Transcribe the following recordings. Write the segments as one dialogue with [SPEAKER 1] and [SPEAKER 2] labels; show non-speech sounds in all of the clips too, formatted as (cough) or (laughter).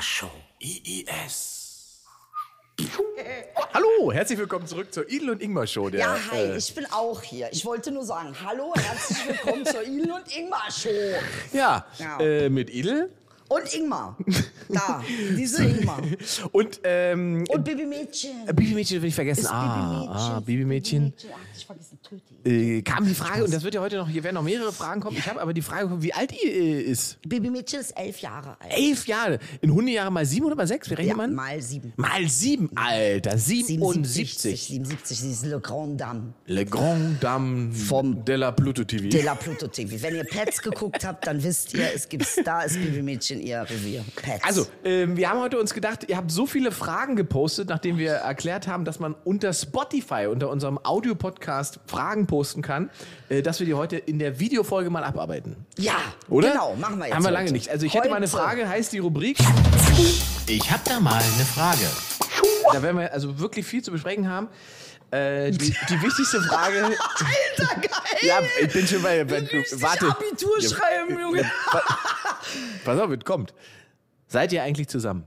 [SPEAKER 1] Show.
[SPEAKER 2] IIS. Hallo, herzlich willkommen zurück zur Idel und Ingmar Show. Der,
[SPEAKER 1] Ja, hi,
[SPEAKER 2] äh,
[SPEAKER 1] ich bin auch hier. Ich wollte nur sagen, hallo, herzlich willkommen zur Idel und Ingmar Show.
[SPEAKER 2] ja,
[SPEAKER 1] Ja.
[SPEAKER 2] Äh, mit Idel
[SPEAKER 1] Und Ingmar. Da,
[SPEAKER 2] (laughs)
[SPEAKER 1] diese Ingmar.
[SPEAKER 2] und ähm,
[SPEAKER 1] Und Bibi Mädchen.
[SPEAKER 2] äh, Bibi-Mädchen will ich vergessen.
[SPEAKER 1] Ist
[SPEAKER 2] ah,
[SPEAKER 1] Bibi-Mädchen.
[SPEAKER 2] Bibi-Mädchen.
[SPEAKER 1] Bibi-Mädchen. Ach, ich vergessen, töte ihn.
[SPEAKER 2] Äh, kam die Frage, und das wird ja heute noch, hier werden noch mehrere Fragen kommen. Ich habe aber die Frage bekommen, wie alt ihr äh, ist.
[SPEAKER 1] Bibi-Mädchen ist elf Jahre alt.
[SPEAKER 2] Elf Jahre. In Hundejahren mal sieben oder mal sechs? Wie rechnet
[SPEAKER 1] Ja,
[SPEAKER 2] man?
[SPEAKER 1] mal sieben.
[SPEAKER 2] Mal sieben, Alter. 77.
[SPEAKER 1] 77, sie ist Le Grand Dame
[SPEAKER 2] Le Grand Dame
[SPEAKER 1] Vom-
[SPEAKER 2] de la Pluto TV.
[SPEAKER 1] de la Pluto TV. Wenn ihr Pets geguckt habt, dann wisst ihr, es gibt's da, ist Bibi-Mädchen ihr Revier. Pets.
[SPEAKER 2] Also, ähm, wir haben heute uns gedacht, ihr habt so viele Fragen gepostet, nachdem wir erklärt haben, dass man unter Spotify, unter unserem Audio-Podcast Fragen posten kann, äh, dass wir die heute in der Videofolge mal abarbeiten.
[SPEAKER 1] Ja,
[SPEAKER 2] Oder?
[SPEAKER 1] genau, machen wir jetzt.
[SPEAKER 2] Haben wir
[SPEAKER 1] heute.
[SPEAKER 2] lange nicht. Also, ich hätte mal eine
[SPEAKER 1] Heute.
[SPEAKER 2] Frage, heißt die Rubrik.
[SPEAKER 3] Ich hab da mal eine Frage.
[SPEAKER 2] Da werden wir also wirklich viel zu besprechen haben. Äh, die, die wichtigste Frage.
[SPEAKER 1] Alter, geil!
[SPEAKER 2] (laughs) ja, ich bin schon bei. bei
[SPEAKER 1] willst dich
[SPEAKER 2] warte.
[SPEAKER 1] Abitur schreiben, Junge.
[SPEAKER 2] (laughs) Pass auf, es kommt. Seid ihr eigentlich zusammen?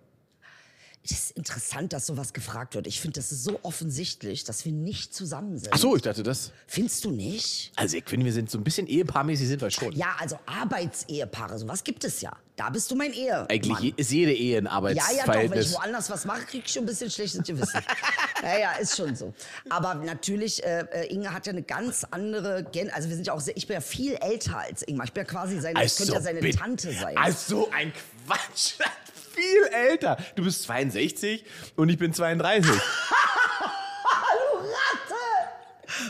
[SPEAKER 1] Es ist interessant, dass sowas gefragt wird. Ich finde, das ist so offensichtlich, dass wir nicht zusammen sind.
[SPEAKER 2] Ach so, ich dachte das.
[SPEAKER 1] Findest du nicht?
[SPEAKER 2] Also, ich finde, wir sind so ein bisschen ehepaarmäßig, sind wir schon.
[SPEAKER 1] Ja, also Arbeitsehepaare, sowas gibt es ja. Da bist du mein Ehemann.
[SPEAKER 2] Eigentlich je- ist jede Ehe ein
[SPEAKER 1] Ja, ja, doch, wenn ich
[SPEAKER 2] Arbeitsverhältnis.
[SPEAKER 1] woanders was mache, krieg ich schon ein bisschen schlechtes Gewissen. ja, ja, ist schon so. Aber natürlich, äh, äh, Inge hat ja eine ganz andere Gen. Also wir sind ja auch sehr, ich bin ja viel älter als Ingmar. Ich bin ja quasi seine, ich könnte ja seine
[SPEAKER 2] Also bin-
[SPEAKER 1] Tante sein.
[SPEAKER 2] Ach so, ein Quatsch. (laughs) Viel älter. Du bist 62 und ich bin 32.
[SPEAKER 1] (laughs)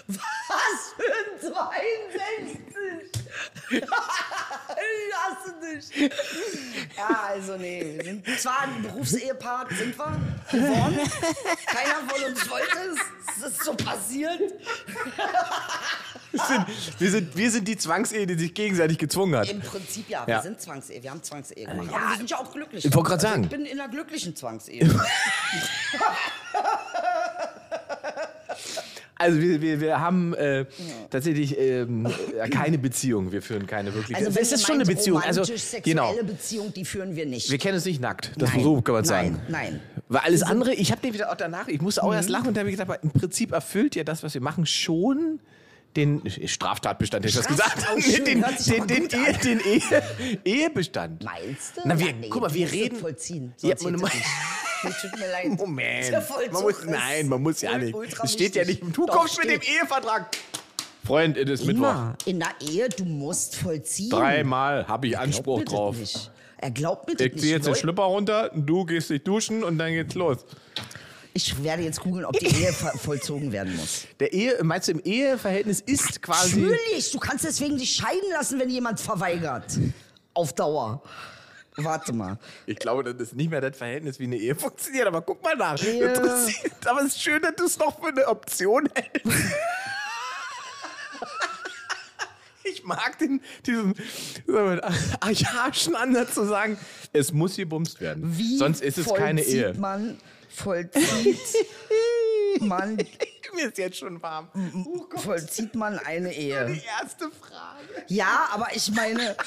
[SPEAKER 1] Was für ein 62? ich hasse dich. (laughs) Ja, also nee, wir sind zwar ein Berufsehepaar, sind wir geworden. Keiner von uns wollte es. Es ist so passiert.
[SPEAKER 2] Wir sind, wir, sind, wir sind die Zwangsehe, die sich gegenseitig gezwungen hat.
[SPEAKER 1] Im Prinzip ja,
[SPEAKER 2] Ja. also
[SPEAKER 1] wir sind Zwangsehe, wir haben Zwangsehe gemacht. Aber wir sind ja auch glücklich.
[SPEAKER 2] Ich wollte gerade
[SPEAKER 1] Also,
[SPEAKER 2] sagen.
[SPEAKER 1] Ich bin in einer glücklichen
[SPEAKER 2] (laughs)
[SPEAKER 1] Zwangsehe.
[SPEAKER 2] Also wir, wir, wir haben äh, tatsächlich ähm, äh, keine Beziehung. Wir führen keine wirklich.
[SPEAKER 1] Also
[SPEAKER 2] es
[SPEAKER 1] wenn
[SPEAKER 2] ist
[SPEAKER 1] ihr
[SPEAKER 2] schon eine
[SPEAKER 1] meint,
[SPEAKER 2] Beziehung. Also
[SPEAKER 1] romantisch-sexuelle
[SPEAKER 2] genau.
[SPEAKER 1] Beziehung, die führen wir nicht.
[SPEAKER 2] Wir kennen uns nicht nackt. Das
[SPEAKER 1] Nein,
[SPEAKER 2] so kann man
[SPEAKER 1] nein,
[SPEAKER 2] sagen.
[SPEAKER 1] nein. Mhm.
[SPEAKER 2] Weil alles andere, ich habe den wieder auch danach, ich musste auch erst lachen und da habe ich gedacht, aber im Prinzip erfüllt ja das, was wir machen, schon den Straftatbestand, hätte ich das
[SPEAKER 1] Straftat,
[SPEAKER 2] gesagt.
[SPEAKER 1] auch Oh, schön,
[SPEAKER 2] den
[SPEAKER 1] hört sich
[SPEAKER 2] den,
[SPEAKER 1] aber
[SPEAKER 2] den,
[SPEAKER 1] gut
[SPEAKER 2] Ehe, den Ehe, Ehebestand.
[SPEAKER 1] Meinst du?
[SPEAKER 2] Na, wir,
[SPEAKER 1] Ja, nee,
[SPEAKER 2] guck mal,
[SPEAKER 1] du
[SPEAKER 2] wir
[SPEAKER 1] musst es
[SPEAKER 2] reden.
[SPEAKER 1] Vollziehen.
[SPEAKER 2] Ja,
[SPEAKER 1] Sonst
[SPEAKER 2] man,
[SPEAKER 1] hätte ich- Nee, (laughs) Tut mir leid.
[SPEAKER 2] (laughs) Moment.
[SPEAKER 1] Der Vollzug
[SPEAKER 2] Man muss,
[SPEAKER 1] ist
[SPEAKER 2] nein, man muss ja
[SPEAKER 1] ul-
[SPEAKER 2] nicht.
[SPEAKER 1] ultra
[SPEAKER 2] Es steht ja
[SPEAKER 1] wichtig.
[SPEAKER 2] nicht. Du
[SPEAKER 1] Doch,
[SPEAKER 2] kommst mit dem
[SPEAKER 1] steht.
[SPEAKER 2] Ehevertrag. Freund, es ist Mittwoch.
[SPEAKER 1] Immer. In der Ehe, du musst vollziehen.
[SPEAKER 2] Dreimal habe ich
[SPEAKER 1] Glaubt mir
[SPEAKER 2] Anspruch
[SPEAKER 1] das
[SPEAKER 2] drauf.
[SPEAKER 1] Nicht. Er glaubt mir das
[SPEAKER 2] Ich
[SPEAKER 1] nicht.
[SPEAKER 2] ziehe jetzt den
[SPEAKER 1] Leute.
[SPEAKER 2] Schlüpper runter, du gehst dich duschen und dann geht's los.
[SPEAKER 1] ich werde jetzt googeln, ob die Ehe ver- (laughs) vollzogen werden muss.
[SPEAKER 2] Der Ehe, meinst du, im Eheverhältnis ist quasi.
[SPEAKER 1] Natürlich, du kannst deswegen dich scheiden lassen, wenn jemand verweigert. Auf Dauer. Warte mal.
[SPEAKER 2] Ich glaube, das ist nicht mehr das Verhältnis, wie eine Ehe funktioniert, aber guck mal nach.
[SPEAKER 1] Ehe.
[SPEAKER 2] Interessiert. Aber es ist schön, dass du es noch für eine Option hältst. Ich mag den, diesen äh, archaischen Ansatz zu sagen, es muss gebumst werden.
[SPEAKER 1] Wie
[SPEAKER 2] Sonst ist es keine
[SPEAKER 1] vollzieht
[SPEAKER 2] Ehe.
[SPEAKER 1] Man vollzieht (laughs) man,
[SPEAKER 2] (laughs) Mir ist jetzt schon warm. Oh Gott,
[SPEAKER 1] vollzieht man eine Ehe.
[SPEAKER 2] die erste Frage.
[SPEAKER 1] Ja, aber ich meine,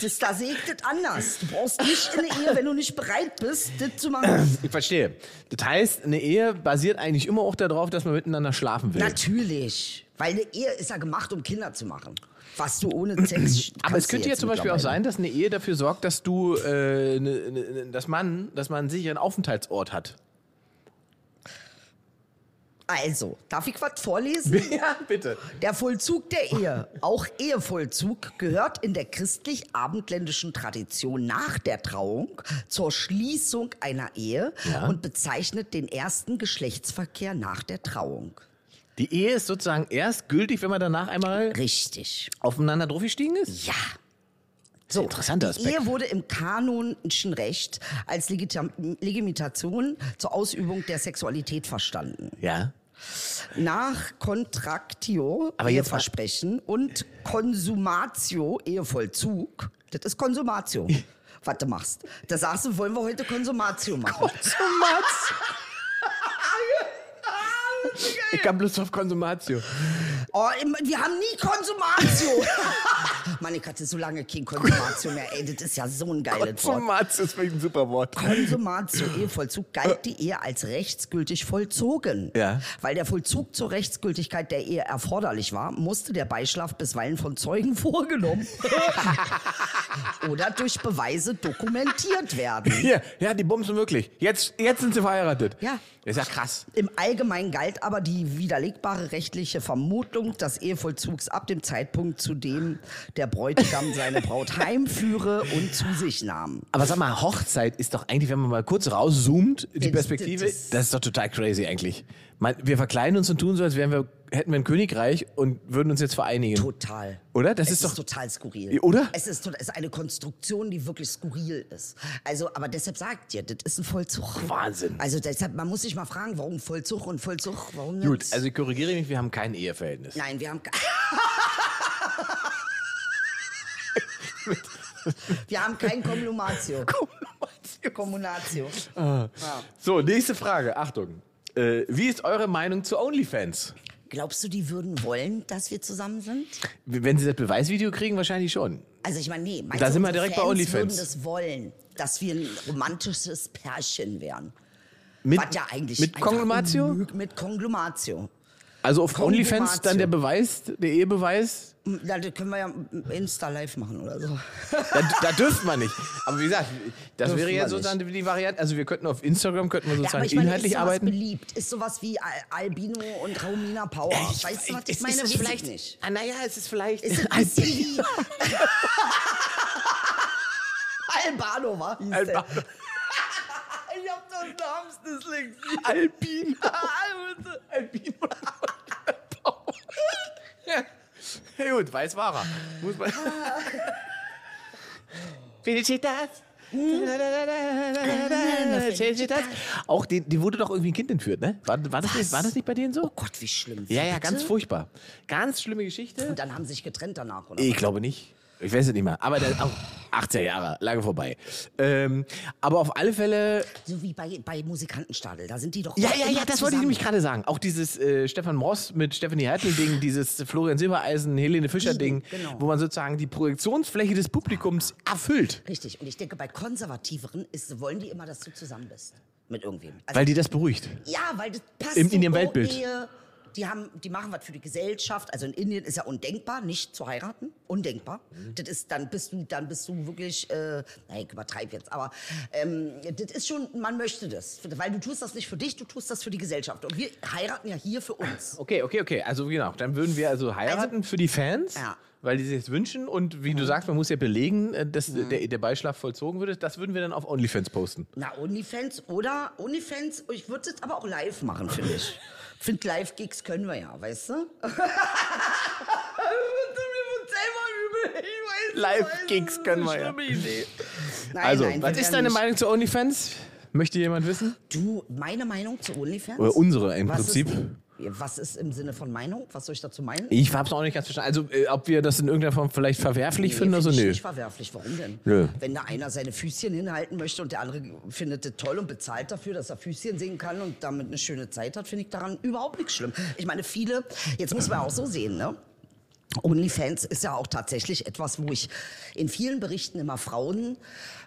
[SPEAKER 1] das, da sehe ich das anders. Du brauchst nicht in eine Ehe, wenn du nicht bereit bist, das zu
[SPEAKER 2] (clears throat)
[SPEAKER 1] machen.
[SPEAKER 2] Ich verstehe. Das heißt, eine Ehe basiert eigentlich immer auch darauf, dass man miteinander schlafen will.
[SPEAKER 1] Natürlich. Weil eine Ehe ist ja gemacht, um Kinder zu machen. Was du ohne Sex
[SPEAKER 2] Aber
[SPEAKER 1] kannst
[SPEAKER 2] es
[SPEAKER 1] du
[SPEAKER 2] könnte ja zum Beispiel auch
[SPEAKER 1] mittlerweile.
[SPEAKER 2] sein, dass eine Ehe dafür sorgt, dass du, äh, ne, ne, dass man, dass man einen sicheren Aufenthaltsort hat. (laughs)
[SPEAKER 1] Also, darf ich was vorlesen?
[SPEAKER 2] Ja, bitte.
[SPEAKER 1] Der Vollzug der Ehe, auch Ehevollzug, gehört in der christlich-abendländischen Tradition nach der Trauung zur Schließung einer Ehe
[SPEAKER 2] Ja.
[SPEAKER 1] und bezeichnet den ersten Geschlechtsverkehr nach der Trauung.
[SPEAKER 2] Die Ehe ist sozusagen erst gültig, wenn man danach einmal
[SPEAKER 1] Richtig.
[SPEAKER 2] aufeinander draufgestiegen ist?
[SPEAKER 1] Ja. So,
[SPEAKER 2] Interessanter
[SPEAKER 1] die
[SPEAKER 2] Aspekt.
[SPEAKER 1] Ehe wurde im kanonischen Recht als Legitim Legitimation zur Ausübung der Sexualität verstanden.
[SPEAKER 2] Ja.
[SPEAKER 1] Nach Contractio,
[SPEAKER 2] Aber jetzt mal-
[SPEAKER 1] Eheversprechen, und Consumatio, Ehevollzug, das ist Konsumatio, was du machst. Da sagst du, wollen wir heute
[SPEAKER 2] (laughs)
[SPEAKER 1] Konsumatio machen.
[SPEAKER 2] Oh, Konsumatio. Ah, ich kam bloß auf Konsumatio.
[SPEAKER 1] Oh, im- wir haben nie Konsumatio. (laughs) Meine Katze, so lange kein Konsumatio mehr. Ey, das ist ja so ein geiles Wort.
[SPEAKER 2] Konsumatio ist wirklich ein super Wort.
[SPEAKER 1] Konsumatio Ehevollzug galt die Ehe als rechtsgültig vollzogen.
[SPEAKER 2] Ja.
[SPEAKER 1] Weil der Vollzug zur Rechtsgültigkeit der Ehe erforderlich war, musste der Beischlaf bisweilen von Zeugen (laughs) vorgenommen oder durch Beweise dokumentiert werden.
[SPEAKER 2] (laughs) Hier, ja, die bumsen wirklich. Jetzt, jetzt sind sie verheiratet.
[SPEAKER 1] Ja.
[SPEAKER 2] Ist ja krass.
[SPEAKER 1] Im Allgemeinen galt aber die widerlegbare rechtliche Vermutung des Ehevollzugs ab dem Zeitpunkt, zu dem der Bräutigam seine Braut heimführe und zu sich nahm.
[SPEAKER 2] Aber sag mal, Hochzeit ist doch eigentlich, wenn man mal kurz rauszoomt, die
[SPEAKER 1] Jetzt,
[SPEAKER 2] Perspektive,
[SPEAKER 1] das-
[SPEAKER 2] das ist doch total crazy eigentlich. Man, wir verkleiden uns und tun so, als wären wir, hätten wir ein Königreich und würden uns jetzt vereinigen.
[SPEAKER 1] Total.
[SPEAKER 2] Oder? Das
[SPEAKER 1] es
[SPEAKER 2] ist
[SPEAKER 1] ist,
[SPEAKER 2] doch-
[SPEAKER 1] total skurril.
[SPEAKER 2] Oder?
[SPEAKER 1] Es ist, tot- es ist eine Konstruktion, die wirklich skurril ist. Also, aber deshalb sagt ihr, das ist ein Vollzug.
[SPEAKER 2] Wahnsinn.
[SPEAKER 1] Also deshalb, man muss sich mal fragen, warum Vollzug und Vollzug, warum
[SPEAKER 2] Gut,
[SPEAKER 1] nicht?
[SPEAKER 2] also ich korrigiere mich, wir haben kein Eheverhältnis.
[SPEAKER 1] Nein, wir
[SPEAKER 2] (laughs)
[SPEAKER 1] haben. ke- wir haben kein Kommunatio. Kommunatio.
[SPEAKER 2] So, nächste Frage, Achtung. Äh, wie ist eure Meinung zu OnlyFans?
[SPEAKER 1] Glaubst du, die würden wollen, dass wir zusammen sind?
[SPEAKER 2] Wenn sie das Beweisvideo kriegen, wahrscheinlich schon.
[SPEAKER 1] Also ich meine, nee. meinst
[SPEAKER 2] Da
[SPEAKER 1] du,
[SPEAKER 2] sind wir
[SPEAKER 1] unsere
[SPEAKER 2] direkt bei
[SPEAKER 1] Fans
[SPEAKER 2] OnlyFans.
[SPEAKER 1] würden das wollen, dass wir ein romantisches Pärchen wären.
[SPEAKER 2] Mit,
[SPEAKER 1] Was ja eigentlich
[SPEAKER 2] mit
[SPEAKER 1] einfach
[SPEAKER 2] Konglomatio?
[SPEAKER 1] unmöglich- Mit Konglomatio.
[SPEAKER 2] Also auf
[SPEAKER 1] Konglomatio.
[SPEAKER 2] OnlyFans dann der Beweis, der Ehebeweis?
[SPEAKER 1] Ja, das können wir ja Insta live machen oder so.
[SPEAKER 2] Da, da dürfte man nicht. Aber wie gesagt, das
[SPEAKER 1] Dürfen
[SPEAKER 2] wäre
[SPEAKER 1] wir
[SPEAKER 2] ja sozusagen die Variante. Also wir könnten auf Instagram, könnten wir
[SPEAKER 1] Ja,
[SPEAKER 2] sozusagen
[SPEAKER 1] aber ich meine,
[SPEAKER 2] inhaltlich
[SPEAKER 1] ist sowas
[SPEAKER 2] arbeiten.
[SPEAKER 1] beliebt? Ist sowas wie Al Albino und Romina Power?
[SPEAKER 2] Äh,
[SPEAKER 1] weißt du, was ich meine? Weiß ich nicht.
[SPEAKER 2] Ah, naja, es ist vielleicht. (laughs)
[SPEAKER 1] Ist ein bisschen wie... (laughs) Albano, war hieß
[SPEAKER 2] Albano.
[SPEAKER 1] der. Ich hab doch einen Namensdyslexie.
[SPEAKER 2] Alpin.
[SPEAKER 1] (laughs)
[SPEAKER 2] Alpin. ja. ja, gut, weiß war er. Muss
[SPEAKER 1] (laughs)
[SPEAKER 2] man. Findet ihr das? Findet ihr das? Auch die, die wurde doch irgendwie ein Kind entführt, ne? War, war, das, nicht, war das nicht bei denen so?
[SPEAKER 1] Oh Gott, wie schlimm.
[SPEAKER 2] Ja, ja,
[SPEAKER 1] Bitte?
[SPEAKER 2] ganz furchtbar. Ganz schlimme Geschichte.
[SPEAKER 1] Und dann haben sie sich getrennt danach, oder?
[SPEAKER 2] Ich glaube nicht. Ich weiß es nicht mehr. Aber der, auch 18 Jahre, lange vorbei. Ähm, aber auf alle Fälle
[SPEAKER 1] So wie bei, bei Musikantenstadel, da sind die doch
[SPEAKER 2] Ja,
[SPEAKER 1] auch
[SPEAKER 2] ja,
[SPEAKER 1] immer
[SPEAKER 2] ja, das wollte ich
[SPEAKER 1] zusammen.
[SPEAKER 2] nämlich gerade sagen. Auch dieses äh, Stefan Moss mit Stephanie Hertel-Ding, dieses Florian Silbereisen, Helene Fischer-Ding,
[SPEAKER 1] genau.
[SPEAKER 2] wo man sozusagen die Projektionsfläche des Publikums erfüllt,
[SPEAKER 1] Richtig. Und ich denke, bei Konservativeren ist, wollen die immer, dass du zusammen bist mit irgendwem. Also,
[SPEAKER 2] weil die das beruhigt.
[SPEAKER 1] ja, weil das passt
[SPEAKER 2] In- in
[SPEAKER 1] so
[SPEAKER 2] ihrem Weltbild.
[SPEAKER 1] Ehe. Die, haben, die machen was für die Gesellschaft. Also in Indien ist ja undenkbar, nicht zu heiraten. Undenkbar.
[SPEAKER 2] Mhm.
[SPEAKER 1] Das ist, dann bist du, dann bist du wirklich, äh, nein, ich übertreibe jetzt, aber ähm, das ist schon, man möchte das. Weil du tust das nicht für dich, du tust das für die Gesellschaft. Und wir heiraten ja hier für uns.
[SPEAKER 2] Okay, okay, okay. Also genau, dann würden wir also Mhm. heiraten für die Fans.
[SPEAKER 1] Ja.
[SPEAKER 2] Weil die sich das wünschen und wie du sagst, man muss ja belegen, äh, dass der, der Beischlaf vollzogen würde. Das würden wir dann auf OnlyFans posten.
[SPEAKER 1] Na, Onlyfans oder Onlyfans, ich würde es aber auch live machen, finde ich. Find Live-Gigs können wir ja, weißt du?
[SPEAKER 2] Live-Gigs können wir ja.
[SPEAKER 1] Nein,
[SPEAKER 2] Also,
[SPEAKER 1] nein, wir
[SPEAKER 2] was ist
[SPEAKER 1] werden
[SPEAKER 2] deine
[SPEAKER 1] nicht-
[SPEAKER 2] Meinung zu OnlyFans? Möchte jemand wissen?
[SPEAKER 1] Du, meine Meinung zu Onlyfans?
[SPEAKER 2] Oder unsere im
[SPEAKER 1] was
[SPEAKER 2] Prinzip.
[SPEAKER 1] Ist, was ist im Sinne von Meinung? Was soll ich dazu meinen?
[SPEAKER 2] Ich hab's auch nicht ganz verstanden. Also, äh, ob wir das in irgendeiner Form vielleicht verwerflich finden oder so?
[SPEAKER 1] find ich
[SPEAKER 2] Nö.
[SPEAKER 1] nicht verwerflich. Warum denn?
[SPEAKER 2] Nö.
[SPEAKER 1] Wenn da einer seine Füßchen hinhalten möchte und der andere findet das toll und bezahlt dafür, dass er Füßchen sehen kann und damit eine schöne Zeit hat, finde ich daran überhaupt nichts schlimm. Ich meine, viele, jetzt muss man auch so sehen, ne? OnlyFans ist ja auch tatsächlich etwas, wo ich in vielen Berichten immer Frauen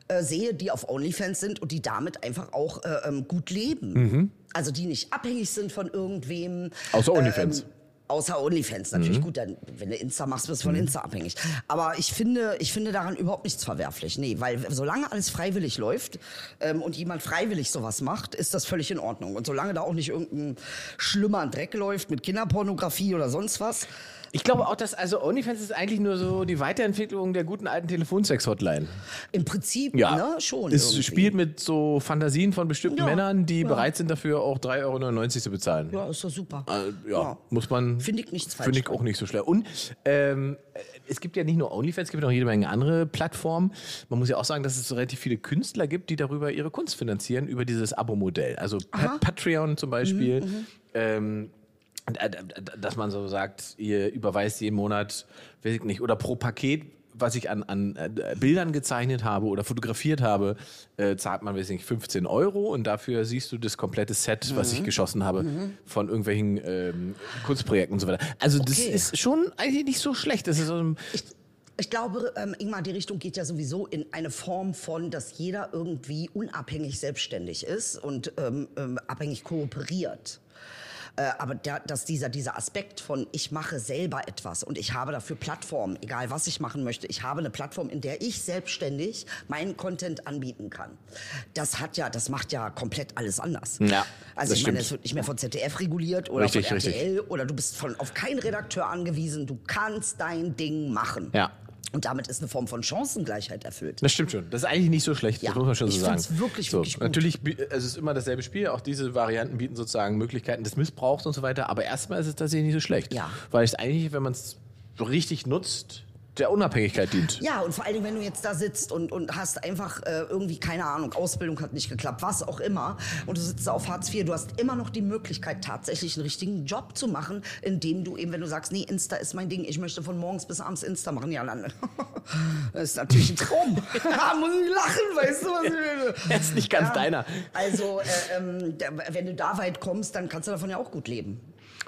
[SPEAKER 1] äh, sehe, die auf OnlyFans sind und die damit einfach auch äh, ähm, gut leben. Also die nicht abhängig sind von irgendwem.
[SPEAKER 2] Mhm. Außer OnlyFans. Mhm.
[SPEAKER 1] Ähm, Außer OnlyFans natürlich. Gut, dann, wenn du Insta machst, bist du von Insta abhängig. Aber ich finde, ich finde daran überhaupt nichts verwerflich. Nee, weil solange alles freiwillig läuft ähm, und jemand freiwillig sowas macht, ist das völlig in Ordnung. Und solange da auch nicht irgendein schlimmer Dreck läuft mit Kinderpornografie oder sonst was,
[SPEAKER 2] Ich glaube auch, dass also OnlyFans ist eigentlich nur so die Weiterentwicklung der guten alten Telefonsex-Hotline.
[SPEAKER 1] Im Prinzip, ne, schon.
[SPEAKER 2] Es
[SPEAKER 1] irgendwie.
[SPEAKER 2] spielt mit so Fantasien von bestimmten
[SPEAKER 1] Ja,
[SPEAKER 2] Männern, die
[SPEAKER 1] ja.
[SPEAKER 2] bereit sind, dafür auch 3,99 Euro zu bezahlen.
[SPEAKER 1] Ja, ist doch super.
[SPEAKER 2] Äh, ja, muss man.
[SPEAKER 1] Finde ich nichts falsch
[SPEAKER 2] Finde ich auch nicht so schlecht. Und ähm, äh, es gibt ja nicht nur OnlyFans, es gibt ja noch jede Menge andere Plattformen. Man muss ja auch sagen, dass es so relativ viele Künstler gibt, die darüber ihre Kunst finanzieren, über dieses Abo-Modell. Also pa Patreon zum Beispiel. ähm, und, äh, d- d- dass man so sagt, ihr überweist jeden Monat, weiß ich nicht, oder pro Paket, was ich an, an äh, Bildern gezeichnet habe oder fotografiert habe, äh, zahlt man, weiß ich nicht, 15 Euro und dafür siehst du das komplette Set, was ich geschossen habe von irgendwelchen ähm, Kunstprojekten und so weiter. Also das
[SPEAKER 1] Okay.
[SPEAKER 2] ist schon eigentlich nicht so schlecht. Das ist so ein,
[SPEAKER 1] Ich glaube, ähm, Ingmar, die Richtung geht ja sowieso in eine Form von, dass jeder irgendwie unabhängig selbstständig ist und ähm, ähm, abhängig kooperiert. Äh, aber da, dass dieser, dieser Aspekt von, ich mache selber etwas und ich habe dafür Plattformen, egal was ich machen möchte, ich habe eine Plattform, in der ich selbstständig meinen Content anbieten kann. Das hat ja, das macht ja komplett alles anders.
[SPEAKER 2] Ja,
[SPEAKER 1] also
[SPEAKER 2] das
[SPEAKER 1] ich meine,
[SPEAKER 2] stimmt.
[SPEAKER 1] es wird nicht mehr von ZDF reguliert oder
[SPEAKER 2] Richtig,
[SPEAKER 1] von
[SPEAKER 2] richtig.
[SPEAKER 1] RTL oder du bist von, auf keinen Redakteur angewiesen, du kannst dein Ding machen.
[SPEAKER 2] Ja.
[SPEAKER 1] Und damit ist eine Form von Chancengleichheit erfüllt.
[SPEAKER 2] Das stimmt schon. Das ist eigentlich nicht so schlecht,
[SPEAKER 1] Ja,
[SPEAKER 2] das muss man schon so
[SPEAKER 1] ich
[SPEAKER 2] sagen.
[SPEAKER 1] find's wirklich,
[SPEAKER 2] so,
[SPEAKER 1] wirklich gut.
[SPEAKER 2] Natürlich, bi- es ist immer dasselbe Spiel. Auch diese Varianten bieten sozusagen Möglichkeiten des Missbrauchs und so weiter. Aber erstmal ist es tatsächlich nicht so schlecht.
[SPEAKER 1] Ja.
[SPEAKER 2] Weil es eigentlich, wenn man es richtig nutzt, der Unabhängigkeit dient. (laughs)
[SPEAKER 1] Ja, und vor allen Dingen, wenn du jetzt da sitzt und, und hast einfach äh, irgendwie, keine Ahnung, Ausbildung hat nicht geklappt, was auch immer, und du sitzt auf Hartz IV, du hast immer noch die Möglichkeit, tatsächlich einen richtigen Job zu machen, indem du eben, wenn du sagst, nee, Insta ist mein Ding, ich möchte von morgens bis abends Insta machen, ja, dann (laughs) das ist natürlich ein Traum. da muss ich lachen, weißt du, was ich will.
[SPEAKER 2] Das ist nicht ganz
[SPEAKER 1] Ja,
[SPEAKER 2] deiner.
[SPEAKER 1] Also, äh, ähm, da- wenn du da weit kommst, dann kannst du davon ja auch gut leben.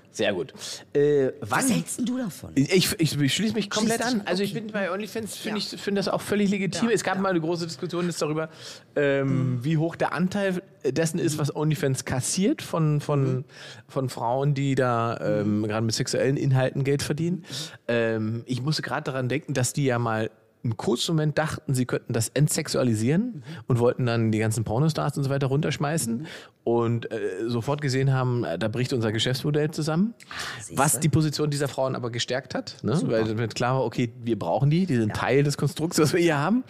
[SPEAKER 2] Sehr gut. Äh,
[SPEAKER 1] Was
[SPEAKER 2] wann?
[SPEAKER 1] hältst denn du davon?
[SPEAKER 2] Ich, ich, ich schließe mich komplett
[SPEAKER 1] Schließ
[SPEAKER 2] an.
[SPEAKER 1] dich-
[SPEAKER 2] Also ich bin bei OnlyFans, finde
[SPEAKER 1] Ja.
[SPEAKER 2] ich finde das auch völlig legitim.
[SPEAKER 1] Ja, Mhm.
[SPEAKER 2] Es gab mal eine große Diskussion jetzt darüber, ähm, wie hoch der Anteil dessen ist, was OnlyFans kassiert von, von,
[SPEAKER 1] Mhm.
[SPEAKER 2] von Frauen, die da ähm, gerade mit sexuellen Inhalten Geld
[SPEAKER 1] Mhm.
[SPEAKER 2] verdienen. Ähm, ich musste gerade daran denken, dass die ja mal im kurzen Moment dachten, sie könnten das
[SPEAKER 1] Mhm.
[SPEAKER 2] entsexualisieren und wollten dann die ganzen Pornostars und so weiter runterschmeißen und äh, sofort gesehen haben, äh, da bricht unser Geschäftsmodell zusammen.
[SPEAKER 1] Ah, siehste.
[SPEAKER 2] Was die Position dieser Frauen aber gestärkt hat, ne? weil damit klar war, okay, wir brauchen die, die sind Teil des Konstrukts, was wir hier haben.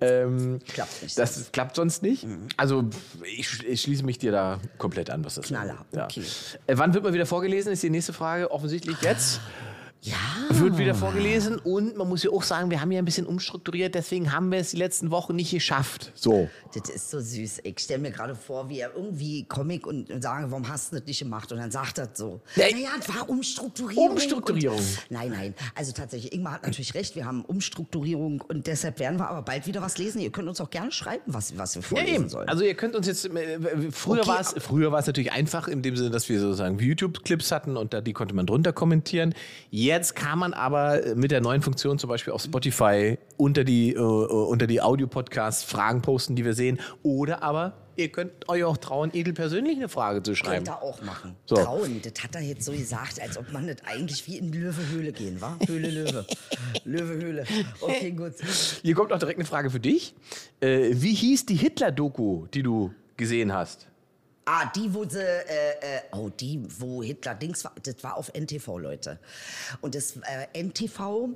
[SPEAKER 2] Ähm,
[SPEAKER 1] Klappt nicht. Mhm.
[SPEAKER 2] das klappt sonst nicht. Also ich, ich schließe mich dir da komplett an, was das
[SPEAKER 1] Knaller,
[SPEAKER 2] Ja.
[SPEAKER 1] okay.
[SPEAKER 2] Äh, wann wird man wieder vorgelesen, ist die nächste Frage. Offensichtlich jetzt
[SPEAKER 1] ja.
[SPEAKER 2] wird wieder vorgelesen und man muss ja auch sagen, wir haben ja ein bisschen umstrukturiert, deswegen haben wir es die letzten Wochen nicht geschafft. So.
[SPEAKER 1] Das ist so süß. Ich stelle mir gerade vor, wie er irgendwie Comic und, und sage, warum hast du das nicht gemacht? Und dann sagt er das so.
[SPEAKER 2] Nee.
[SPEAKER 1] Naja, es war Umstrukturierung.
[SPEAKER 2] Umstrukturierung.
[SPEAKER 1] Und, nein, nein. Also tatsächlich, Ingmar hat natürlich recht. Wir haben Umstrukturierung und deshalb werden wir aber bald wieder was lesen. Ihr könnt uns auch gerne schreiben, was, was wir
[SPEAKER 2] Ja,
[SPEAKER 1] vorlesen
[SPEAKER 2] eben.
[SPEAKER 1] sollen.
[SPEAKER 2] Also ihr könnt uns jetzt, äh, früher
[SPEAKER 1] Okay,
[SPEAKER 2] war es früher war es natürlich einfach in dem Sinne, dass wir sozusagen YouTube-Clips hatten und da, die konnte man drunter kommentieren. Jetzt kann man aber äh, mit der neuen Funktion zum Beispiel auf Spotify unter die, äh, unter die Audio-Podcasts Fragen posten, die wir sehen. Oder aber ihr könnt euch auch trauen, Edel persönlich eine Frage zu schreiben. Genau.
[SPEAKER 1] Könnt ihr auch machen.
[SPEAKER 2] So.
[SPEAKER 1] Trauen, das hat er jetzt so gesagt, als ob man das eigentlich wie in Löwe-Höhle gehen, war. Höhle, Löwe. Löwe-Höhle. Okay, gut.
[SPEAKER 2] Hier kommt auch direkt eine Frage für dich. Äh, wie hieß die Hitler-Doku, die du gesehen hast?
[SPEAKER 1] Ah, die, wo sie, äh, äh, oh, die, wo Hitler Dings war, das war auf NTV, Leute. Und das äh, NTV,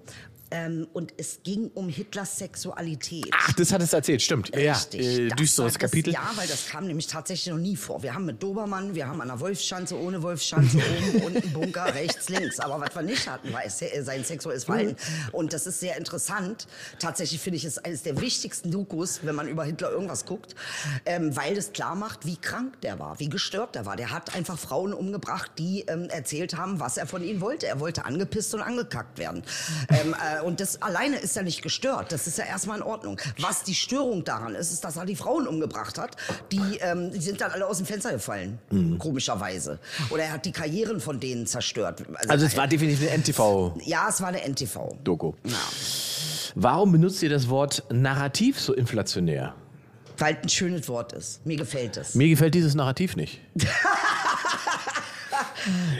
[SPEAKER 1] ähm, und es ging um Hitlers Sexualität.
[SPEAKER 2] Ach, das hat es erzählt, stimmt. Ja, äh,
[SPEAKER 1] das
[SPEAKER 2] düsteres
[SPEAKER 1] war das,
[SPEAKER 2] Kapitel.
[SPEAKER 1] Ja, weil das kam nämlich tatsächlich noch nie vor. Wir haben mit Dobermann, wir haben an der Wolfschanze, ohne
[SPEAKER 2] (laughs)
[SPEAKER 1] Wolfschanze, oben, unten, Bunker, rechts, links. Aber was wir nicht hatten, war es- äh, sein sexuelles Verhalten.
[SPEAKER 2] Mhm.
[SPEAKER 1] Und das ist sehr interessant. Tatsächlich finde ich es eines der wichtigsten Dokus, wenn man über Hitler irgendwas guckt, ähm, weil das klar macht, wie krank der war, wie gestört der war. Der hat einfach Frauen umgebracht, die ähm, erzählt haben, was er von ihnen wollte. Er wollte angepisst und angekackt werden. Ähm, äh, und das alleine ist ja nicht gestört. Das ist ja erstmal in Ordnung. Was die Störung daran ist, ist, dass er die Frauen umgebracht hat. Die, ähm, die sind dann alle aus dem Fenster gefallen,
[SPEAKER 2] Mhm.
[SPEAKER 1] komischerweise. Oder er hat die Karrieren von denen zerstört.
[SPEAKER 2] Also es war definitiv eine NTV.
[SPEAKER 1] ja, es war eine NTV.
[SPEAKER 2] Doku. Warum benutzt ihr das Wort Narrativ so inflationär?
[SPEAKER 1] Weil ein schönes Wort ist. Mir gefällt es.
[SPEAKER 2] Mir gefällt dieses Narrativ nicht.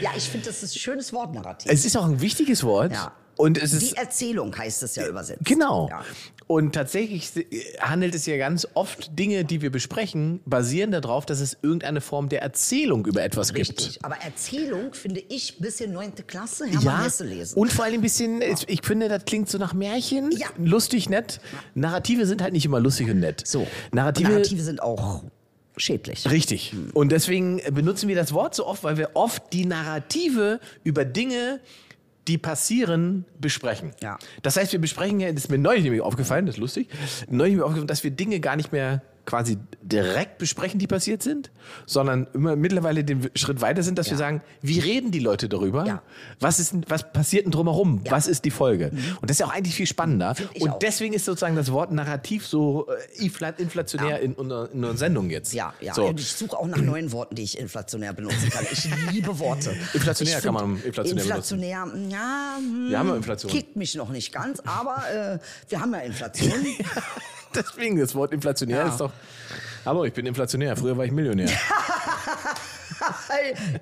[SPEAKER 1] Ja, ich finde, das ist ein schönes Wort, Narrativ.
[SPEAKER 2] Es ist auch ein wichtiges Wort.
[SPEAKER 1] Ja.
[SPEAKER 2] Und es ist
[SPEAKER 1] die Erzählung heißt es ja übersetzt.
[SPEAKER 2] Genau.
[SPEAKER 1] Ja.
[SPEAKER 2] Und tatsächlich äh, handelt es ja ganz oft Dinge, die wir besprechen, basieren darauf, dass es irgendeine Form der Erzählung über etwas gibt.
[SPEAKER 1] Richtig. Aber Erzählung finde ich bis in 9. Klasse Hermann
[SPEAKER 2] Ja,
[SPEAKER 1] Hesse lesen.
[SPEAKER 2] und vor allem ein bisschen, es- ich finde, das klingt so nach Märchen,
[SPEAKER 1] Ja.
[SPEAKER 2] lustig, nett. Narrative sind halt nicht immer lustig und nett.
[SPEAKER 1] so.
[SPEAKER 2] Narrative,
[SPEAKER 1] Narrative sind auch schädlich.
[SPEAKER 2] Richtig. Mhm. Und deswegen äh, benutzen wir das Wort so oft, weil wir oft die Narrative über Dinge, die passieren, besprechen.
[SPEAKER 1] Ja.
[SPEAKER 2] Das heißt, wir besprechen ja, das ist mir neulich nämlich aufgefallen, das ist lustig, neulich mir aufgefallen, dass wir Dinge gar nicht mehr quasi direkt besprechen, die passiert sind, sondern immer mittlerweile den Schritt weiter sind, dass wir sagen, wie reden die Leute darüber?
[SPEAKER 1] Ja.
[SPEAKER 2] Was, ist, denn- was passiert denn drumherum? Was ist die Folge? Und das ist ja auch eigentlich viel spannender.
[SPEAKER 1] Find Mhm. ich
[SPEAKER 2] Und
[SPEAKER 1] auch.
[SPEAKER 2] deswegen ist sozusagen das Wort Narrativ so äh, infla- inflationär in, unserer, in unseren Sendungen jetzt.
[SPEAKER 1] Ja, ja.
[SPEAKER 2] So.
[SPEAKER 1] Und ich suche auch nach neuen Worten, die ich inflationär benutzen kann. Ich liebe Worte.
[SPEAKER 2] (laughs) Inflationär
[SPEAKER 1] Ich
[SPEAKER 2] kann
[SPEAKER 1] find
[SPEAKER 2] man inflationär
[SPEAKER 1] Inflationär, ja. Hm,
[SPEAKER 2] Wir haben ja Inflation.
[SPEAKER 1] Kickt mich noch nicht ganz, aber äh, wir haben ja
[SPEAKER 2] (laughs)
[SPEAKER 1] Inflation.
[SPEAKER 2] (laughs)
[SPEAKER 1] (laughs)
[SPEAKER 2] Deswegen, das Wort inflationär
[SPEAKER 1] Ja.
[SPEAKER 2] ist doch. Hallo, ich bin inflationär. Früher war ich Millionär.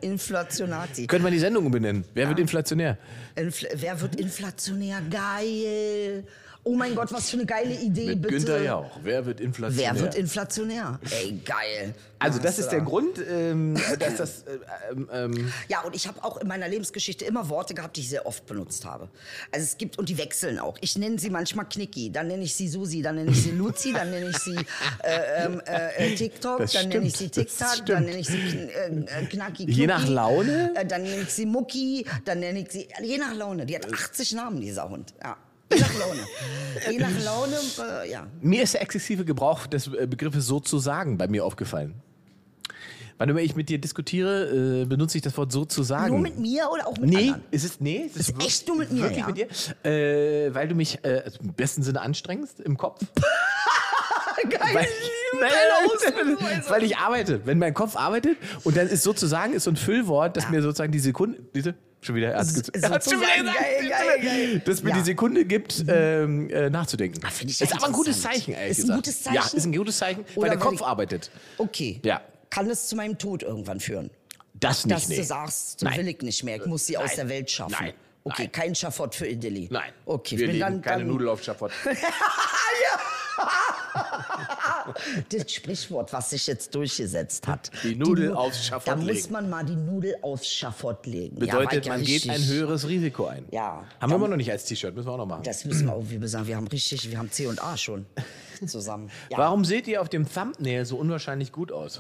[SPEAKER 1] Inflationati.
[SPEAKER 2] Könnte man die Sendung benennen? Wer wird inflationär?
[SPEAKER 1] Infl wer wird inflationär? Geil. Oh mein Gott, was für eine geile Idee,
[SPEAKER 2] Mit
[SPEAKER 1] bitte.
[SPEAKER 2] Günther Jauch. Wer wird inflationär?
[SPEAKER 1] Wer wird inflationär? Ey, geil.
[SPEAKER 2] also
[SPEAKER 1] Ja,
[SPEAKER 2] das
[SPEAKER 1] hast
[SPEAKER 2] ist
[SPEAKER 1] du
[SPEAKER 2] der
[SPEAKER 1] da.
[SPEAKER 2] Grund,
[SPEAKER 1] (laughs)
[SPEAKER 2] ähm, dass das äh, ähm, ähm,
[SPEAKER 1] Ja, und ich habe auch in meiner Lebensgeschichte immer Worte gehabt, die ich sehr oft benutzt habe. Also es gibt, und die wechseln auch. Ich nenne sie manchmal Knicki, dann nenne ich sie Susi, dann nenne ich sie Luzi, dann nenne ich
[SPEAKER 2] (laughs)
[SPEAKER 1] sie äh, ähm, äh, äh, TikTok,
[SPEAKER 2] Das
[SPEAKER 1] dann nenne ich sie
[SPEAKER 2] stimmt, das
[SPEAKER 1] TikTak,
[SPEAKER 2] stimmt.
[SPEAKER 1] dann nenne ich sie Kn- äh, äh, Knacki.
[SPEAKER 2] Je
[SPEAKER 1] Knucki,
[SPEAKER 2] nach Laune?
[SPEAKER 1] Äh, dann nenne ich sie Mucki, dann nenne ich sie, je nach Laune. Die
[SPEAKER 2] Äh.
[SPEAKER 1] hat 80 Namen, dieser Hund. Ja. Je nach Laune. Je nach Laune, äh, ja.
[SPEAKER 2] Mir ist der exzessive Gebrauch des äh, Begriffes sozusagen bei mir aufgefallen. Wann immer ich mit dir diskutiere, äh, benutze ich das Wort sozusagen.
[SPEAKER 1] Nur mit mir oder auch mit
[SPEAKER 2] Nee,
[SPEAKER 1] anderen?
[SPEAKER 2] ist es nee, es ist,
[SPEAKER 1] Ist echt nur mit mir,
[SPEAKER 2] Wirklich
[SPEAKER 1] ja.
[SPEAKER 2] mit dir, äh, weil du mich äh, also im besten Sinne anstrengst im Kopf.
[SPEAKER 1] Ah, Geil,
[SPEAKER 2] Weil,
[SPEAKER 1] liebe
[SPEAKER 2] Nein,
[SPEAKER 1] deine Ausdrucksweise.
[SPEAKER 2] weil ich arbeite. Wenn mein Kopf arbeitet und dann ist sozusagen ist so ein Füllwort, das mir sozusagen die Sekunde, diese schon wieder, er hat's ge-
[SPEAKER 1] So-
[SPEAKER 2] er hat's schon wieder
[SPEAKER 1] sozusagen, geil, geil, geil.
[SPEAKER 2] dass mir
[SPEAKER 1] Ja.
[SPEAKER 2] die Sekunde gibt, ähm, äh, nachzudenken.
[SPEAKER 1] find ich ja
[SPEAKER 2] ist aber ein gutes
[SPEAKER 1] interessant.
[SPEAKER 2] Zeichen, ehrlich
[SPEAKER 1] Ist ein
[SPEAKER 2] gesagt.
[SPEAKER 1] gutes Zeichen?
[SPEAKER 2] Ja, ist ein gutes Zeichen,
[SPEAKER 1] Oder
[SPEAKER 2] weil der
[SPEAKER 1] weil
[SPEAKER 2] Kopf
[SPEAKER 1] die-
[SPEAKER 2] arbeitet.
[SPEAKER 1] Okay.
[SPEAKER 2] Ja.
[SPEAKER 1] Kann es zu meinem Tod irgendwann führen?
[SPEAKER 2] Das nicht,
[SPEAKER 1] Dass
[SPEAKER 2] nee.
[SPEAKER 1] du sagst,
[SPEAKER 2] Nein.
[SPEAKER 1] will ich nicht mehr, ich muss sie aus
[SPEAKER 2] Nein.
[SPEAKER 1] der Welt schaffen.
[SPEAKER 2] Nein.
[SPEAKER 1] Okay,
[SPEAKER 2] Nein.
[SPEAKER 1] kein Schafott für Idilli.
[SPEAKER 2] Nein.
[SPEAKER 1] Okay,
[SPEAKER 2] wir
[SPEAKER 1] ich bin
[SPEAKER 2] legen
[SPEAKER 1] dann,
[SPEAKER 2] keine
[SPEAKER 1] dann
[SPEAKER 2] Nudel
[SPEAKER 1] (laughs)
[SPEAKER 2] auf Schafott.
[SPEAKER 1] das Sprichwort, was sich jetzt durchgesetzt hat.
[SPEAKER 2] Die Nudel
[SPEAKER 1] Nu-
[SPEAKER 2] aufs Schafott
[SPEAKER 1] Da muss
[SPEAKER 2] legen.
[SPEAKER 1] man mal die Nudel aufs Schafott legen. Ja, war
[SPEAKER 2] Bedeutet,
[SPEAKER 1] ja
[SPEAKER 2] man geht
[SPEAKER 1] richtig.
[SPEAKER 2] ein höheres Risiko ein.
[SPEAKER 1] Ja.
[SPEAKER 2] Haben wir immer noch nicht als T-Shirt, müssen wir auch noch machen.
[SPEAKER 1] Das müssen wir auch wie sagen. Wir haben richtig, wir haben C und A schon zusammen. Ja.
[SPEAKER 2] Warum seht ihr auf dem Thumbnail so unwahrscheinlich gut aus?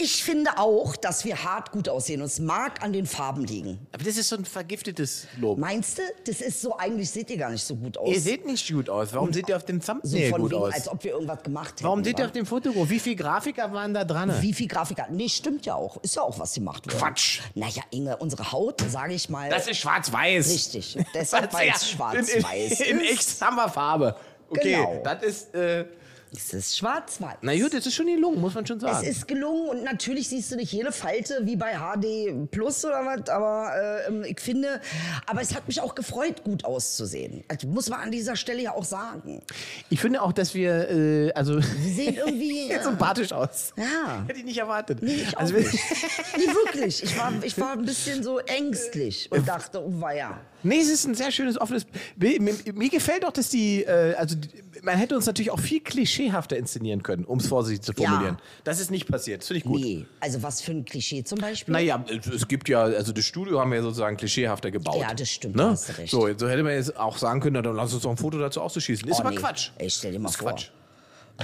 [SPEAKER 1] Ich finde auch, dass wir hart gut aussehen. Und es mag an den Farben liegen.
[SPEAKER 2] Aber das ist so ein vergiftetes Lob.
[SPEAKER 1] Meinst du, das ist so, eigentlich seht ihr gar nicht so gut aus.
[SPEAKER 2] Ihr seht nicht gut aus. Warum seht ihr auf dem Thumbnail
[SPEAKER 1] so von
[SPEAKER 2] gut
[SPEAKER 1] wegen,
[SPEAKER 2] aus?
[SPEAKER 1] als ob wir irgendwas gemacht hätten.
[SPEAKER 2] Warum seht
[SPEAKER 1] wa?
[SPEAKER 2] ihr auf dem Foto? Wie viele Grafiker waren da dran?
[SPEAKER 1] Wie viel Grafiker? Nee, stimmt ja auch. Ist ja auch, was gemacht wird.
[SPEAKER 2] Quatsch.
[SPEAKER 1] Naja, Inge, unsere Haut, sage ich mal.
[SPEAKER 2] Das ist
[SPEAKER 1] (laughs)
[SPEAKER 2] schwarz-weiß.
[SPEAKER 1] richtig. Deshalb,
[SPEAKER 2] Das
[SPEAKER 1] weil es
[SPEAKER 2] ist ja- in-
[SPEAKER 1] schwarz-weiß
[SPEAKER 2] In, in
[SPEAKER 1] ist.
[SPEAKER 2] echt haben wir Farbe. Okay,
[SPEAKER 1] Genau.
[SPEAKER 2] das ist. Äh,
[SPEAKER 1] Es ist schwarz-weiß.
[SPEAKER 2] na gut, das ist schon gelungen, muss man schon
[SPEAKER 1] Es
[SPEAKER 2] sagen.
[SPEAKER 1] ist gelungen und natürlich siehst du nicht jede Falte wie bei HD Plus oder was, aber äh, ich finde, aber es hat mich auch gefreut, gut auszusehen. Also, muss man an dieser Stelle ja auch sagen.
[SPEAKER 2] ich finde auch, dass wir. Äh, (laughs) also
[SPEAKER 1] Wir sehen irgendwie.
[SPEAKER 2] (laughs) jetzt
[SPEAKER 1] äh,
[SPEAKER 2] sympathisch aus.
[SPEAKER 1] Ja.
[SPEAKER 2] Hätte ich nicht erwartet.
[SPEAKER 1] Ich auch
[SPEAKER 2] also, wir-
[SPEAKER 1] nicht. Nee, wirklich. Ich war, ich war ein bisschen so ängstlich
[SPEAKER 2] Äh,
[SPEAKER 1] und dachte, oh weia.
[SPEAKER 2] Nee, es ist ein sehr schönes offenes Bild. Mir, mir gefällt auch, dass die, äh, also die, man hätte uns natürlich auch viel klischeehafter inszenieren können, um es vorsichtig zu formulieren. Das ist nicht passiert. Das finde ich gut.
[SPEAKER 1] Nee, also was für ein Klischee zum Beispiel.
[SPEAKER 2] Naja, es gibt ja, also das Studio haben wir ja sozusagen klischeehafter gebaut.
[SPEAKER 1] Ja, das stimmt,
[SPEAKER 2] Ne?
[SPEAKER 1] hast du recht.
[SPEAKER 2] So, jetzt- so hätte man jetzt auch sagen können, na, dann lass uns doch ein Foto dazu auszuschießen. Ist
[SPEAKER 1] Oh,
[SPEAKER 2] aber
[SPEAKER 1] nee.
[SPEAKER 2] Quatsch.
[SPEAKER 1] Ey, stell dir mal
[SPEAKER 2] Ist
[SPEAKER 1] vor.
[SPEAKER 2] Quatsch.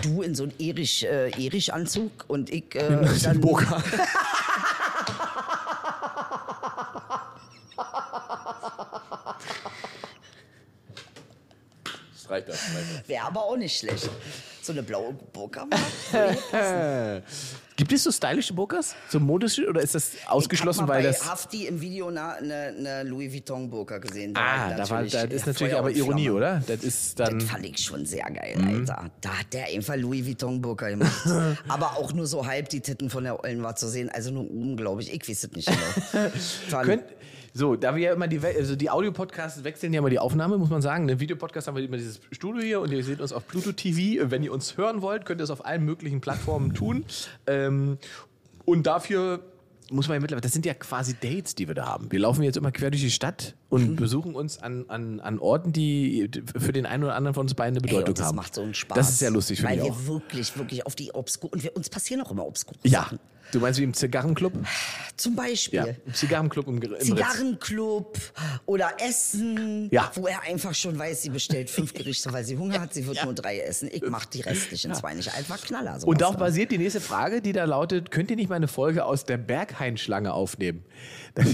[SPEAKER 1] Du in so einen Erich, äh, Erich-Anzug und ich. Äh,
[SPEAKER 2] Ein
[SPEAKER 1] dann, (laughs)
[SPEAKER 2] Burka. Das reicht das.
[SPEAKER 1] Wäre aber auch nicht schlecht. So eine blaue Burka.
[SPEAKER 2] (laughs) Gibt es so stylische Burkas? So modische? Oder ist das ausgeschlossen,
[SPEAKER 1] ich hab mal
[SPEAKER 2] weil
[SPEAKER 1] bei
[SPEAKER 2] das.
[SPEAKER 1] Hafti im Video eine, eine Louis Vuitton Burka gesehen.
[SPEAKER 2] Ah,
[SPEAKER 1] ich
[SPEAKER 2] da war, das ist
[SPEAKER 1] äh,
[SPEAKER 2] natürlich
[SPEAKER 1] Feuer
[SPEAKER 2] aber
[SPEAKER 1] und
[SPEAKER 2] Ironie,
[SPEAKER 1] Flamme.
[SPEAKER 2] oder? Mhm. Das ist dann.
[SPEAKER 1] Das fand ich schon sehr geil, Alter. Da hat der einfach Louis Vuitton Burka
[SPEAKER 2] (laughs)
[SPEAKER 1] gemacht. aber auch nur so halb die Titten von der Ollen war zu sehen. Also nur oben, glaube ich. Ich weiß es nicht
[SPEAKER 2] (laughs)
[SPEAKER 1] genau. Fand-
[SPEAKER 2] Könnt, so, da wir ja immer die, We- also die Audio-Podcasts wechseln ja immer die Aufnahme, muss man sagen. Im Videopodcast haben wir immer dieses Studio hier und ihr seht uns auf Pluto TV. Wenn ihr uns hören wollt, könnt ihr es auf allen möglichen Plattformen tun. Ähm, und dafür muss man ja mittlerweile, das sind ja quasi Dates, die wir da haben. Wir laufen jetzt immer quer durch die Stadt und
[SPEAKER 1] Mhm.
[SPEAKER 2] besuchen uns an, an, an Orten, die für den einen oder anderen von uns beiden eine
[SPEAKER 1] Ey,
[SPEAKER 2] Bedeutung
[SPEAKER 1] und das
[SPEAKER 2] haben.
[SPEAKER 1] macht so einen Spaß.
[SPEAKER 2] Das ist sehr lustig, finde
[SPEAKER 1] Weil
[SPEAKER 2] ich
[SPEAKER 1] wir
[SPEAKER 2] auch.
[SPEAKER 1] wirklich, wirklich auf die obskur und wir, uns passieren auch immer obskure
[SPEAKER 2] Ja.
[SPEAKER 1] Sachen.
[SPEAKER 2] Du meinst wie im Zigarrenclub?
[SPEAKER 1] Zum Beispiel
[SPEAKER 2] Ja. Im Zigarrenclub im, Gr- im Ritz.
[SPEAKER 1] Zigarrenclub oder Essen,
[SPEAKER 2] Ja.
[SPEAKER 1] wo er einfach schon weiß, sie bestellt
[SPEAKER 2] (laughs)
[SPEAKER 1] fünf Gerichte, weil sie Hunger hat, sie wird nur drei essen. Ich mach die restlichen zwei nicht. Einfach Knaller. sowas
[SPEAKER 2] Und darauf
[SPEAKER 1] dann.
[SPEAKER 2] basiert die nächste (laughs) Frage, die da lautet: Könnt ihr nicht mal eine Folge aus der Berghain-Schlange aufnehmen? Das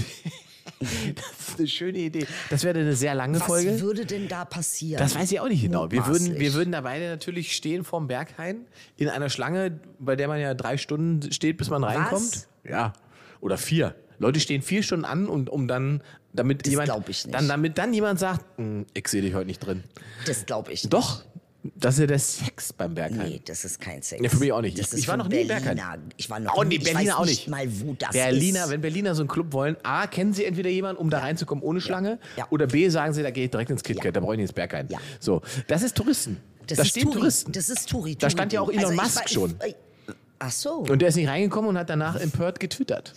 [SPEAKER 2] ist eine schöne Idee. Das wäre eine sehr lange
[SPEAKER 1] Was
[SPEAKER 2] Folge.
[SPEAKER 1] würde denn da passieren?
[SPEAKER 2] Das weiß ich auch nicht genau. Wir würden, wir
[SPEAKER 1] Mutmaßlich.
[SPEAKER 2] würden da beide natürlich stehen vorm Berghain in einer Schlange, bei der man ja drei Stunden steht, bis man reinkommt. Ja. Oder vier. Leute stehen vier Stunden an und um dann, damit jemand,
[SPEAKER 1] glaub ich nicht.
[SPEAKER 2] dann, damit dann jemand sagt, "Hm, ich sehe dich heute nicht drin.
[SPEAKER 1] das glaube ich nicht.
[SPEAKER 2] Doch, das ist ja der Sex beim Berghain.
[SPEAKER 1] Nee, das ist kein Sex.
[SPEAKER 2] Ja, für mich auch nicht.
[SPEAKER 1] Das
[SPEAKER 2] Ich-
[SPEAKER 1] ist
[SPEAKER 2] ich war
[SPEAKER 1] für
[SPEAKER 2] noch nie in Bergheim.
[SPEAKER 1] Berliner. Ich war noch
[SPEAKER 2] Oh,
[SPEAKER 1] nie.
[SPEAKER 2] nee,
[SPEAKER 1] ich
[SPEAKER 2] Berliner
[SPEAKER 1] weiß
[SPEAKER 2] auch
[SPEAKER 1] nicht
[SPEAKER 2] nicht.
[SPEAKER 1] mal, wo das
[SPEAKER 2] Berliner,
[SPEAKER 1] ist.
[SPEAKER 2] wenn Berliner so einen Club wollen, A, kennen sie entweder jemanden, um da reinzukommen ohne Schlange,
[SPEAKER 1] Ja.
[SPEAKER 2] oder B, sagen sie, da gehe ich direkt ins KitKat, da brauche ich nicht ins Berghain.
[SPEAKER 1] Ja.
[SPEAKER 2] So, das ist Touristen.
[SPEAKER 1] das
[SPEAKER 2] da
[SPEAKER 1] ist
[SPEAKER 2] stehen
[SPEAKER 1] Touri.
[SPEAKER 2] Touristen.
[SPEAKER 1] Das ist Touri.
[SPEAKER 2] Da stand ja auch Elon
[SPEAKER 1] ich
[SPEAKER 2] Musk
[SPEAKER 1] war- ich-
[SPEAKER 2] schon.
[SPEAKER 1] äh, Ach so.
[SPEAKER 2] Und der ist nicht reingekommen und hat danach in Perth getwittert.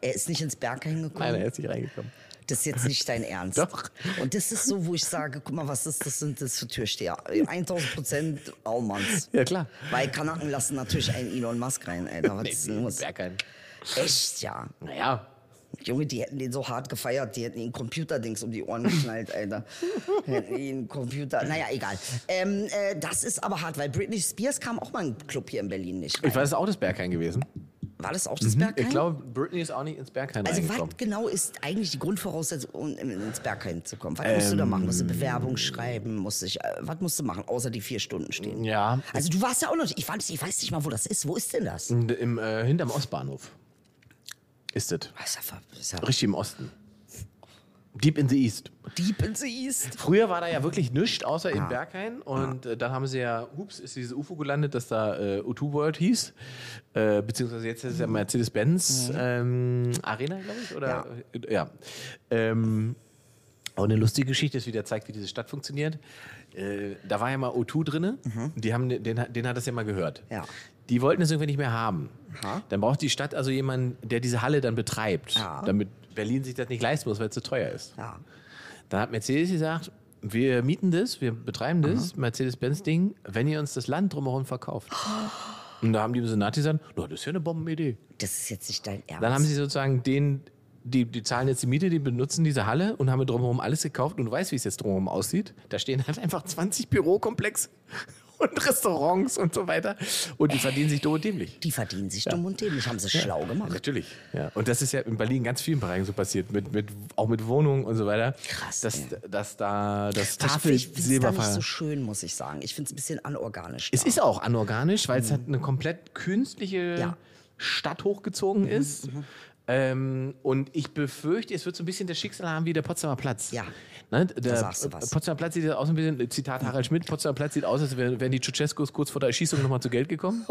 [SPEAKER 1] er ist nicht ins Bergheim gekommen.
[SPEAKER 2] Nein, er ist nicht reingekommen.
[SPEAKER 1] Das ist jetzt nicht dein Ernst.
[SPEAKER 2] Doch.
[SPEAKER 1] Und das ist so, wo ich sage, guck mal, was ist das sind das für Türsteher? 1000 Prozent Allmanns.
[SPEAKER 2] Ja, klar.
[SPEAKER 1] Weil Kanaken lassen natürlich einen Elon Musk rein, Alter. Was ist denn los?
[SPEAKER 2] Berghain.
[SPEAKER 1] Echt, ja.
[SPEAKER 2] Naja.
[SPEAKER 1] Junge, die hätten den so hart gefeiert, die hätten ihn Computerdings um die Ohren geknallt, Alter. hätten ihn Computer. Naja, egal. Ähm, äh, das ist aber hart, weil Britney Spears kam auch mal in einen Club hier in Berlin nicht.
[SPEAKER 2] Ich
[SPEAKER 1] Rein.
[SPEAKER 2] weiß, es ist auch das Berghain gewesen.
[SPEAKER 1] War das auch das Bergheim?
[SPEAKER 2] Ich glaube, Britney ist auch nicht ins Berghain
[SPEAKER 1] also,
[SPEAKER 2] reingekommen.
[SPEAKER 1] was genau ist eigentlich die Grundvoraussetzung, um in- ins Bergheim zu kommen? Was musst du da machen? Musst
[SPEAKER 2] Ähm,
[SPEAKER 1] du Bewerbung schreiben? Musst du, dich, äh, was musst du machen, außer die vier Stunden stehen?
[SPEAKER 2] Ja.
[SPEAKER 1] Also, du warst ja auch noch. Ich, fand, ich weiß nicht mal, wo das ist. Wo ist denn das?
[SPEAKER 2] Und Im, äh, hinterm Ostbahnhof ist das.
[SPEAKER 1] Was ist ja ver- was ist ja
[SPEAKER 2] Richtig im Osten. Deep in the East.
[SPEAKER 1] Deep in the East.
[SPEAKER 2] Früher war da ja wirklich nichts außer
[SPEAKER 1] Ah.
[SPEAKER 2] im Berghain und äh, dann haben sie ja, ups, ist dieses UFO gelandet, das da äh, O2 World hieß, äh, beziehungsweise jetzt ist es ja
[SPEAKER 1] Mhm.
[SPEAKER 2] Mercedes-Benz ähm, Arena, glaube ich, oder? Ja. ja. Ähm, auch eine lustige Geschichte ist, wie der zeigt, wie diese Stadt funktioniert. Äh, da war ja mal O2 drinne, die haben, den, den hat das ja mal gehört.
[SPEAKER 1] Mhm. Ja.
[SPEAKER 2] Die wollten es irgendwie nicht mehr haben.
[SPEAKER 1] Aha.
[SPEAKER 2] Dann braucht die Stadt also jemanden, der diese Halle dann betreibt,
[SPEAKER 1] Ja.
[SPEAKER 2] damit Berlin sich das nicht leisten muss, weil es zu teuer ist.
[SPEAKER 1] Ja.
[SPEAKER 2] Dann hat Mercedes gesagt, wir mieten das, wir betreiben das, Mercedes-Benz-Ding, wenn ihr uns das Land
[SPEAKER 1] (gasps)
[SPEAKER 2] drumherum verkauft. Und da haben die im Senat gesagt, "Na, das ist ja eine Bombenidee.
[SPEAKER 1] Das ist jetzt nicht dein Ernst.
[SPEAKER 2] Dann haben sie sozusagen den, die, die zahlen jetzt die Miete, die benutzen diese Halle und haben drumherum alles gekauft und du weißt, wie es jetzt drumherum aussieht. Da stehen halt einfach 20 Bürokomplexe (laughs) und Restaurants und so weiter und die verdienen sich dumm und dämlich.
[SPEAKER 1] Die verdienen sich dumm und dämlich, haben sie schlau gemacht.
[SPEAKER 2] Natürlich. Ja. Und das ist ja in Berlin ganz vielen Bereichen so passiert, mit, mit, auch mit Wohnungen und so weiter.
[SPEAKER 1] Krass,
[SPEAKER 2] Dass,
[SPEAKER 1] ey. Also
[SPEAKER 2] dass da das Tafel
[SPEAKER 1] Ich finde es gar nicht
[SPEAKER 2] Silberfall.
[SPEAKER 1] so schön, muss ich sagen. Ich finde es ein bisschen anorganisch.
[SPEAKER 2] es
[SPEAKER 1] da.
[SPEAKER 2] ist auch anorganisch, weil es halt eine komplett künstliche
[SPEAKER 1] Ja. Mhm,
[SPEAKER 2] Stadt hochgezogen ist. Ähm, und ich befürchte, es wird so ein bisschen das Schicksal haben wie der Potsdamer Platz.
[SPEAKER 1] Ja.
[SPEAKER 2] Ne? Der
[SPEAKER 1] sagst du was. Mhm.
[SPEAKER 2] Potsdamer Platz sieht ja aus ein bisschen, Zitat Harald Schmidt, Potsdamer Platz sieht aus, als wären wären die Ceausescos kurz vor der Erschießung nochmal zu
[SPEAKER 1] (laughs)
[SPEAKER 2] Geld gekommen.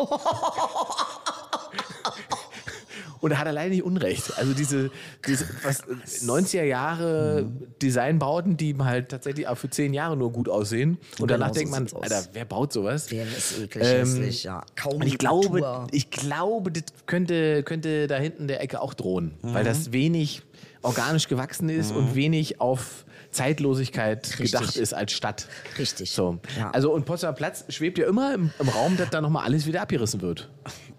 [SPEAKER 2] Und da hat er leider nicht Unrecht. Also diese, diese was, äh, 90er Jahre Designbauten, die halt tatsächlich auch für zehn Jahre nur gut aussehen.
[SPEAKER 1] Genau
[SPEAKER 2] Und danach
[SPEAKER 1] so
[SPEAKER 2] denkt man,
[SPEAKER 1] sieht's aus.
[SPEAKER 2] Alter, wer baut sowas?
[SPEAKER 1] Wer ist eklig hässlich, ja. Kaum
[SPEAKER 2] Und Ähm, ich glaube,
[SPEAKER 1] Natur.
[SPEAKER 2] ich glaube, das könnte, könnte da hinten der Ecke auch drohen,
[SPEAKER 1] Mhm.
[SPEAKER 2] weil das wenig organisch gewachsen ist und wenig auf Zeitlosigkeit
[SPEAKER 1] Richtig.
[SPEAKER 2] gedacht ist als Stadt.
[SPEAKER 1] Richtig.
[SPEAKER 2] So.
[SPEAKER 1] Ja.
[SPEAKER 2] Also und Potsdamer Platz schwebt ja immer im, im Raum, dass da nochmal alles wieder abgerissen wird.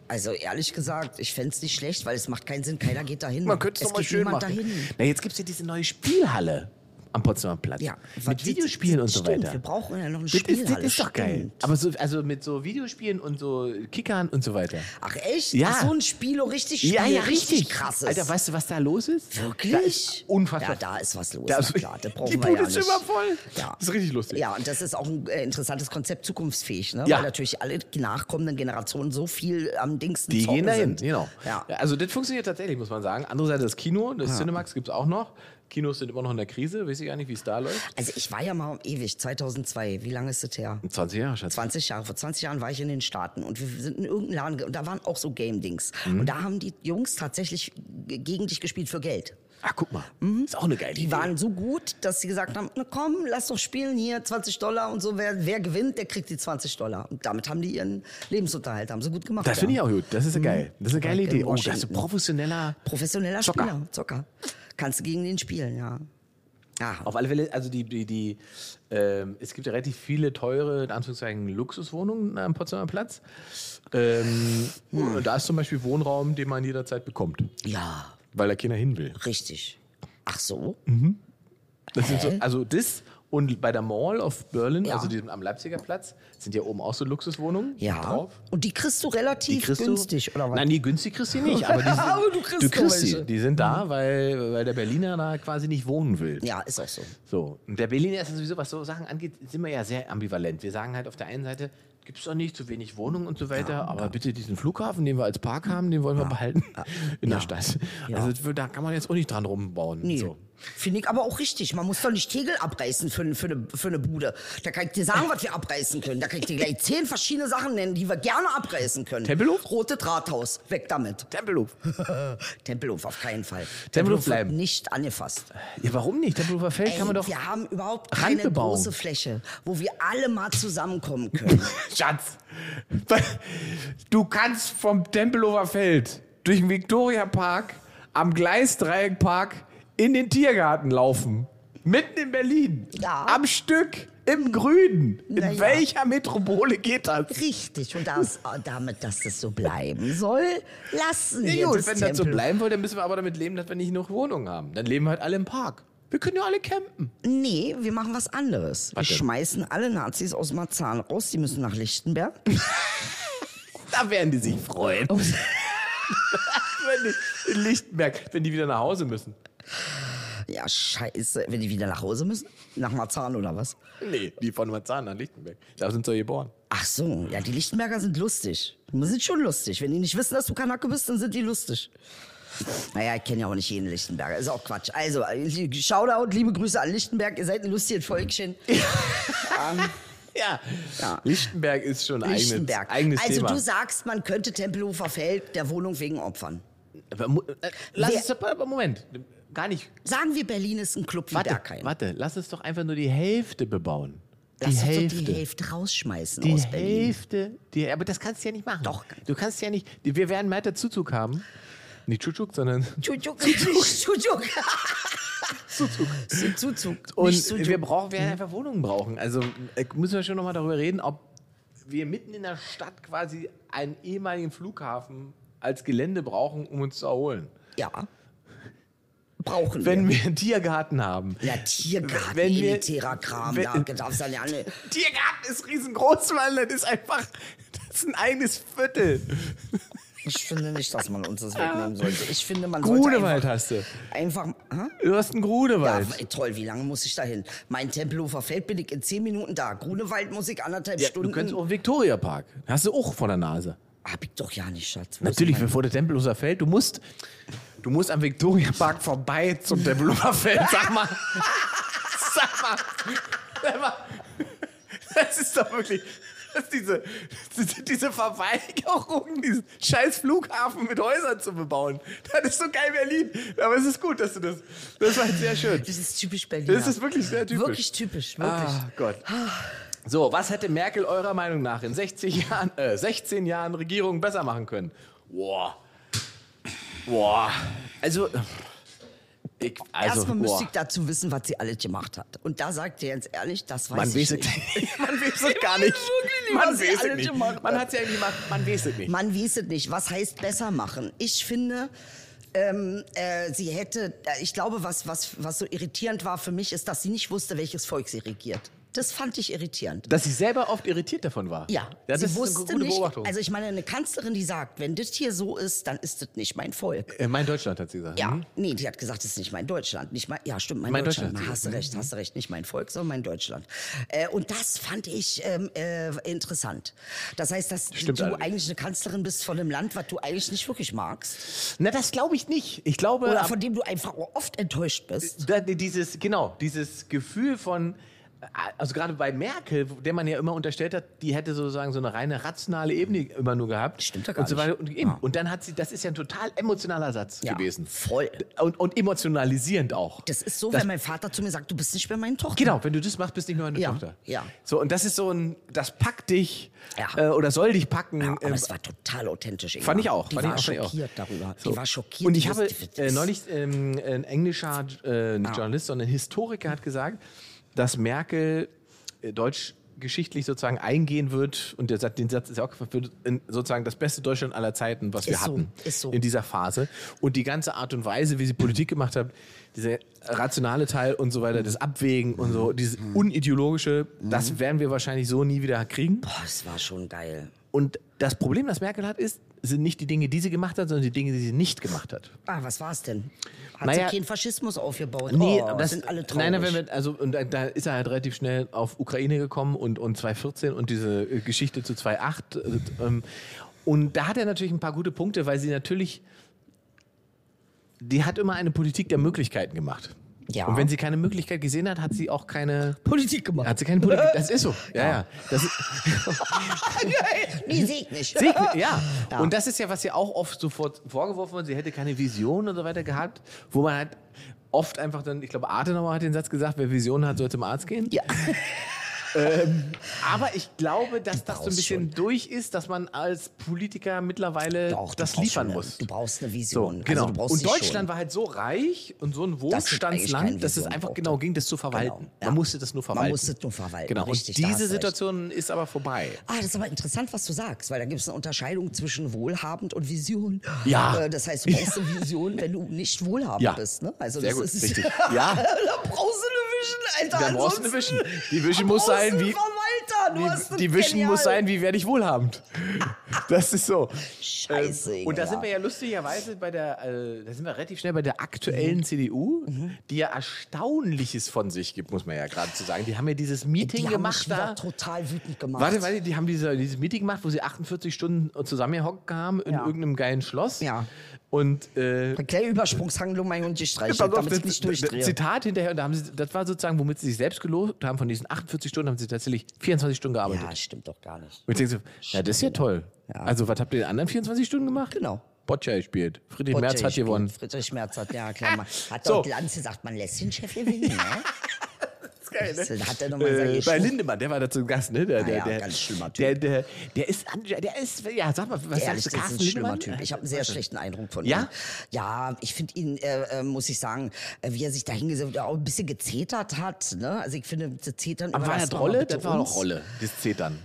[SPEAKER 1] Also ehrlich gesagt, ich fände es nicht schlecht, weil es macht keinen Sinn. Keiner geht dahin.
[SPEAKER 2] Man könnte es
[SPEAKER 1] Mhm. es
[SPEAKER 2] nochmal
[SPEAKER 1] geht
[SPEAKER 2] schön machen.
[SPEAKER 1] niemand dahin.
[SPEAKER 2] Na, jetzt gibt es ja diese neue Spielhalle am Potsdamer Platz.
[SPEAKER 1] Ja,
[SPEAKER 2] mit
[SPEAKER 1] was-
[SPEAKER 2] Videospielen und so
[SPEAKER 1] stimmt,
[SPEAKER 2] weiter.
[SPEAKER 1] Wir brauchen ja noch eine
[SPEAKER 2] das ist, das
[SPEAKER 1] Spielhalle.
[SPEAKER 2] ist doch geil.
[SPEAKER 1] stimmt.
[SPEAKER 2] Aber so, also mit so Videospielen und so Kickern und so weiter.
[SPEAKER 1] Ach echt?
[SPEAKER 2] Ja.
[SPEAKER 1] Ach, so ein Spiel, oh, richtig Spiel, richtig krasses.
[SPEAKER 2] Alter, weißt du, was da los ist?
[SPEAKER 1] Wirklich?
[SPEAKER 2] Da ist unfassbar.
[SPEAKER 1] Ja, da ist was los.
[SPEAKER 2] Da
[SPEAKER 1] na
[SPEAKER 2] ist-
[SPEAKER 1] klar, das brauchen
[SPEAKER 2] die
[SPEAKER 1] wir
[SPEAKER 2] Bude
[SPEAKER 1] ja
[SPEAKER 2] ist
[SPEAKER 1] nicht.
[SPEAKER 2] immer voll.
[SPEAKER 1] Ja.
[SPEAKER 2] (laughs) Das ist richtig lustig.
[SPEAKER 1] Ja, und das ist auch ein äh, interessantes Konzept, zukunftsfähig, ne?
[SPEAKER 2] Ja.
[SPEAKER 1] Weil natürlich alle nachkommenden Generationen so viel am Dingsten
[SPEAKER 2] die
[SPEAKER 1] zocken
[SPEAKER 2] gehen dahin,
[SPEAKER 1] sind.
[SPEAKER 2] genau.
[SPEAKER 1] Ja.
[SPEAKER 2] Also das funktioniert tatsächlich, muss man sagen. Andererseits das Kino, das Cinemax gibt es auch noch. Kinos sind immer noch in der Krise, weiß ich gar nicht, wie es da läuft.
[SPEAKER 1] Also ich war ja mal ewig, 2002, wie lange ist das her?
[SPEAKER 2] 20 Jahre, Schatz.
[SPEAKER 1] 20 Jahre, vor 20 Jahren war ich in den Staaten und wir sind in irgendeinen Laden ge- und da waren auch so Game-Dings.
[SPEAKER 2] Mhm.
[SPEAKER 1] Und da haben die Jungs tatsächlich g- gegen dich gespielt für Geld.
[SPEAKER 2] Ach, Ah, guck mal. Ist auch eine geile
[SPEAKER 1] Mhm. Die waren so gut, dass sie gesagt haben, na komm, lass doch spielen hier, 20 Dollar und so. Wer, wer gewinnt, der kriegt die 20 Dollar. Und damit haben die ihren Lebensunterhalt, haben sie gut gemacht.
[SPEAKER 2] Das finde ich auch gut. Das ist geil. Das ist eine geile
[SPEAKER 1] In
[SPEAKER 2] Idee. Oh, das ist ein
[SPEAKER 1] Mhm. Washington.
[SPEAKER 2] professioneller.
[SPEAKER 1] Professioneller
[SPEAKER 2] Zocker.
[SPEAKER 1] Spieler, Zocker. Kannst du gegen den spielen, ja. Aha.
[SPEAKER 2] Auf alle Fälle, also die, die, die ähm, es gibt ja relativ viele teure, in Anführungszeichen, Luxuswohnungen am Potsdamer Platz. Ähm,
[SPEAKER 1] Hm.
[SPEAKER 2] Und da ist zum Beispiel Wohnraum, den man jederzeit bekommt,
[SPEAKER 1] Ja,
[SPEAKER 2] weil da keiner hin will. Mhm.
[SPEAKER 1] richtig. Ach so?
[SPEAKER 2] Das sind so, also das Und bei der Mall of Berlin,
[SPEAKER 1] Ja.
[SPEAKER 2] also diesem, am Leipziger Platz, sind ja oben auch so Luxuswohnungen
[SPEAKER 1] Ja.
[SPEAKER 2] drauf.
[SPEAKER 1] Und die kriegst du relativ
[SPEAKER 2] kriegst du-
[SPEAKER 1] günstig, oder was?
[SPEAKER 2] Nein, die günstig kriegst du die nicht,
[SPEAKER 1] (laughs)
[SPEAKER 2] aber die sind,
[SPEAKER 1] Aber du kriegst doch welche. Mhm.
[SPEAKER 2] sie. Die sind da, weil, weil der Berliner da quasi nicht wohnen will.
[SPEAKER 1] Ja, ist auch so.
[SPEAKER 2] So. Und der Berliner ist sowieso, was so Sachen angeht, sind wir ja sehr ambivalent. Wir sagen halt auf der einen Seite, gibt es doch nicht, zu wenig Wohnungen und so weiter, aber bitte diesen Flughafen, den wir als Park haben, den wollen wir behalten in der Stadt. Also da kann man jetzt auch nicht dran rumbauen.
[SPEAKER 1] Nee.
[SPEAKER 2] So.
[SPEAKER 1] Finde ich aber auch richtig. Man muss doch nicht Tegel abreißen für, ne- für, eine, für eine Bude. Da kann ich dir sagen, was wir abreißen können. Da kann ich dir gleich zehn verschiedene Sachen nennen, die wir gerne abreißen können.
[SPEAKER 2] Tempelhof?
[SPEAKER 1] Rote Drahthaus. Weg damit. (laughs)
[SPEAKER 2] Tempelhof.
[SPEAKER 1] Tempelhof auf keinen Fall.
[SPEAKER 2] Tempelhof
[SPEAKER 1] wird
[SPEAKER 2] bleiben.
[SPEAKER 1] Nicht angefasst.
[SPEAKER 2] Ja, warum nicht? Tempelhofer Feld
[SPEAKER 1] Ey,
[SPEAKER 2] kann man doch.
[SPEAKER 1] wir haben überhaupt keine
[SPEAKER 2] Randbebauung.
[SPEAKER 1] große Fläche, wo wir alle mal zusammenkommen
[SPEAKER 2] (laughs)
[SPEAKER 1] können.
[SPEAKER 2] Schatz, du kannst vom Tempelhofer Feld durch den Victoria Park am Gleisdreieckpark in den Tiergarten laufen. Mitten in Berlin.
[SPEAKER 1] Ja.
[SPEAKER 2] Am Stück. Im Grünen. In
[SPEAKER 1] Na ja.
[SPEAKER 2] welcher Metropole geht das?
[SPEAKER 1] Richtig. Und das, damit, dass das so bleiben soll, lassen wir
[SPEAKER 2] Ja, gut,
[SPEAKER 1] das
[SPEAKER 2] wenn das so
[SPEAKER 1] Tempelhof.
[SPEAKER 2] bleiben soll, dann müssen wir aber damit leben, dass wir nicht noch Wohnungen haben. Dann leben wir halt alle im Park. Wir können ja alle campen.
[SPEAKER 1] Nee, wir machen was anderes. wir
[SPEAKER 2] denn?
[SPEAKER 1] schmeißen alle Nazis aus Marzahn raus, die müssen nach
[SPEAKER 2] (laughs)
[SPEAKER 1] Lichtenberg.
[SPEAKER 2] Da werden die sich freuen.
[SPEAKER 1] Oh.
[SPEAKER 2] (laughs) wenn die, in Lichtenberg, wenn die wieder nach Hause müssen.
[SPEAKER 1] Ja, scheiße. Wenn die wieder nach Hause müssen? Nach Marzahn oder was?
[SPEAKER 2] Nee, die von Marzahn nach Lichtenberg. Da sind sie geboren.
[SPEAKER 1] Ach so, ja, die Lichtenberger sind lustig. Die sind schon lustig. Wenn die nicht wissen, dass du Kanake bist, dann sind die lustig. Naja, ich kenne ja auch nicht jeden Lichtenberger. Ist auch Quatsch. Also, li- Shoutout, liebe Grüße an Lichtenberg. Ihr seid ein lustiges Völkchen.
[SPEAKER 2] Ja. Lichtenberg ist schon ein
[SPEAKER 1] Lichtenberg.
[SPEAKER 2] (laughs) eigenes, eigenes
[SPEAKER 1] also,
[SPEAKER 2] Thema.
[SPEAKER 1] du sagst, man könnte Tempelhofer Feld der Wohnung wegen opfern.
[SPEAKER 2] Aber mu- äh, lass
[SPEAKER 1] Wer-
[SPEAKER 2] es doch, aber Moment, gar nicht.
[SPEAKER 1] Sagen wir, Berlin ist ein Club wie
[SPEAKER 2] Warte,
[SPEAKER 1] Bergheim.
[SPEAKER 2] warte, lass es doch einfach nur die Hälfte bebauen. Die
[SPEAKER 1] Lass
[SPEAKER 2] Hälfte.
[SPEAKER 1] uns doch die Hälfte rausschmeißen
[SPEAKER 2] Die
[SPEAKER 1] aus Berlin.
[SPEAKER 2] Hälfte, die, aber das kannst du ja nicht machen.
[SPEAKER 1] Doch.
[SPEAKER 2] Du kannst ja nicht. Wir werden weiter Zuzug haben. Nicht Zuzug, sondern.
[SPEAKER 1] Zuzug, (laughs) Zuzug. Zuzug. Zuzug. Nicht
[SPEAKER 2] Und
[SPEAKER 1] Zuzug.
[SPEAKER 2] wir brauchen, werden einfach Wohnungen brauchen. Also äh, müssen wir schon nochmal darüber reden, ob wir mitten in der Stadt quasi einen ehemaligen Flughafen als Gelände brauchen, um uns zu erholen.
[SPEAKER 1] Ja. Brauchen
[SPEAKER 2] Wenn
[SPEAKER 1] wir.
[SPEAKER 2] wir einen Tiergarten haben.
[SPEAKER 1] Ja, Tiergarten,
[SPEAKER 2] wenn wir-
[SPEAKER 1] elitärer Kram,
[SPEAKER 2] wenn-
[SPEAKER 1] da darfst du ja nicht alle.
[SPEAKER 2] Tiergarten ist riesengroß, weil das ist einfach das ist ein eigenes Viertel.
[SPEAKER 1] Ich finde nicht, dass man uns das wegnehmen sollte. Ich finde, man sollte
[SPEAKER 2] Grudewald
[SPEAKER 1] einfach...
[SPEAKER 2] hast du.
[SPEAKER 1] Einfach, hä?
[SPEAKER 2] Du hast einen
[SPEAKER 1] Ja,
[SPEAKER 2] Grudewald.
[SPEAKER 1] w- toll, wie lange muss ich da hin? Mein Tempelhofer Feld bin ich in zehn Minuten da. Grunewald muss ich anderthalb
[SPEAKER 2] du
[SPEAKER 1] Stunden.
[SPEAKER 2] könntest auch Victoria Park. Hast du auch vor der Nase.
[SPEAKER 1] Hab ich doch ja nicht, Schatz. Wo ist
[SPEAKER 2] Natürlich,
[SPEAKER 1] denn
[SPEAKER 2] bevor der Tempelhofer Feld, du musst, du musst am Victoria Park vorbei zum Tempelhofer Feld. Sag mal. Sag mal. Sag mal. Das ist doch wirklich. Das ist diese, das ist diese Verweigerung, diesen scheiß Flughafen mit Häusern zu bebauen. Das ist so geil Berlin. Aber es ist gut, dass du das. Das war halt sehr schön.
[SPEAKER 1] mein- Das ist typisch Berliner.
[SPEAKER 2] Das ist wirklich sehr typisch.
[SPEAKER 1] Wirklich typisch, wirklich.
[SPEAKER 2] Ah, Gott. So, was hätte Merkel eurer Meinung nach in 60 Jahren, äh, 16 Jahren Regierung besser machen können? Boah. Boah. Also, ich, also,
[SPEAKER 1] Erstmal müsste
[SPEAKER 2] boah.
[SPEAKER 1] ich dazu wissen, was sie alles gemacht hat. Und da sagt ihr ganz ehrlich, das weiß
[SPEAKER 2] Man
[SPEAKER 1] ich
[SPEAKER 2] weiß es
[SPEAKER 1] nicht.
[SPEAKER 2] nicht. (laughs) Man weiß es gar nicht.
[SPEAKER 1] nicht,
[SPEAKER 2] Man
[SPEAKER 1] was sie
[SPEAKER 2] weiß
[SPEAKER 1] alle
[SPEAKER 2] es nicht.
[SPEAKER 1] gemacht hat.
[SPEAKER 2] Man hat es ja irgendwie gemacht. Man weiß es nicht.
[SPEAKER 1] Man weiß es nicht. Was heißt besser machen? Ich finde, ähm, äh, sie hätte, äh, ich glaube, was, was, was so irritierend war für mich, ist, dass sie nicht wusste, welches Volk sie regiert. Das fand ich irritierend.
[SPEAKER 2] Dass ich selber oft irritiert davon war.
[SPEAKER 1] Ja,
[SPEAKER 2] das
[SPEAKER 1] sie
[SPEAKER 2] ist eine
[SPEAKER 1] wusste
[SPEAKER 2] gute
[SPEAKER 1] nicht.
[SPEAKER 2] Beobachtung.
[SPEAKER 1] Also ich meine, eine Kanzlerin, die sagt, wenn das hier so ist, dann ist das nicht mein Volk.
[SPEAKER 2] Äh, mein Deutschland hat sie gesagt.
[SPEAKER 1] Ja,
[SPEAKER 2] Hm?
[SPEAKER 1] nee, die hat gesagt, das ist nicht mein Deutschland. Nicht mein, ja, stimmt, mein,
[SPEAKER 2] Mein
[SPEAKER 1] Deutschland.
[SPEAKER 2] Deutschland. Mhm.
[SPEAKER 1] Hast du recht, hast du recht. Nicht mein Volk, sondern mein Deutschland. Äh, und das fand ich ähm, äh, interessant. Das heißt, dass
[SPEAKER 2] Stimmt
[SPEAKER 1] du
[SPEAKER 2] allerdings.
[SPEAKER 1] eigentlich eine Kanzlerin bist von einem Land, was du eigentlich nicht wirklich magst.
[SPEAKER 2] Na, das glaube ich nicht. Ich glaube,
[SPEAKER 1] Oder
[SPEAKER 2] ab-
[SPEAKER 1] von dem du einfach oft enttäuscht bist.
[SPEAKER 2] Da, dieses, genau, dieses Gefühl von, also gerade bei Merkel, der man ja immer unterstellt hat, die hätte sozusagen so eine reine rationale Ebene immer nur gehabt.
[SPEAKER 1] Stimmt doch gar
[SPEAKER 2] und so
[SPEAKER 1] nicht.
[SPEAKER 2] weiter. Und, eben. und dann hat sie, das ist ja ein total emotionaler Satz
[SPEAKER 1] Ja,
[SPEAKER 2] gewesen.
[SPEAKER 1] voll.
[SPEAKER 2] Und, und emotionalisierend auch.
[SPEAKER 1] Das ist so, wenn mein Vater zu mir sagt, du bist nicht mehr meine Tochter.
[SPEAKER 2] Genau, wenn du das machst, bist du nicht mehr eine
[SPEAKER 1] Ja,
[SPEAKER 2] Tochter.
[SPEAKER 1] ja.
[SPEAKER 2] So, und das ist so ein, das packt dich
[SPEAKER 1] Ja.
[SPEAKER 2] äh, oder soll dich packen.
[SPEAKER 1] Ja, aber
[SPEAKER 2] ähm,
[SPEAKER 1] es war total authentisch. Inga.
[SPEAKER 2] Fand ich auch.
[SPEAKER 1] Die
[SPEAKER 2] fand
[SPEAKER 1] war
[SPEAKER 2] ich auch, fand ich auch.
[SPEAKER 1] schockiert darüber. Die war schockiert.
[SPEAKER 2] Und
[SPEAKER 1] Die
[SPEAKER 2] ich habe
[SPEAKER 1] wusste-
[SPEAKER 2] äh, neulich ähm, ein englischer
[SPEAKER 1] Ah.
[SPEAKER 2] äh, nicht Journalist, sondern ein Historiker hat gesagt, dass Merkel äh, Deutsch geschichtlich sozusagen eingehen wird, und der, Satz- den Satz ist ja auch für in- sozusagen das beste Deutschland aller Zeiten, was wir
[SPEAKER 1] Ist so,
[SPEAKER 2] hatten
[SPEAKER 1] ist so.
[SPEAKER 2] in dieser Phase. Und die ganze Art und Weise, wie sie Politik gemacht hat, dieser rationale Teil und so weiter, das Abwägen und so, dieses
[SPEAKER 1] Mhm.
[SPEAKER 2] unideologische, das werden wir wahrscheinlich so nie wieder kriegen.
[SPEAKER 1] Boah, das war schon geil.
[SPEAKER 2] Und das Problem, das Merkel hat, ist, sind nicht die Dinge, die sie gemacht hat, sondern die Dinge, die sie nicht gemacht hat.
[SPEAKER 1] Ah, was war's denn? Hat
[SPEAKER 2] Naja,
[SPEAKER 1] sie keinen Faschismus aufgebaut?
[SPEAKER 2] Nee,
[SPEAKER 1] oh,
[SPEAKER 2] das
[SPEAKER 1] das sind alle traurig.
[SPEAKER 2] Nein, wenn wir, also und da- da ist er halt relativ schnell auf Ukraine gekommen und, und 2014 und diese äh, Geschichte zu 2008 äh, ähm, und da hat er natürlich ein paar gute Punkte, weil sie natürlich die hat immer eine Politik der Möglichkeiten gemacht.
[SPEAKER 1] Ja.
[SPEAKER 2] Und wenn sie keine Möglichkeit gesehen hat, hat sie auch keine
[SPEAKER 1] Politik gemacht.
[SPEAKER 2] hat sie keine Politik. Das
[SPEAKER 1] (laughs)
[SPEAKER 2] ist so. Ja, ja. Das ist, Hm?
[SPEAKER 1] nee, sehe ich nicht.
[SPEAKER 2] Segnen, ja. Und das ist ja, was ja auch oft sofort vorgeworfen wird, sie hätte keine Vision und so weiter gehabt, wo man halt oft einfach dann, ich glaube, Adenauer hat den Satz gesagt, wer Vision hat, soll zum Arzt gehen.
[SPEAKER 1] (laughs) Ja.
[SPEAKER 2] Aber ich glaube, dass das so ein
[SPEAKER 1] brauchst
[SPEAKER 2] bisschen durch ist, dass man als Politiker mittlerweile
[SPEAKER 1] Doch, du
[SPEAKER 2] das
[SPEAKER 1] brauchst
[SPEAKER 2] liefern
[SPEAKER 1] schon eine-
[SPEAKER 2] muss.
[SPEAKER 1] Du brauchst eine
[SPEAKER 2] So,
[SPEAKER 1] Vision.
[SPEAKER 2] genau.
[SPEAKER 1] Also, du brauchst
[SPEAKER 2] und
[SPEAKER 1] sie
[SPEAKER 2] Deutschland
[SPEAKER 1] schon.
[SPEAKER 2] war halt so reich und so ein
[SPEAKER 1] Dass es eigentlich keine
[SPEAKER 2] Wohlstandsland, dass es
[SPEAKER 1] Vision
[SPEAKER 2] einfach
[SPEAKER 1] brauchte.
[SPEAKER 2] genau ging, das zu verwalten.
[SPEAKER 1] Genau, ja.
[SPEAKER 2] Man musste das nur verwalten.
[SPEAKER 1] musste es nur verwalten,
[SPEAKER 2] Genau.
[SPEAKER 1] richtig, da
[SPEAKER 2] und
[SPEAKER 1] hast du recht.
[SPEAKER 2] diese Situation ist aber vorbei.
[SPEAKER 1] Ah, das ist aber interessant, was du sagst, weil da gibt es eine Unterscheidung zwischen wohlhabend und Vision.
[SPEAKER 2] Ja.
[SPEAKER 1] Äh, Das heißt, du brauchst eine Vision, wenn du nicht wohlhabend
[SPEAKER 2] Ja.
[SPEAKER 1] bist. Ne? Also
[SPEAKER 2] Sehr
[SPEAKER 1] das
[SPEAKER 2] gut,
[SPEAKER 1] ist (laughs)
[SPEAKER 2] richtig.
[SPEAKER 1] ja.
[SPEAKER 2] Ja.
[SPEAKER 1] da brauchst du eine Vision, Alter.
[SPEAKER 2] Dann brauchst du eine
[SPEAKER 1] ansonsten
[SPEAKER 2] Vision. Die Vision muss
[SPEAKER 1] brauchst
[SPEAKER 2] sein,
[SPEAKER 1] du einen
[SPEAKER 2] wie-
[SPEAKER 1] Verwalter. Du hast
[SPEAKER 2] Die,
[SPEAKER 1] einen
[SPEAKER 2] die Vision
[SPEAKER 1] genialen-
[SPEAKER 2] muss sein, äh, wie werde
[SPEAKER 1] (laughs)
[SPEAKER 2] ich wohlhabend. Das ist so.
[SPEAKER 1] Scheiße.
[SPEAKER 2] Und da sind wir ja lustigerweise bei der, äh, da sind wir relativ schnell bei der aktuellen
[SPEAKER 1] Mhm.
[SPEAKER 2] CDU, die ja Erstaunliches von sich gibt, muss man ja gerade zu sagen. Die haben ja dieses Meeting
[SPEAKER 1] die haben mich
[SPEAKER 2] gemacht
[SPEAKER 1] wieder
[SPEAKER 2] da.
[SPEAKER 1] total wütend gemacht.
[SPEAKER 2] Warte, warte, die haben diese, dieses Meeting gemacht, wo sie 48 Stunden zusammengehockt haben in
[SPEAKER 1] Ja.
[SPEAKER 2] irgendeinem geilen Schloss.
[SPEAKER 1] Ja.
[SPEAKER 2] Und äh,
[SPEAKER 1] Eine kleine Übersprungshandlung mein Hund gestreichelt,
[SPEAKER 2] Pass auf,
[SPEAKER 1] damit ich
[SPEAKER 2] das-
[SPEAKER 1] nicht
[SPEAKER 2] das- das
[SPEAKER 1] durchdrehe.
[SPEAKER 2] Zitat hinterher, und da haben sie, das war sozusagen, womit sie sich selbst gelobt haben, von diesen 48 Stunden haben sie tatsächlich 24 Stunden gearbeitet.
[SPEAKER 1] Ja, stimmt doch gar nicht.
[SPEAKER 2] Und ich denke so, ja, das ist ja toll. Also, was habt ihr in den anderen 24 Stunden gemacht?
[SPEAKER 1] Genau.
[SPEAKER 2] Boccia gespielt. Friedrich
[SPEAKER 1] Boccia
[SPEAKER 2] Merz hat
[SPEAKER 1] gespielt.
[SPEAKER 2] gewonnen. Ah,
[SPEAKER 1] Friedrich Merz hat, ja klar. man- Hat
[SPEAKER 2] So.
[SPEAKER 1] doch Lanz gesagt, man lässt den Chef
[SPEAKER 2] (laughs)
[SPEAKER 1] gewinnen, ne? Das hat er nochmal
[SPEAKER 2] ne? Äh, bei
[SPEAKER 1] gesagt.
[SPEAKER 2] Lindemann, der war da zu Gast, ne? Der,
[SPEAKER 1] Ah
[SPEAKER 2] der,
[SPEAKER 1] ja,
[SPEAKER 2] der,
[SPEAKER 1] ganz schlimmer Typ.
[SPEAKER 2] Der, der, der ist, an- der ist, ja, sag mal, was
[SPEAKER 1] Ehrlich,
[SPEAKER 2] sagst du,
[SPEAKER 1] das ist
[SPEAKER 2] Carsten
[SPEAKER 1] ein schlimmer
[SPEAKER 2] Lindemann?
[SPEAKER 1] Typ. Ich habe einen sehr schlechten Eindruck von
[SPEAKER 2] Ja?
[SPEAKER 1] ihm. Ja, ich finde ihn, äh, äh, muss ich sagen, äh, wie er sich da hingesetzt hat, auch ein bisschen gezetert hat. Ne? Also ich finde, das Zetern
[SPEAKER 2] Aber war
[SPEAKER 1] überlassen
[SPEAKER 2] das
[SPEAKER 1] wir
[SPEAKER 2] Rolle?
[SPEAKER 1] mal bitte
[SPEAKER 2] Das war
[SPEAKER 1] uns.
[SPEAKER 2] doch Rolle, das Zetern.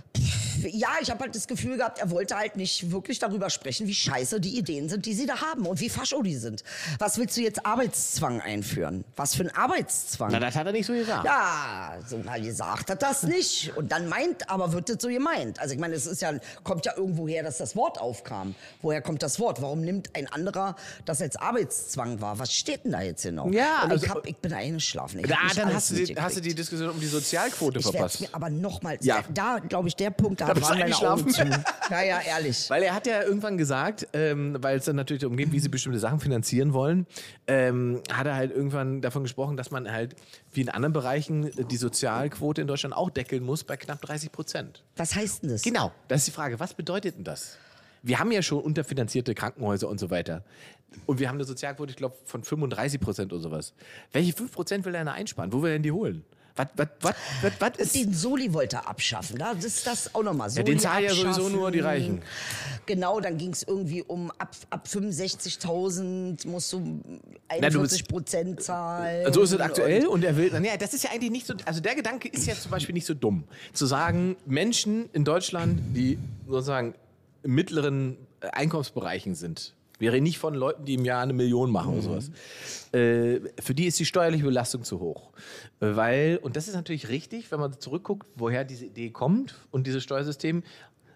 [SPEAKER 1] Ja, ich habe halt das Gefühl gehabt, er wollte halt nicht wirklich darüber sprechen, wie scheiße die Ideen sind, die sie da haben und wie fascho die sind. Was willst du jetzt Arbeitszwang einführen? Was für ein Arbeitszwang?
[SPEAKER 2] Na, das hat er nicht so gesagt.
[SPEAKER 1] Ja, so mal gesagt hat das nicht. Und dann meint, aber wird das so gemeint? Also ich meine, es ist ja, kommt ja irgendwo her, dass das Wort aufkam. Woher kommt das Wort? Warum nimmt ein anderer das als Arbeitszwang wahr? Was steht denn da jetzt genau?
[SPEAKER 2] Ja,
[SPEAKER 1] Und ich,
[SPEAKER 2] also-
[SPEAKER 1] hab, ich bin eingeschlafen. Ich hab
[SPEAKER 2] Da,
[SPEAKER 1] nicht
[SPEAKER 2] dann
[SPEAKER 1] alles
[SPEAKER 2] hast du, die, hast du
[SPEAKER 1] mitgekriegt.
[SPEAKER 2] die Diskussion um die Sozialquote
[SPEAKER 1] Ich werde
[SPEAKER 2] verpasst.
[SPEAKER 1] mir aber nochmal,
[SPEAKER 2] Ja.
[SPEAKER 1] da glaube ich, der Punkt, da,
[SPEAKER 2] Da bist
[SPEAKER 1] waren
[SPEAKER 2] du
[SPEAKER 1] meine Augen zu.
[SPEAKER 2] eingeschlafen.
[SPEAKER 1] Ja, ja, ehrlich.
[SPEAKER 2] Weil er hat ja irgendwann gesagt, ähm, weil es dann natürlich darum geht, wie sie bestimmte Sachen finanzieren wollen, ähm, hat er halt irgendwann davon gesprochen, dass man halt wie in anderen Bereichen äh, die Sozialquote in Deutschland auch deckeln muss bei knapp 30 Prozent.
[SPEAKER 1] Was heißt denn das?
[SPEAKER 2] Genau, das ist die Frage. Was bedeutet denn das? Wir haben ja schon unterfinanzierte Krankenhäuser und so weiter. Und wir haben eine Sozialquote, ich glaube, von 35 Prozent oder sowas. Welche 5 Prozent will er denn einsparen? Wo will er denn die holen? Was, was, was, was, was ist...
[SPEAKER 1] Den Soli wollte er abschaffen. Da das ist das auch nochmal so.
[SPEAKER 2] Ja, den zahlen ja sowieso nur die Reichen.
[SPEAKER 1] Genau, dann ging es irgendwie um ab, ab 65.000 musst du
[SPEAKER 2] Na, du
[SPEAKER 1] 41
[SPEAKER 2] bist- Also
[SPEAKER 1] Prozent zahlen.
[SPEAKER 2] So ist es aktuell und er will. Naja, das ist ja eigentlich nicht so. Also der Gedanke ist ja zum Beispiel nicht so dumm. Zu sagen, Menschen in Deutschland, die sozusagen im mittleren äh, Einkommensbereichen sind, wir reden nicht von Leuten, die im Jahr eine Million machen oder sowas. Äh, für die ist die steuerliche Belastung zu hoch. Äh, Weil, und das ist natürlich richtig, wenn man zurückguckt, woher diese Idee kommt und dieses Steuersystem.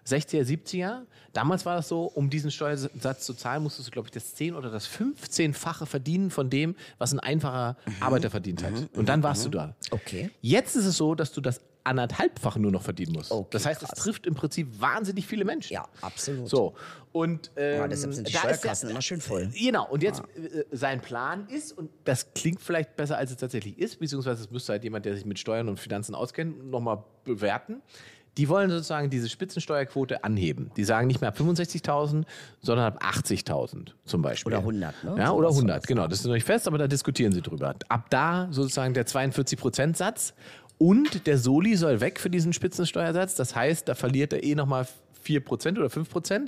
[SPEAKER 2] 60er, 70er, damals war das so, um diesen Steuersatz zu zahlen, musstest du, glaube ich, das 10 oder das 15-fache verdienen von dem, was ein einfacher
[SPEAKER 1] Mhm.
[SPEAKER 2] Arbeiter verdient hat. Und dann warst du da.
[SPEAKER 1] Okay.
[SPEAKER 2] Jetzt ist es so, dass du das anderthalbfache nur noch verdienen musst.
[SPEAKER 1] Okay,
[SPEAKER 2] das heißt,
[SPEAKER 1] krass.
[SPEAKER 2] es trifft im Prinzip wahnsinnig viele Menschen.
[SPEAKER 1] Ja, absolut.
[SPEAKER 2] So. Und ähm,
[SPEAKER 1] Ja, deshalb sind die
[SPEAKER 2] da ist der-
[SPEAKER 1] Steuerkassen immer schön voll.
[SPEAKER 2] Genau, und
[SPEAKER 1] Ah.
[SPEAKER 2] jetzt äh, sein Plan ist, und das klingt vielleicht besser, als es tatsächlich ist, beziehungsweise es müsste halt jemand, der sich mit Steuern und Finanzen auskennt, nochmal bewerten. Die wollen sozusagen diese Spitzensteuerquote anheben. Die sagen nicht mehr ab 65.000, sondern ab 80.000 zum Beispiel.
[SPEAKER 1] Oder 100, ne?
[SPEAKER 2] Ja,
[SPEAKER 1] So
[SPEAKER 2] oder
[SPEAKER 1] was
[SPEAKER 2] 100, genau. Das ist noch nicht fest, aber da diskutieren sie drüber. Ab da sozusagen der 42-Prozent-Satz und der Soli soll weg für diesen Spitzensteuersatz. Das heißt, da verliert er eh nochmal 4% oder 5%.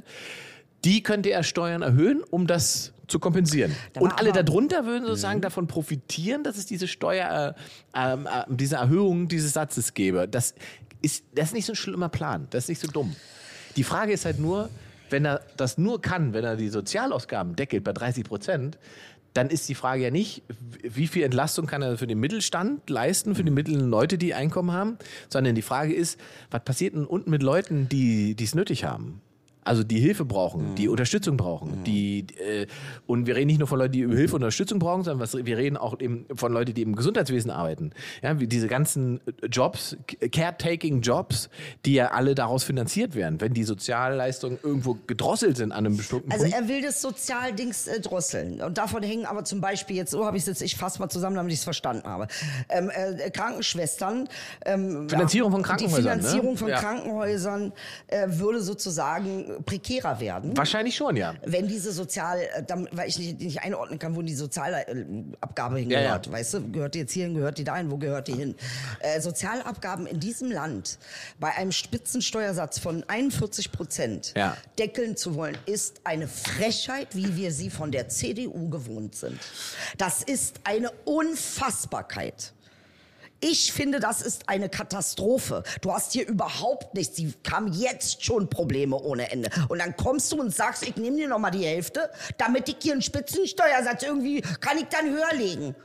[SPEAKER 2] Die könnte er Steuern erhöhen, um das zu kompensieren.
[SPEAKER 1] Da war
[SPEAKER 2] und alle
[SPEAKER 1] aber-
[SPEAKER 2] darunter würden sozusagen davon profitieren, dass es diese Steuer, äh, ähm, äh, diese Erhöhung dieses Satzes gäbe. Das ist das ist nicht so ein schlimmer Plan. Das ist nicht so dumm. Die Frage ist halt nur, wenn er das nur kann, wenn er die Sozialausgaben deckelt bei 30 Prozent, dann ist die Frage ja nicht, wie viel Entlastung kann er für den Mittelstand leisten, für die mittleren Leute, die Einkommen haben, sondern die Frage ist, was passiert denn unten mit Leuten, die es nötig haben? Also die Hilfe brauchen, die Unterstützung brauchen, die äh, und wir reden nicht nur von Leuten, die Hilfe und Unterstützung brauchen, sondern was, wir reden auch eben von Leuten, die im Gesundheitswesen arbeiten. Ja, wie diese ganzen äh, Jobs, caretaking Jobs, die ja alle daraus finanziert werden, wenn die Sozialleistungen irgendwo gedrosselt sind an einem bestimmten
[SPEAKER 1] Also
[SPEAKER 2] Punkt.
[SPEAKER 1] er will das Sozialdings äh, drosseln. Und davon hängen aber zum Beispiel jetzt, so habe ich es jetzt, ich fasse mal zusammen, damit ich es verstanden habe. Ähm, äh, Krankenschwestern. Ähm,
[SPEAKER 2] Finanzierung von Krankenhäusern,
[SPEAKER 1] Die
[SPEAKER 2] ne?
[SPEAKER 1] Finanzierung von
[SPEAKER 2] Ja.
[SPEAKER 1] Krankenhäusern äh, würde sozusagen prekärer werden.
[SPEAKER 2] Wahrscheinlich schon, ja.
[SPEAKER 1] wenn diese Sozial, äh, dann- weil ich nicht, nicht einordnen kann, wo die Sozialabgabe hingehört,
[SPEAKER 2] Ja, ja.
[SPEAKER 1] weißt du, gehört die jetzt hierhin, gehört die dahin, wo gehört die hin? Äh, Sozialabgaben in diesem Land bei einem Spitzensteuersatz von 41 Prozent
[SPEAKER 2] Ja.
[SPEAKER 1] deckeln zu wollen, ist eine Frechheit, wie wir sie von der CDU gewohnt sind. Das ist eine Unfassbarkeit. Ich finde, das ist eine Katastrophe. Du hast hier überhaupt nichts. Die haben jetzt schon Probleme ohne Ende. Und dann kommst du und sagst, ich nehme dir noch mal die Hälfte, damit ich hier einen Spitzensteuersatz irgendwie kann ich dann höher legen.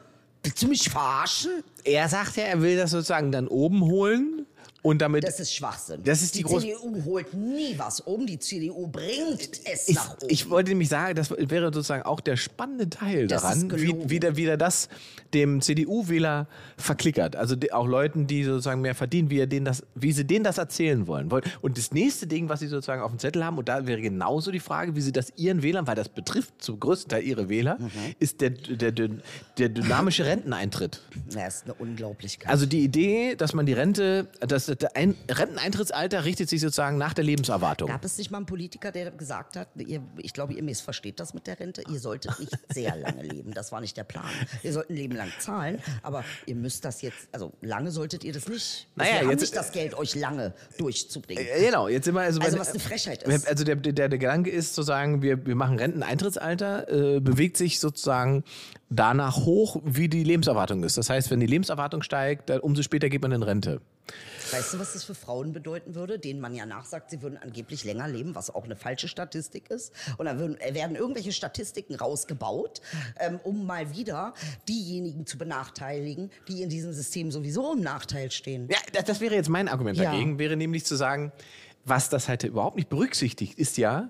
[SPEAKER 1] Willst du mich verarschen?
[SPEAKER 2] Er sagt ja, er will das sozusagen dann oben holen und damit
[SPEAKER 1] Das ist Schwachsinn.
[SPEAKER 2] Das ist die große-
[SPEAKER 1] CDU holt nie was um. Die CDU bringt es
[SPEAKER 2] ich,
[SPEAKER 1] nach oben.
[SPEAKER 2] ich wollte nämlich sagen, das wäre sozusagen auch der spannende Teil
[SPEAKER 1] Das ist
[SPEAKER 2] daran, wie,
[SPEAKER 1] gelogen.
[SPEAKER 2] wieder, wieder das dem CDU-Wähler verklickert. Also die, auch Leuten, die sozusagen mehr verdienen, wie, er denen das, wie sie denen das erzählen wollen. Woll- Und das nächste Ding, was sie sozusagen auf dem Zettel haben, und da wäre genauso die Frage, wie sie das ihren Wählern, weil das betrifft zum größten Teil ihre Wähler,
[SPEAKER 1] Mhm.
[SPEAKER 2] ist der, der, der, der dynamische Renteneintritt.
[SPEAKER 1] das ist eine Unglaublichkeit.
[SPEAKER 2] Also die Idee, dass man die Rente, das der Ein Renteneintrittsalter richtet sich sozusagen nach der Lebenserwartung.
[SPEAKER 1] Gab es nicht mal einen Politiker, der gesagt hat, ihr, ich glaube, ihr missversteht das mit der Rente, ihr solltet nicht sehr lange leben, das war nicht der Plan. Ihr sollt ein Leben lang zahlen, aber ihr müsst das jetzt, also lange solltet ihr das nicht.
[SPEAKER 2] Naja,
[SPEAKER 1] Wir haben
[SPEAKER 2] jetzt-
[SPEAKER 1] nicht das Geld, euch lange durchzubringen.
[SPEAKER 2] Äh, Genau, jetzt sind wir also,
[SPEAKER 1] Also
[SPEAKER 2] bei-
[SPEAKER 1] was eine Frechheit ist.
[SPEAKER 2] Also der, der, der Gedanke ist zu sagen, wir, wir machen Renteneintrittsalter, äh, bewegt sich sozusagen danach hoch, wie die Lebenserwartung ist. Das heißt, wenn die Lebenserwartung steigt, dann umso später geht man in Rente.
[SPEAKER 1] Weißt du, was das für Frauen bedeuten würde, denen man ja nachsagt, sie würden angeblich länger leben, was auch eine falsche Statistik ist. Und dann würden, äh, werden irgendwelche Statistiken rausgebaut, ähm, um mal wieder diejenigen zu benachteiligen, die in diesem System sowieso im Nachteil stehen.
[SPEAKER 2] Ja, das, das wäre jetzt mein Argument
[SPEAKER 1] Ja.
[SPEAKER 2] dagegen, wäre nämlich zu sagen, was das halt überhaupt nicht berücksichtigt, ist ja,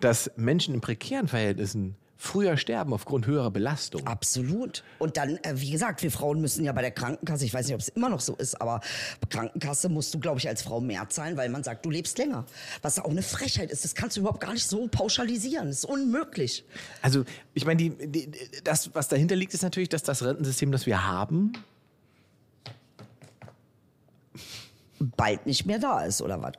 [SPEAKER 2] dass Menschen in prekären Verhältnissen früher sterben aufgrund höherer Belastung.
[SPEAKER 1] Absolut. Und dann, äh, wie gesagt, wir Frauen müssen ja bei der Krankenkasse, ich weiß nicht, ob es immer noch so ist, aber Krankenkasse musst du, glaube ich, als Frau mehr zahlen, weil man sagt, du lebst länger. Was auch eine Frechheit ist. Das kannst du überhaupt gar nicht so pauschalisieren. Das ist unmöglich.
[SPEAKER 2] Also, ich meine, die, die, das, was dahinter liegt, ist natürlich, dass das Rentensystem, das wir haben,
[SPEAKER 1] Bald nicht mehr da ist, oder was?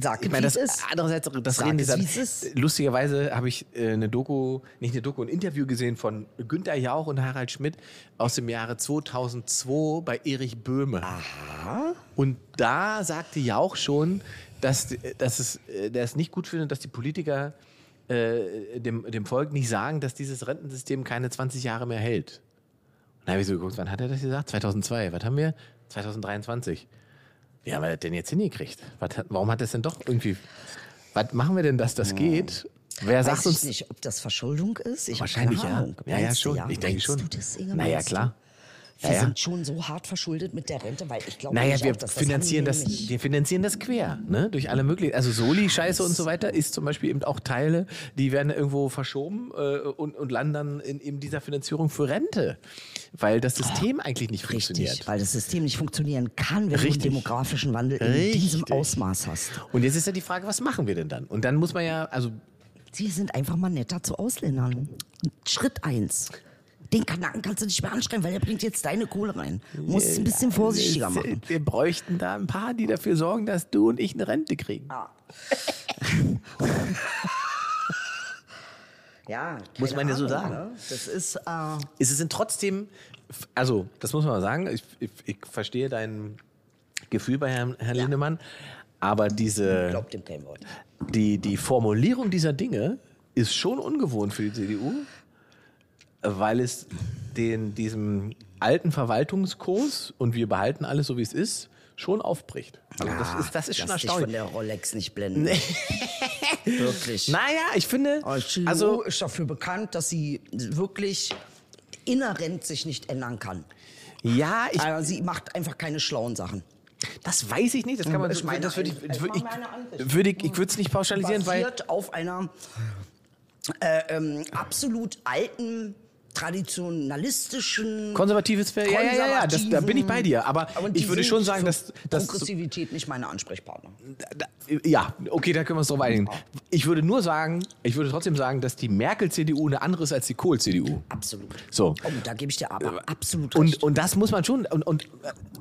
[SPEAKER 1] Sag
[SPEAKER 2] Ich meine, das
[SPEAKER 1] wie es ist.
[SPEAKER 2] andererseits, das
[SPEAKER 1] Sag
[SPEAKER 2] reden die
[SPEAKER 1] es,
[SPEAKER 2] dann-
[SPEAKER 1] wie es ist.
[SPEAKER 2] Lustigerweise habe ich äh, eine Doku, nicht eine Doku, ein Interview gesehen von Günter Jauch und Harald Schmidt aus dem Jahre 2002 bei Erich Böhme. Und da sagte Jauch schon, dass, dass, es, äh, der es nicht gut findet, dass die Politiker äh, dem, dem Volk nicht sagen, dass dieses Rentensystem keine 20 Jahre mehr hält. Und da habe ich so geguckt, wann hat er das gesagt? 2002. Was haben wir? 2023. Wie haben wir das denn jetzt hingekriegt? Was, hat- warum hat das denn doch irgendwie. Was machen wir denn, dass das geht? Wer
[SPEAKER 1] Weiß
[SPEAKER 2] sagt
[SPEAKER 1] ich
[SPEAKER 2] uns.
[SPEAKER 1] nicht, ob das Verschuldung ist. Ich hab
[SPEAKER 2] Wahrscheinlich
[SPEAKER 1] keine
[SPEAKER 2] ja.
[SPEAKER 1] Ahnung.
[SPEAKER 2] Ja, ja,
[SPEAKER 1] Meinst du,
[SPEAKER 2] schon. Ich denke
[SPEAKER 1] Meinst
[SPEAKER 2] schon.
[SPEAKER 1] Du das, Inge?
[SPEAKER 2] Naja,
[SPEAKER 1] Meinst du?
[SPEAKER 2] klar.
[SPEAKER 1] Wir
[SPEAKER 2] Ja, ja.
[SPEAKER 1] sind schon so hart verschuldet mit der Rente, weil ich glaube,
[SPEAKER 2] Naja,
[SPEAKER 1] nicht
[SPEAKER 2] wir
[SPEAKER 1] auch, dass
[SPEAKER 2] finanzieren das,
[SPEAKER 1] annehmen nicht.
[SPEAKER 2] wir finanzieren das quer, ne? Durch alle möglichen, also Soli-Scheiße und so weiter ist zum Beispiel eben auch Teile, die werden irgendwo verschoben äh, und, und landen dann in eben dieser Finanzierung für Rente, weil das System eigentlich nicht funktioniert.
[SPEAKER 1] Oh, Richtig, weil das System nicht funktionieren kann, wenn
[SPEAKER 2] Richtig.
[SPEAKER 1] du einen demografischen Wandel in
[SPEAKER 2] Richtig.
[SPEAKER 1] diesem Ausmaß hast.
[SPEAKER 2] Und jetzt ist ja die Frage, was machen wir denn dann? Und dann muss man ja, also
[SPEAKER 1] Sie sind einfach mal netter zu Ausländern. Schritt eins. Den Kanaken kannst du nicht mehr anschreiben, weil der bringt jetzt deine Kohle rein. Du musst es ein bisschen vorsichtiger machen.
[SPEAKER 2] äh, Wir bräuchten da ein paar, die dafür sorgen, dass du und ich eine Rente kriegen.
[SPEAKER 1] (laughs) Ja,
[SPEAKER 2] Muss man ja so sagen.
[SPEAKER 1] Das ist, äh,
[SPEAKER 2] Ist es denn trotzdem, also das muss man mal sagen, ich, ich, ich verstehe dein Gefühl bei Herrn, Herrn Lindemann, aber diese,
[SPEAKER 1] glaubt dem kein Wort.
[SPEAKER 2] die, die Formulierung dieser Dinge ist schon ungewohnt für die CDU, weil es den, diesem alten Verwaltungskurs und wir behalten alles so, wie es ist, schon aufbricht. Also das ist, das ist schon
[SPEAKER 1] Ah, Lass dich
[SPEAKER 2] erstaunlich.
[SPEAKER 1] von der Rolex nicht blenden. (laughs) Wirklich.
[SPEAKER 2] Naja, ich finde,
[SPEAKER 1] Aber Chiro
[SPEAKER 2] also
[SPEAKER 1] Oh, ist dafür bekannt, dass sie wirklich inhärent sich nicht ändern kann.
[SPEAKER 2] ja, ich,
[SPEAKER 1] Also sie macht einfach keine schlauen Sachen.
[SPEAKER 2] das weiß Ähm, ich nicht. Das kann man,
[SPEAKER 1] Ich meine,
[SPEAKER 2] das würde ich,
[SPEAKER 1] ich- ich
[SPEAKER 2] würde
[SPEAKER 1] mach meine
[SPEAKER 2] ich,
[SPEAKER 1] Ansicht.
[SPEAKER 2] würde ich, ich würde es nicht pauschalisieren, weil
[SPEAKER 1] Basiert auf einer äh, ähm, absolut alten, traditionalistischen
[SPEAKER 2] konservatives Ver ja, ja, ja, ja, das, da bin ich bei dir. Aber
[SPEAKER 1] konservativen-
[SPEAKER 2] ich
[SPEAKER 1] die
[SPEAKER 2] würde
[SPEAKER 1] sind
[SPEAKER 2] schon sagen,
[SPEAKER 1] für
[SPEAKER 2] dass, dass
[SPEAKER 1] Progressivität nicht meine Ansprechpartner.
[SPEAKER 2] Da- Ja, okay, da können wir uns drauf einigen. Ich würde nur sagen, ich würde trotzdem sagen, dass die Merkel-CDU eine andere ist als die Kohl-CDU.
[SPEAKER 1] Absolut.
[SPEAKER 2] So.
[SPEAKER 1] Oh, da gebe ich dir aber absolut recht.
[SPEAKER 2] Und, und das muss man schon, und, und äh,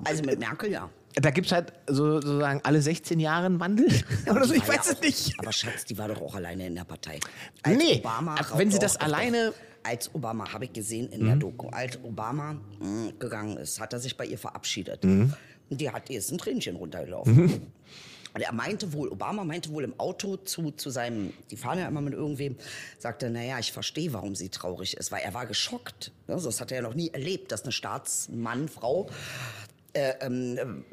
[SPEAKER 1] also mit Merkel ja.
[SPEAKER 2] da gibt es halt so, sozusagen alle 16 Jahre einen Wandel. (laughs) Oder so,
[SPEAKER 1] Die
[SPEAKER 2] ich
[SPEAKER 1] war
[SPEAKER 2] weiß
[SPEAKER 1] ja
[SPEAKER 2] es
[SPEAKER 1] auch-
[SPEAKER 2] nicht.
[SPEAKER 1] Aber Schatz, die war doch auch alleine in der Partei.
[SPEAKER 2] Nee, aber wenn sie das alleine- Mhm.
[SPEAKER 1] Als Obama, habe ich gesehen in der Doku, als Obama mh, gegangen ist, hat er sich bei ihr verabschiedet.
[SPEAKER 2] Mhm.
[SPEAKER 1] Und die hat ihr ist ein Tränchen runtergelaufen. Und er meinte wohl, Obama meinte wohl im Auto zu, zu seinem, die fahren ja immer mit irgendwem, sagte, naja, ich verstehe, warum sie traurig ist, weil er war geschockt. Ne? So, Das hat er ja noch nie erlebt, dass eine Staatsmann, Frau äh, ähm, ähm,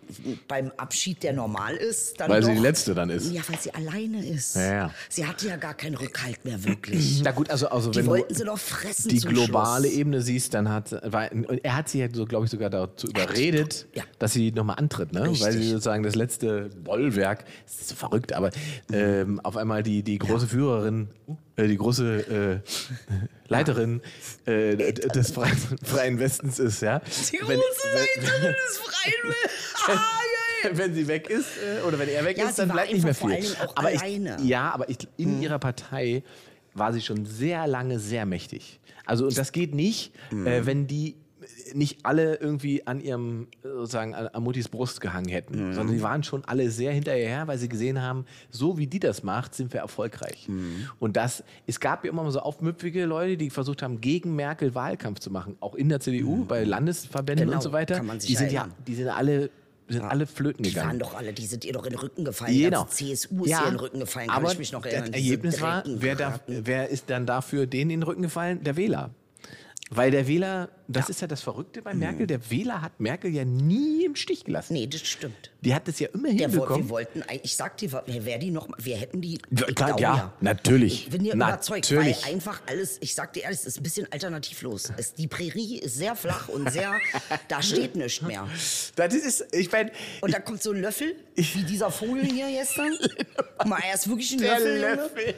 [SPEAKER 1] beim Abschied, der normal ist, dann
[SPEAKER 2] Weil
[SPEAKER 1] doch,
[SPEAKER 2] sie die Letzte dann ist.
[SPEAKER 1] Ja, weil sie alleine ist.
[SPEAKER 2] Ja, ja.
[SPEAKER 1] Sie hatte ja gar keinen Rückhalt mehr wirklich.
[SPEAKER 2] Na gut, also, also wenn
[SPEAKER 1] die wollten sie
[SPEAKER 2] du
[SPEAKER 1] doch fressen
[SPEAKER 2] die
[SPEAKER 1] zum
[SPEAKER 2] globale
[SPEAKER 1] Schluss.
[SPEAKER 2] Ebene siehst, dann hat war, und er hat sie ja so, glaube ich, sogar dazu überredet,
[SPEAKER 1] Ja.
[SPEAKER 2] dass sie nochmal antritt, ne? Weil sie
[SPEAKER 1] Richtig.
[SPEAKER 2] sozusagen das letzte Bollwerk, das ist so verrückt, aber ähm, auf einmal die, die große Führerin, äh, die große äh, Leiterin äh, d- d- des freien, freien Westens ist, ja.
[SPEAKER 1] Die große
[SPEAKER 2] Wenn-
[SPEAKER 1] Leiterin des
[SPEAKER 2] (laughs)
[SPEAKER 1] Freien Willens. Ah, ja, ja.
[SPEAKER 2] wenn sie weg ist äh, oder wenn er weg
[SPEAKER 1] Ja,
[SPEAKER 2] ist,
[SPEAKER 1] sie
[SPEAKER 2] dann
[SPEAKER 1] war
[SPEAKER 2] bleibt nicht mehr
[SPEAKER 1] einfach
[SPEAKER 2] viel.
[SPEAKER 1] vor allen Dingen auch
[SPEAKER 2] aber
[SPEAKER 1] alleine.
[SPEAKER 2] Ich, ja, aber ich, in ihrer Partei war sie schon sehr lange sehr mächtig. Also und das geht nicht, äh, wenn die nicht alle irgendwie an ihrem äh, sozusagen an, an Muttis Brust gehangen hätten, sondern die waren schon alle sehr hinterher, weil sie gesehen haben, so wie die das macht, sind wir erfolgreich. Und das, es gab ja immer mal so aufmüpfige Leute, die versucht haben, gegen Merkel Wahlkampf zu machen, auch in der CDU, bei Landesverbänden
[SPEAKER 1] Genau,
[SPEAKER 2] und so weiter.
[SPEAKER 1] kann man sich
[SPEAKER 2] die sind ja,
[SPEAKER 1] erinnern.
[SPEAKER 2] die sind alle, sind alle flöten
[SPEAKER 1] Die waren
[SPEAKER 2] gegangen.
[SPEAKER 1] doch alle, die sind ihr doch in den Rücken gefallen. Die
[SPEAKER 2] Genau.
[SPEAKER 1] ganze CSU ist ihr in den Rücken gefallen, kann
[SPEAKER 2] aber
[SPEAKER 1] ich mich noch erinnern.
[SPEAKER 2] Das
[SPEAKER 1] diese
[SPEAKER 2] Ergebnis war,
[SPEAKER 1] Drecken-
[SPEAKER 2] wer, darf, wer ist dann dafür denen in den Rücken gefallen? Der Wähler. Weil der Wähler, das ist ja das Verrückte
[SPEAKER 1] Mhm.
[SPEAKER 2] bei Merkel, der Wähler hat Merkel ja nie im Stich gelassen.
[SPEAKER 1] Nee, das stimmt.
[SPEAKER 2] Die hat es ja immer
[SPEAKER 1] Der woll-
[SPEAKER 2] hinbekommen.
[SPEAKER 1] wir wollten, eigentlich- ich sag dir, wer wär die noch, mal- wir hätten die.
[SPEAKER 2] Ja,
[SPEAKER 1] ich
[SPEAKER 2] klar,
[SPEAKER 1] glaube
[SPEAKER 2] ja, natürlich.
[SPEAKER 1] Ich bin ja überzeugt, weil
[SPEAKER 2] Natürlich.
[SPEAKER 1] einfach alles, ich sag dir ehrlich, es ist ein bisschen alternativlos. Es, die Prärie ist sehr flach und sehr, da steht nichts mehr.
[SPEAKER 2] Das ist, ich meine,
[SPEAKER 1] Und da kommt so ein Löffel, wie dieser Vogel hier
[SPEAKER 2] (laughs)
[SPEAKER 1] gestern. Guck mal, er ist wirklich ein
[SPEAKER 2] der
[SPEAKER 1] Löffel. Junge.
[SPEAKER 2] Löffel.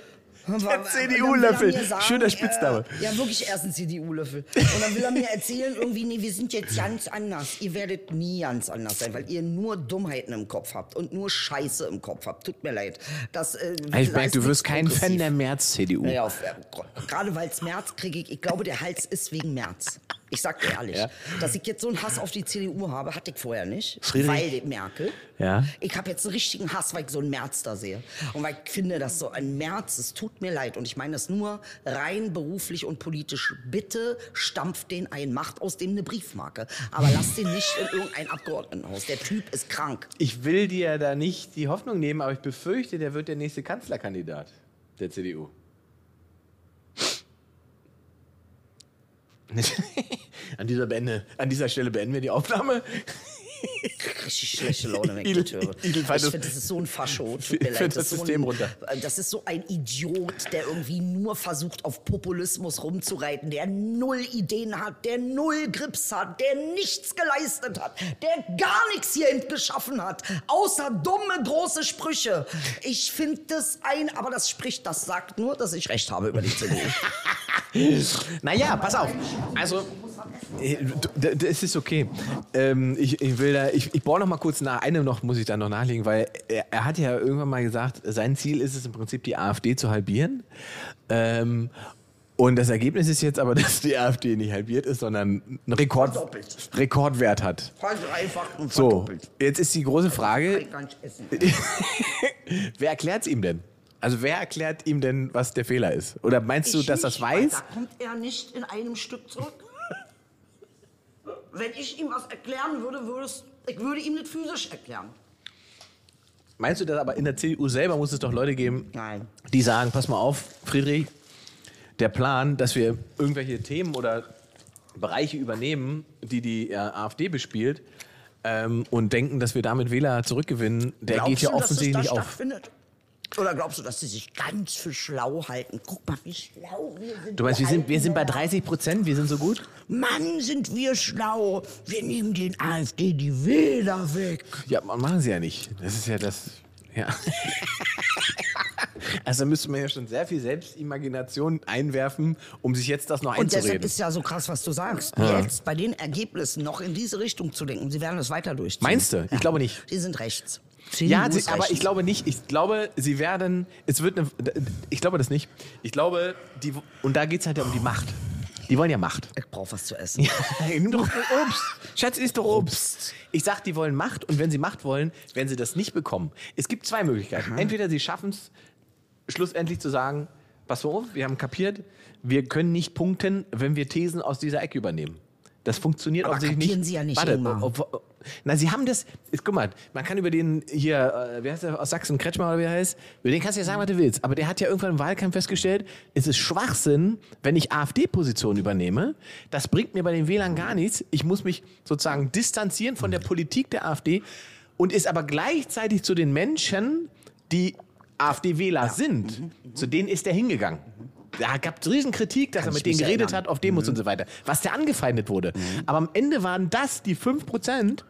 [SPEAKER 1] Und
[SPEAKER 2] Der
[SPEAKER 1] dann will er
[SPEAKER 2] CDU-Löffel.
[SPEAKER 1] mir sagen,
[SPEAKER 2] Schöner Spitzname.
[SPEAKER 1] Äh, ja, wirklich erst ein CDU-Löffel. Und dann will er mir erzählen, irgendwie, nee, wir sind jetzt ganz anders. Ihr werdet nie ganz anders sein, weil ihr nur Dummheiten im Kopf habt und nur Scheiße im Kopf habt. Tut mir leid. Das, äh,
[SPEAKER 2] Ich
[SPEAKER 1] da
[SPEAKER 2] merke,
[SPEAKER 1] ist
[SPEAKER 2] du wirst
[SPEAKER 1] nichts
[SPEAKER 2] kein Fan
[SPEAKER 1] progressiv.
[SPEAKER 2] der März-CDU.
[SPEAKER 1] Naja, auf, äh, gerade weil es März kriege ich, ich glaube, der Hals ist wegen März. Ich sag dir ehrlich,
[SPEAKER 2] Ja.
[SPEAKER 1] dass ich jetzt so einen Hass auf die CDU habe, hatte ich vorher nicht,
[SPEAKER 2] Friedrich.
[SPEAKER 1] weil die Merkel.
[SPEAKER 2] Ja.
[SPEAKER 1] Ich habe jetzt einen richtigen Hass, weil ich so einen März da sehe. Und weil ich finde, dass so ein März, es tut mir leid und ich meine das nur rein beruflich und politisch. Bitte stampft den ein, macht aus dem eine Briefmarke, aber lasst den nicht in irgendein Abgeordnetenhaus. Der Typ ist krank.
[SPEAKER 2] Ich will dir da nicht die Hoffnung nehmen, aber ich befürchte, der wird der nächste Kanzlerkandidat der CDU. (laughs) An dieser, Bände, an dieser Stelle beenden wir die Aufnahme.
[SPEAKER 1] richtig schlechte Laune, (laughs) wenn ich
[SPEAKER 2] Idel-
[SPEAKER 1] das höre. Ich
[SPEAKER 2] Idel fand das-
[SPEAKER 1] finde, das ist so ein (laughs) Fascho.
[SPEAKER 2] Fiel-
[SPEAKER 1] Tut mir
[SPEAKER 2] fällt
[SPEAKER 1] leid.
[SPEAKER 2] das
[SPEAKER 1] ist so
[SPEAKER 2] System
[SPEAKER 1] ein,
[SPEAKER 2] runter.
[SPEAKER 1] äh, Das ist so ein Idiot, der irgendwie nur versucht, auf Populismus rumzureiten, der null Ideen hat, der null Grips hat, der nichts geleistet hat, der gar nichts hier hinten geschaffen hat, außer dumme große Sprüche. Ich finde das ein, aber das spricht, das sagt nur, dass ich recht habe über die E. CDU.
[SPEAKER 2] Naja, pass auf. Also, äh, d- d- es ist okay. Ähm, ich, ich will da, ich, ich bohre noch mal kurz nach. Eine noch muss ich da noch nachlegen, weil er, er hat ja irgendwann mal gesagt, sein Ziel ist es im Prinzip, die AfD zu halbieren. Ähm, und das Ergebnis ist jetzt aber, (laughs) dass die AfD nicht halbiert ist, sondern einen Rekord,
[SPEAKER 1] Verdoppelt.
[SPEAKER 2] Rekordwert hat.
[SPEAKER 1] Voll einfach und
[SPEAKER 2] So,
[SPEAKER 1] verdoppelt.
[SPEAKER 2] jetzt ist die große
[SPEAKER 1] Kann
[SPEAKER 2] Frage,
[SPEAKER 1] ich gar nicht essen.
[SPEAKER 2] wer erklärt es ihm denn? Also wer erklärt ihm denn, was der Fehler ist? Oder meinst du,
[SPEAKER 1] Ich
[SPEAKER 2] dass
[SPEAKER 1] nicht,
[SPEAKER 2] das
[SPEAKER 1] weil
[SPEAKER 2] weiß?
[SPEAKER 1] Da kommt er nicht in einem Stück zurück. Wenn ich ihm was erklären würde, würde es, ich würde ihm nicht physisch erklären.
[SPEAKER 2] Meinst du das aber in der CDU selber muss es doch Leute geben,
[SPEAKER 1] Nein.
[SPEAKER 2] die sagen, pass mal auf, Friedrich, der Plan, dass wir irgendwelche Themen oder Bereiche übernehmen, die die äh, AfD bespielt, ähm, und denken, dass wir damit Wähler zurückgewinnen, der
[SPEAKER 1] Glaubst
[SPEAKER 2] geht ja
[SPEAKER 1] du, dass es
[SPEAKER 2] offensichtlich
[SPEAKER 1] da
[SPEAKER 2] nicht auf.
[SPEAKER 1] stattfindet? Oder glaubst du, dass sie sich ganz für schlau halten? Guck mal, wie schlau wir sind.
[SPEAKER 2] Du meinst, wir sind, wir sind bei
[SPEAKER 1] alten
[SPEAKER 2] 30 Prozent, wir sind so gut?
[SPEAKER 1] Männer. Mann, sind wir schlau. Wir nehmen den AfD die Wähler weg.
[SPEAKER 2] Ja, man machen sie ja nicht. Das ist ja das. Ja. (laughs) also müsste man ja schon sehr viel Selbstimagination einwerfen, um sich jetzt das noch
[SPEAKER 1] Und deshalb
[SPEAKER 2] einzureden.
[SPEAKER 1] ist ja so krass, was du sagst. Jetzt bei den Ergebnissen noch in diese Richtung zu denken. Sie werden das weiter durchziehen.
[SPEAKER 2] Meinst du? Ich glaube nicht.
[SPEAKER 1] Sie sind rechts.
[SPEAKER 2] Ja,
[SPEAKER 1] CDU
[SPEAKER 2] sie,
[SPEAKER 1] ist
[SPEAKER 2] aber
[SPEAKER 1] rechts.
[SPEAKER 2] ich glaube nicht. Ich glaube, sie werden. Es wird eine. Ich glaube das nicht. Ich glaube, die. Und da geht es halt ja um die Macht. Die wollen ja Macht.
[SPEAKER 1] Ich brauche was zu essen.
[SPEAKER 2] (laughs) Nimm (laughs) doch Obst. Schatz, isst doch Obst. Ich sag, die wollen Macht und wenn sie Macht wollen, werden sie das nicht bekommen. Es gibt zwei Möglichkeiten. Entweder sie schaffen es, schlussendlich zu sagen, pass mal auf, wir haben kapiert, wir können nicht punkten, wenn wir Thesen aus dieser Ecke übernehmen. Das funktioniert
[SPEAKER 1] Aber
[SPEAKER 2] offensichtlich
[SPEAKER 1] kapieren
[SPEAKER 2] nicht.
[SPEAKER 1] sie ja nicht
[SPEAKER 2] Warte,
[SPEAKER 1] immer.
[SPEAKER 2] ob- ob- na, sie haben das. Ist, guck mal, man kann über den hier, äh, wer heißt der aus Sachsen, Kretschmer oder wie er heißt, über den kannst du ja sagen, was du willst. Aber der hat ja irgendwann im Wahlkampf festgestellt, es ist Schwachsinn, wenn ich AfD-Position übernehme. Das bringt mir bei den Wählern gar nichts. Ich muss mich sozusagen distanzieren von der Politik der AfD und ist aber gleichzeitig zu den Menschen, die AfD-Wähler sind, zu denen ist er hingegangen. Da gab es riesen Kritik, dass
[SPEAKER 1] Mhm. Kann
[SPEAKER 2] er
[SPEAKER 1] ich
[SPEAKER 2] mit denen
[SPEAKER 1] mich
[SPEAKER 2] geredet
[SPEAKER 1] erinnern.
[SPEAKER 2] hat, auf Demos und so weiter. Was der angefeindet wurde.
[SPEAKER 1] Mhm.
[SPEAKER 2] Aber am Ende waren das die 5%,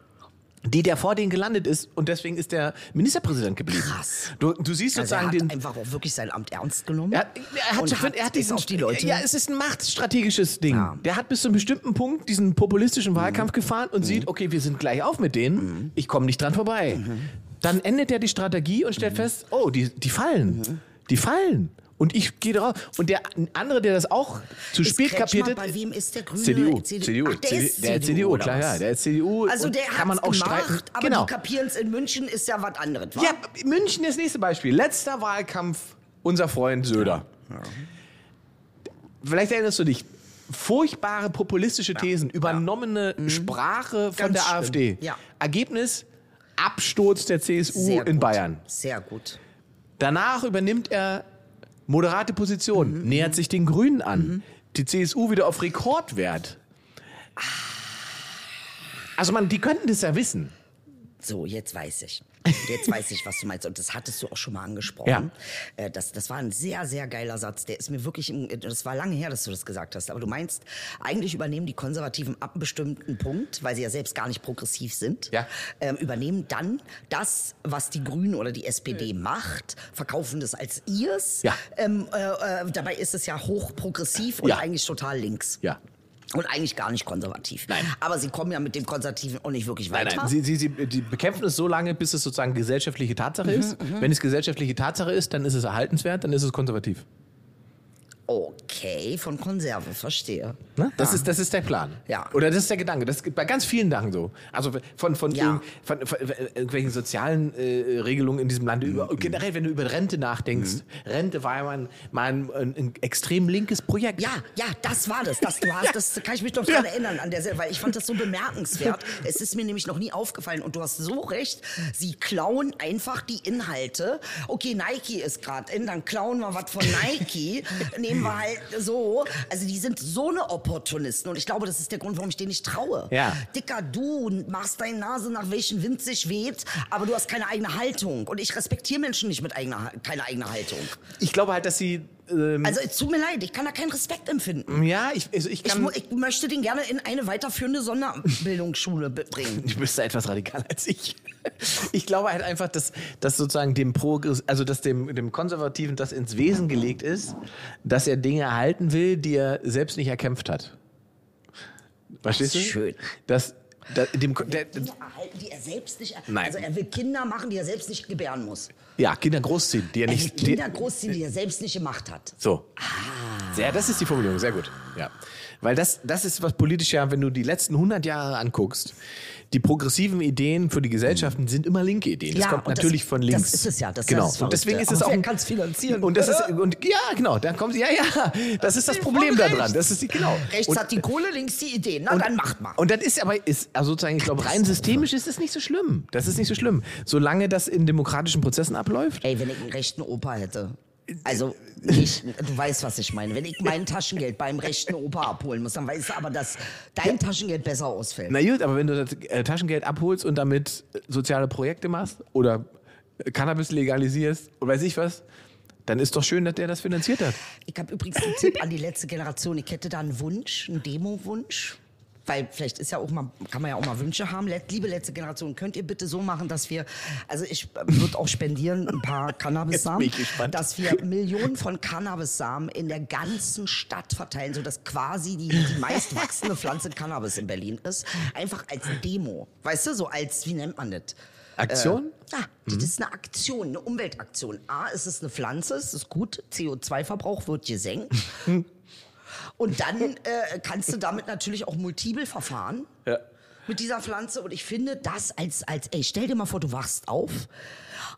[SPEAKER 2] die der vor denen gelandet ist und deswegen ist der Ministerpräsident geblieben.
[SPEAKER 1] Krass.
[SPEAKER 2] Du, du siehst
[SPEAKER 1] Also
[SPEAKER 2] sozusagen
[SPEAKER 1] er hat
[SPEAKER 2] den.
[SPEAKER 1] einfach auch wirklich sein Amt ernst genommen.
[SPEAKER 2] Er hat, er hat,
[SPEAKER 1] und
[SPEAKER 2] er hat
[SPEAKER 1] ist
[SPEAKER 2] diesen,
[SPEAKER 1] auf die Leute.
[SPEAKER 2] Ja, es ist ein machtstrategisches Ding.
[SPEAKER 1] Ja. Mhm.
[SPEAKER 2] Der hat bis zu einem bestimmten Punkt diesen populistischen Wahlkampf gefahren und sieht, okay, wir sind gleich auf mit denen, ich komme nicht dran vorbei.
[SPEAKER 1] Mhm.
[SPEAKER 2] Dann endet er die Strategie und stellt fest, oh, die, die fallen.
[SPEAKER 1] Mhm.
[SPEAKER 2] Die fallen. Und ich gehe drauf. Und der andere, der das auch zu
[SPEAKER 1] Ist
[SPEAKER 2] spät
[SPEAKER 1] Kretschmer,
[SPEAKER 2] kapiert
[SPEAKER 1] Bei
[SPEAKER 2] hat,
[SPEAKER 1] wem ist der Grüne?
[SPEAKER 2] CDU,
[SPEAKER 1] Ach, der, ist CDU,
[SPEAKER 2] der CDU,
[SPEAKER 1] oder
[SPEAKER 2] klar,
[SPEAKER 1] was?
[SPEAKER 2] ja, der ist CDU.
[SPEAKER 1] Also
[SPEAKER 2] und
[SPEAKER 1] der
[SPEAKER 2] kann man
[SPEAKER 1] hat's
[SPEAKER 2] auch
[SPEAKER 1] gemacht,
[SPEAKER 2] streiten.
[SPEAKER 1] aber
[SPEAKER 2] genau.
[SPEAKER 1] die kapieren es in München, ist ja was anderes, wa?
[SPEAKER 2] Ja, München ist das nächste Beispiel. Letzter Wahlkampf, unser Freund Söder. Vielleicht erinnerst du dich. Furchtbare populistische Thesen, übernommene Sprache von
[SPEAKER 1] Mhm. Ganz
[SPEAKER 2] der
[SPEAKER 1] schlimm.
[SPEAKER 2] AfD.
[SPEAKER 1] Ja.
[SPEAKER 2] Ergebnis: Absturz der CSU
[SPEAKER 1] Sehr
[SPEAKER 2] in
[SPEAKER 1] gut.
[SPEAKER 2] Bayern.
[SPEAKER 1] Sehr gut.
[SPEAKER 2] Danach übernimmt er moderate Position, nähert sich den Grünen an. Die CSU wieder auf Rekordwert. Also man, die könnten das ja wissen.
[SPEAKER 1] So, jetzt weiß ich. Jetzt weiß ich, was du meinst. Und das hattest du auch schon mal angesprochen. Äh, Das, das war ein sehr, sehr geiler Satz. Der ist mir wirklich, im, das war lange her, dass du das gesagt hast. Aber du meinst, eigentlich übernehmen die Konservativen ab einem bestimmten Punkt, weil sie ja selbst gar nicht progressiv sind,
[SPEAKER 2] Ja.
[SPEAKER 1] ähm, übernehmen dann das, was die Grünen oder die SPD macht, verkaufen das als ihrs.
[SPEAKER 2] Ja.
[SPEAKER 1] Ähm, äh, äh, dabei ist es ja hochprogressiv und
[SPEAKER 2] Ja.
[SPEAKER 1] eigentlich total links.
[SPEAKER 2] Ja.
[SPEAKER 1] Und eigentlich gar nicht konservativ. Nein. Aber sie kommen ja mit dem Konservativen auch nicht wirklich
[SPEAKER 2] Nein,
[SPEAKER 1] weiter.
[SPEAKER 2] nein, sie, sie, sie die bekämpfen es so lange, bis es sozusagen gesellschaftliche Tatsache ist. Wenn es gesellschaftliche Tatsache ist, dann ist es erhaltenswert, dann ist es konservativ.
[SPEAKER 1] Okay, von Konserve, verstehe.
[SPEAKER 2] Ne? Das, ist, das ist der Plan.
[SPEAKER 1] Ja.
[SPEAKER 2] Oder das ist der Gedanke. Das gibt bei ganz vielen Sachen so. Also von, von,
[SPEAKER 1] Ja.
[SPEAKER 2] irgend- von, von, äh, irgendwelchen sozialen äh, Regelungen in diesem Land. Über,
[SPEAKER 1] Mhm.
[SPEAKER 2] generell, wenn du über Rente nachdenkst. Rente war ja mal ein, mal ein, ein, ein extrem linkes Projekt.
[SPEAKER 1] Ja, ja, das war das. Das, du hast, das kann ich mich noch
[SPEAKER 2] (laughs) Ja.
[SPEAKER 1] dran erinnern an der Serie, weil ich fand das so bemerkenswert. Es ist mir nämlich noch nie aufgefallen und du hast so recht. Sie klauen einfach die Inhalte. Okay, Nike ist gerade in, dann klauen wir was von Nike,
[SPEAKER 2] (laughs)
[SPEAKER 1] nehmen wir halt so. Also die sind so eine Opportunisten und ich glaube, das ist der Grund, warum ich denen nicht traue.
[SPEAKER 2] Ja.
[SPEAKER 1] Dicker, du machst deine Nase nach welchem Wind sich weht, aber du hast keine eigene Haltung und ich respektiere Menschen nicht mit eigener, keine eigene Haltung.
[SPEAKER 2] Ich glaube halt, dass sie. Ähm,
[SPEAKER 1] Also es tut mir leid, ich kann da keinen Respekt empfinden.
[SPEAKER 2] ja, ich, also ich
[SPEAKER 1] Ich,
[SPEAKER 2] kann.
[SPEAKER 1] mu- ich möchte den gerne in eine weiterführende Sonderbildungsschule be- bringen.
[SPEAKER 2] Du bist da etwas radikaler als ich. Ich glaube halt einfach, dass, dass sozusagen dem Progress, also dass dem, dem Konservativen das ins Wesen gelegt ist, dass er Dinge erhalten will, die er selbst nicht erkämpft hat.
[SPEAKER 1] Das
[SPEAKER 2] Verstehst du?
[SPEAKER 1] ist schön.
[SPEAKER 2] Dass, dass dem, Ko- der,
[SPEAKER 1] Die er erhalten- Die er selbst nicht.
[SPEAKER 2] Äh, Nein.
[SPEAKER 1] Also er will Kinder machen, die er selbst nicht gebären muss.
[SPEAKER 2] ja, Kinder großziehen, die er
[SPEAKER 1] Er will
[SPEAKER 2] nicht.
[SPEAKER 1] Also
[SPEAKER 2] Die,
[SPEAKER 1] Kinder großziehen, die er selbst nicht gemacht hat.
[SPEAKER 2] so.
[SPEAKER 1] Ah.
[SPEAKER 2] Sehr, das ist die Formulierung, sehr gut. Ja. Weil das, das ist was politisch ja, wenn du die letzten 100 Jahre anguckst, die progressiven Ideen für die Gesellschaften sind immer linke Ideen. Das
[SPEAKER 1] Mhm. Ja,
[SPEAKER 2] kommt
[SPEAKER 1] und das-
[SPEAKER 2] natürlich von links.
[SPEAKER 1] das ist es ja, das ist
[SPEAKER 2] genau.
[SPEAKER 1] das
[SPEAKER 2] und deswegen ist
[SPEAKER 1] Verrückte.
[SPEAKER 2] es
[SPEAKER 1] Aber
[SPEAKER 2] auch
[SPEAKER 1] wer
[SPEAKER 2] ein-
[SPEAKER 1] kann's finanzieren? Äh.
[SPEAKER 2] Und das ist und ja, genau, dann kommt ja, ja, das ist das
[SPEAKER 1] Sie
[SPEAKER 2] Problem
[SPEAKER 1] haben
[SPEAKER 2] da
[SPEAKER 1] recht.
[SPEAKER 2] dran. Das ist die genau.
[SPEAKER 1] Rechts
[SPEAKER 2] und,
[SPEAKER 1] hat die Kohle, links die Ideen. Na dann macht mal.
[SPEAKER 2] und das ist aber, ist, also sozusagen, ich glaube, rein systemisch ist es nicht so schlimm. Das ist nicht so schlimm. Solange das in demokratischen Prozessen abläuft.
[SPEAKER 1] Ey, wenn ich einen rechten Opa hätte. Also,
[SPEAKER 2] Äh,
[SPEAKER 1] nicht, du weißt, was ich meine. Wenn ich mein Taschengeld beim rechten Opa abholen muss, dann weißt du aber, dass dein Taschengeld besser ausfällt.
[SPEAKER 2] Na gut, aber wenn du das äh, Taschengeld abholst und damit soziale Projekte machst oder äh, Cannabis legalisierst und weiß ich was, dann ist doch schön, dass der das finanziert hat.
[SPEAKER 1] Ich habe übrigens einen Tipp an die letzte Generation. Ich hätte da einen Wunsch, einen Demo-Wunsch. Weil vielleicht ist ja auch mal, kann man ja auch mal Wünsche haben. Let- Liebe letzte Generation, könnt ihr bitte so machen, dass wir, also ich würde auch spendieren, ein
[SPEAKER 2] (laughs)
[SPEAKER 1] paar Cannabissamen,
[SPEAKER 2] Jetzt bin ich gespannt.
[SPEAKER 1] dass wir Millionen von Cannabissamen in der ganzen Stadt verteilen, sodass quasi die, die meistwachsende Pflanze Cannabis in Berlin ist. Einfach als Demo. Weißt du, so als, wie nennt man das?
[SPEAKER 2] Aktion?
[SPEAKER 1] Ja, Ah, das ist eine Aktion, eine Umweltaktion. A, es ist eine Pflanze, es ist gut, CO2-Verbrauch wird gesenkt. Und dann äh, kannst du damit natürlich auch multibel verfahren
[SPEAKER 2] Ja.
[SPEAKER 1] mit dieser Pflanze. Und ich finde das als, als, ey, stell dir mal vor, du wachst auf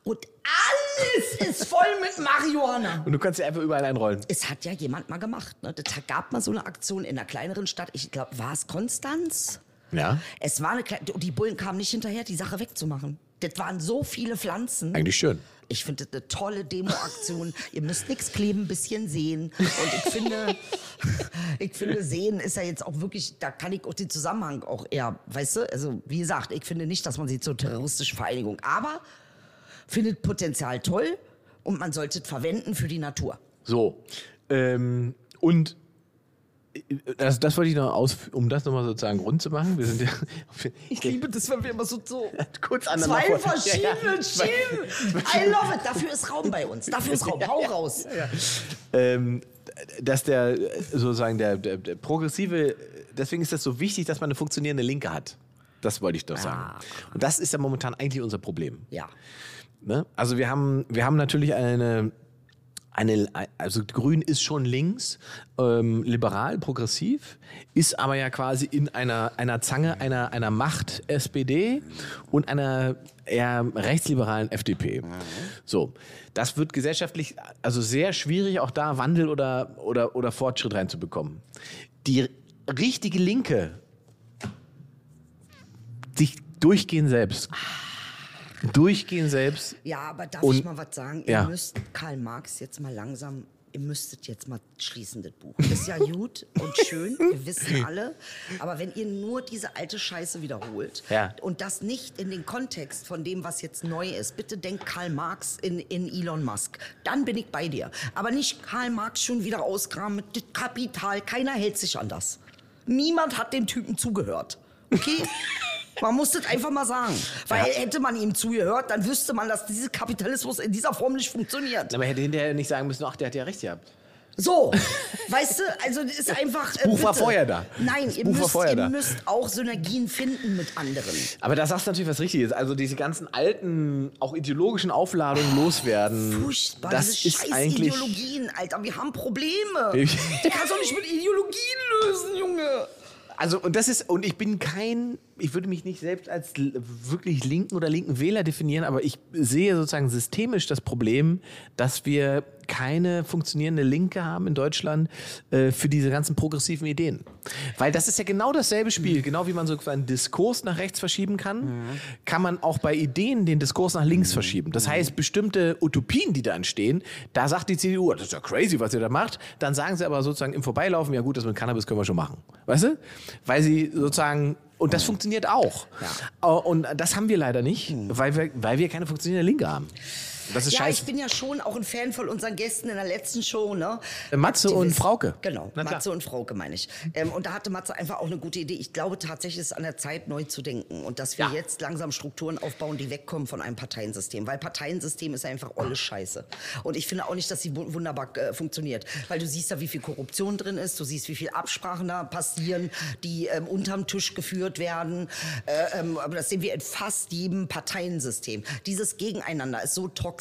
[SPEAKER 1] und alles ist voll mit Marihuana.
[SPEAKER 2] Und du kannst dir einfach überall einrollen.
[SPEAKER 1] Es hat ja jemand mal gemacht. Ne? Das gab mal so eine Aktion in einer kleineren Stadt. Ich glaube, war es Konstanz?
[SPEAKER 2] Ja.
[SPEAKER 1] Es war eine kleine. Und die Bullen kamen nicht hinterher, die Sache wegzumachen. Das waren so viele Pflanzen.
[SPEAKER 2] Eigentlich schön.
[SPEAKER 1] Ich finde das eine tolle Demo-Aktion. Ihr müsst nichts kleben, ein bisschen sehen. Und ich finde, (laughs) ich finde, sehen ist ja jetzt auch wirklich, da kann ich auch den Zusammenhang auch eher, weißt du, also wie gesagt, ich finde nicht, dass man sie zur terroristischen Vereinigung, aber findet Potenzial toll und man sollte es verwenden für die Natur.
[SPEAKER 2] So. Ähm, und äh, das, das wollte ich noch aus, um das nochmal sozusagen rund zu machen. Wir sind ja
[SPEAKER 1] Ich liebe das, wenn wir immer so, so
[SPEAKER 2] (laughs) kurz an
[SPEAKER 1] zwei verschiedene Schienen. I love it. Dafür ist Raum bei uns. Dafür ist Raum. Hau raus.
[SPEAKER 2] ähm, dass der äh, sozusagen der, der, der progressive, deswegen ist das so wichtig, dass man eine funktionierende Linke hat. Das wollte ich doch sagen. Und das ist ja momentan eigentlich unser Problem.
[SPEAKER 1] Ja.
[SPEAKER 2] Ne? Also wir haben, wir haben natürlich eine, eine, also Grün ist schon links, ähm, liberal, progressiv, ist aber ja quasi in einer, einer Zange einer, einer Macht SPD und einer eher rechtsliberalen FDP. So, das wird gesellschaftlich also sehr schwierig, auch da Wandel oder, oder, oder Fortschritt reinzubekommen. Die richtige Linke sich durchgehen selbst. Durchgehen selbst
[SPEAKER 1] Ja, aber darf
[SPEAKER 2] Und-
[SPEAKER 1] ich mal was sagen? Ihr
[SPEAKER 2] ja.
[SPEAKER 1] müsst Karl Marx jetzt mal langsam, ihr müsstet jetzt mal schließen, das Buch. Ist
[SPEAKER 2] (laughs)
[SPEAKER 1] ja gut und schön, wir wissen alle. Aber wenn ihr nur diese alte Scheiße wiederholt
[SPEAKER 2] Ja.
[SPEAKER 1] und das nicht in den Kontext von dem, was jetzt neu ist, bitte denkt Karl Marx in, in Elon Musk. Dann bin ich bei dir. Aber nicht Karl Marx schon wieder ausgraben mit das Kapital. Keiner hält sich an das. Niemand hat dem Typen zugehört. Okay?
[SPEAKER 2] (laughs)
[SPEAKER 1] Man muss das einfach mal sagen. Weil hätte man ihm zugehört, dann wüsste man, dass dieser Kapitalismus in dieser Form nicht funktioniert.
[SPEAKER 2] Aber hätte hinterher nicht sagen müssen, ach, der hat ja recht gehabt.
[SPEAKER 1] So, weißt du, also das ist einfach. Das
[SPEAKER 2] Buch war vorher da.
[SPEAKER 1] Nein,
[SPEAKER 2] Das
[SPEAKER 1] ihr,
[SPEAKER 2] Buch war
[SPEAKER 1] müsst,
[SPEAKER 2] vorher
[SPEAKER 1] ihr
[SPEAKER 2] da.
[SPEAKER 1] müsst auch Synergien finden mit anderen.
[SPEAKER 2] Aber da sagst du natürlich was Richtiges. Also diese ganzen alten, auch ideologischen Aufladungen loswerden.
[SPEAKER 1] Furchtbar,
[SPEAKER 2] das
[SPEAKER 1] diese
[SPEAKER 2] ist
[SPEAKER 1] scheiß
[SPEAKER 2] eigentlich.
[SPEAKER 1] Ideologien, Alter, wir haben Probleme.
[SPEAKER 2] (laughs) Ich-
[SPEAKER 1] Die kannst du nicht mit Ideologien lösen, Junge.
[SPEAKER 2] Also und das ist und ich bin kein, ich würde mich nicht selbst als l- wirklich linken oder linken Wähler definieren, aber ich sehe sozusagen systemisch das Problem, dass wir keine funktionierende Linke haben in Deutschland äh, für diese ganzen progressiven Ideen. Weil das ist ja genau dasselbe
[SPEAKER 1] Mhm.
[SPEAKER 2] Spiel, genau wie man so einen Diskurs nach rechts verschieben kann, kann man auch bei Ideen den Diskurs nach
[SPEAKER 1] Mhm.
[SPEAKER 2] links verschieben. Das heißt, bestimmte Utopien, die da entstehen, da sagt die CDU, das ist ja crazy, was ihr da macht, dann sagen sie aber sozusagen im Vorbeilaufen, ja gut, das mit Cannabis können wir schon machen. Weißt du? Weil sie sozusagen, und
[SPEAKER 1] Mhm.
[SPEAKER 2] das funktioniert auch. Äh, Und das haben wir leider nicht, weil wir, weil wir keine funktionierende Linke haben. Das ist
[SPEAKER 1] Mhm. Ja,
[SPEAKER 2] scheiße.
[SPEAKER 1] ich bin ja schon auch ein Fan von unseren Gästen in der letzten Show, ne?
[SPEAKER 2] Äh, Matze und
[SPEAKER 1] Aktivisten.
[SPEAKER 2] Frauke.
[SPEAKER 1] Genau,
[SPEAKER 2] Na klar.
[SPEAKER 1] Matze und Frauke meine ich. Ähm, und da hatte Matze einfach auch eine gute Idee. Ich glaube tatsächlich, es ist an der Zeit, neu zu denken und dass wir
[SPEAKER 2] Ja.
[SPEAKER 1] jetzt langsam Strukturen aufbauen, die wegkommen von einem Parteiensystem. Weil Parteiensystem ist einfach olle Scheiße. Und ich finde auch nicht, dass sie wu- wunderbar äh, funktioniert. Weil du siehst ja, wie viel Korruption drin ist, du siehst, wie viel Absprachen da passieren, die ähm, unterm Tisch geführt werden. Äh, ähm, aber das sehen wir in fast jedem Parteiensystem. Dieses Gegeneinander ist so toxisch.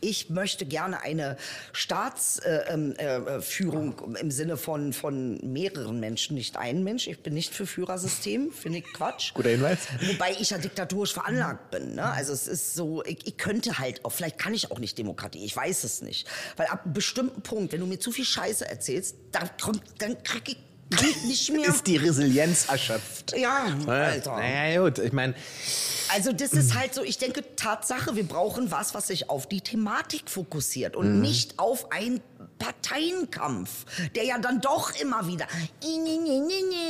[SPEAKER 1] Ich möchte gerne eine Staatsführung äh, äh, Führung im Sinne von, von mehreren Menschen, nicht einen Mensch. Ich bin nicht für Führersystem, finde ich Quatsch.
[SPEAKER 2] Guter Hinweis.
[SPEAKER 1] Wobei ich ja diktatorisch veranlagt bin. Ne? Also es ist so, ich, ich könnte halt auch, vielleicht kann ich auch nicht Demokratie, ich weiß es nicht. Weil ab einem bestimmten Punkt, wenn du mir zu viel Scheiße erzählst, dann, kommt, dann krieg ich krieg nicht mehr...
[SPEAKER 2] die Resilienz erschöpft. ne?
[SPEAKER 1] ja, Alter.
[SPEAKER 2] Naja, gut, ich meine,
[SPEAKER 1] Also das ist halt so, ich denke, Tatsache, wir brauchen was, was sich auf die Thematik fokussiert
[SPEAKER 2] Mhm.
[SPEAKER 1] und nicht auf einen Parteienkampf, der ja dann doch immer wieder, "I, ni, ni, ni,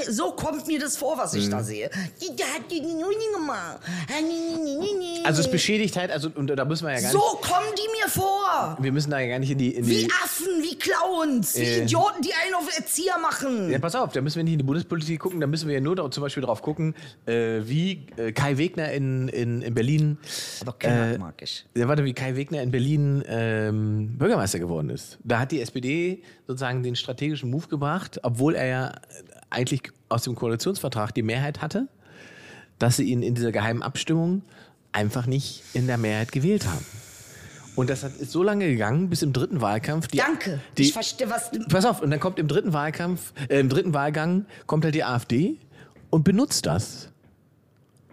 [SPEAKER 1] ni." so kommt mir das vor, was ich
[SPEAKER 2] Mhm.
[SPEAKER 1] da sehe. Die hat die Union gemacht. Ah, ni, ni, ni, ni, ni.
[SPEAKER 2] Also es beschädigt halt, also und da müssen wir ja gar
[SPEAKER 1] So kommen die mir vor.
[SPEAKER 2] nicht, wir müssen da ja gar nicht in die, in
[SPEAKER 1] Wie
[SPEAKER 2] die
[SPEAKER 1] Affen, wie Clowns, wie
[SPEAKER 2] Äh.
[SPEAKER 1] Idioten, die einen auf Erzieher machen.
[SPEAKER 2] Ja, pass auf, da müssen wir nicht in die Bundespolitik gucken, da müssen wir ja nur darauf, zum Beispiel drauf gucken, äh, wie äh, Kai Wegner in, in, in Berlin,
[SPEAKER 1] Aber
[SPEAKER 2] Äh,
[SPEAKER 1] Kennard mag ich.
[SPEAKER 2] ja, warte, wie Kai Wegner in Berlin ähm, Bürgermeister geworden ist. Da hat die SPD sozusagen den strategischen Move gemacht, obwohl er ja äh, eigentlich aus dem Koalitionsvertrag die Mehrheit hatte, dass sie ihn in dieser geheimen Abstimmung einfach nicht in der Mehrheit gewählt haben. Und das hat, ist so lange gegangen, bis im dritten Wahlkampf die.
[SPEAKER 1] Danke.
[SPEAKER 2] Die,
[SPEAKER 1] ich verstehe, was du
[SPEAKER 2] Pass auf, und dann kommt im dritten Wahlkampf, äh, im dritten Wahlgang kommt halt die AfD und benutzt das.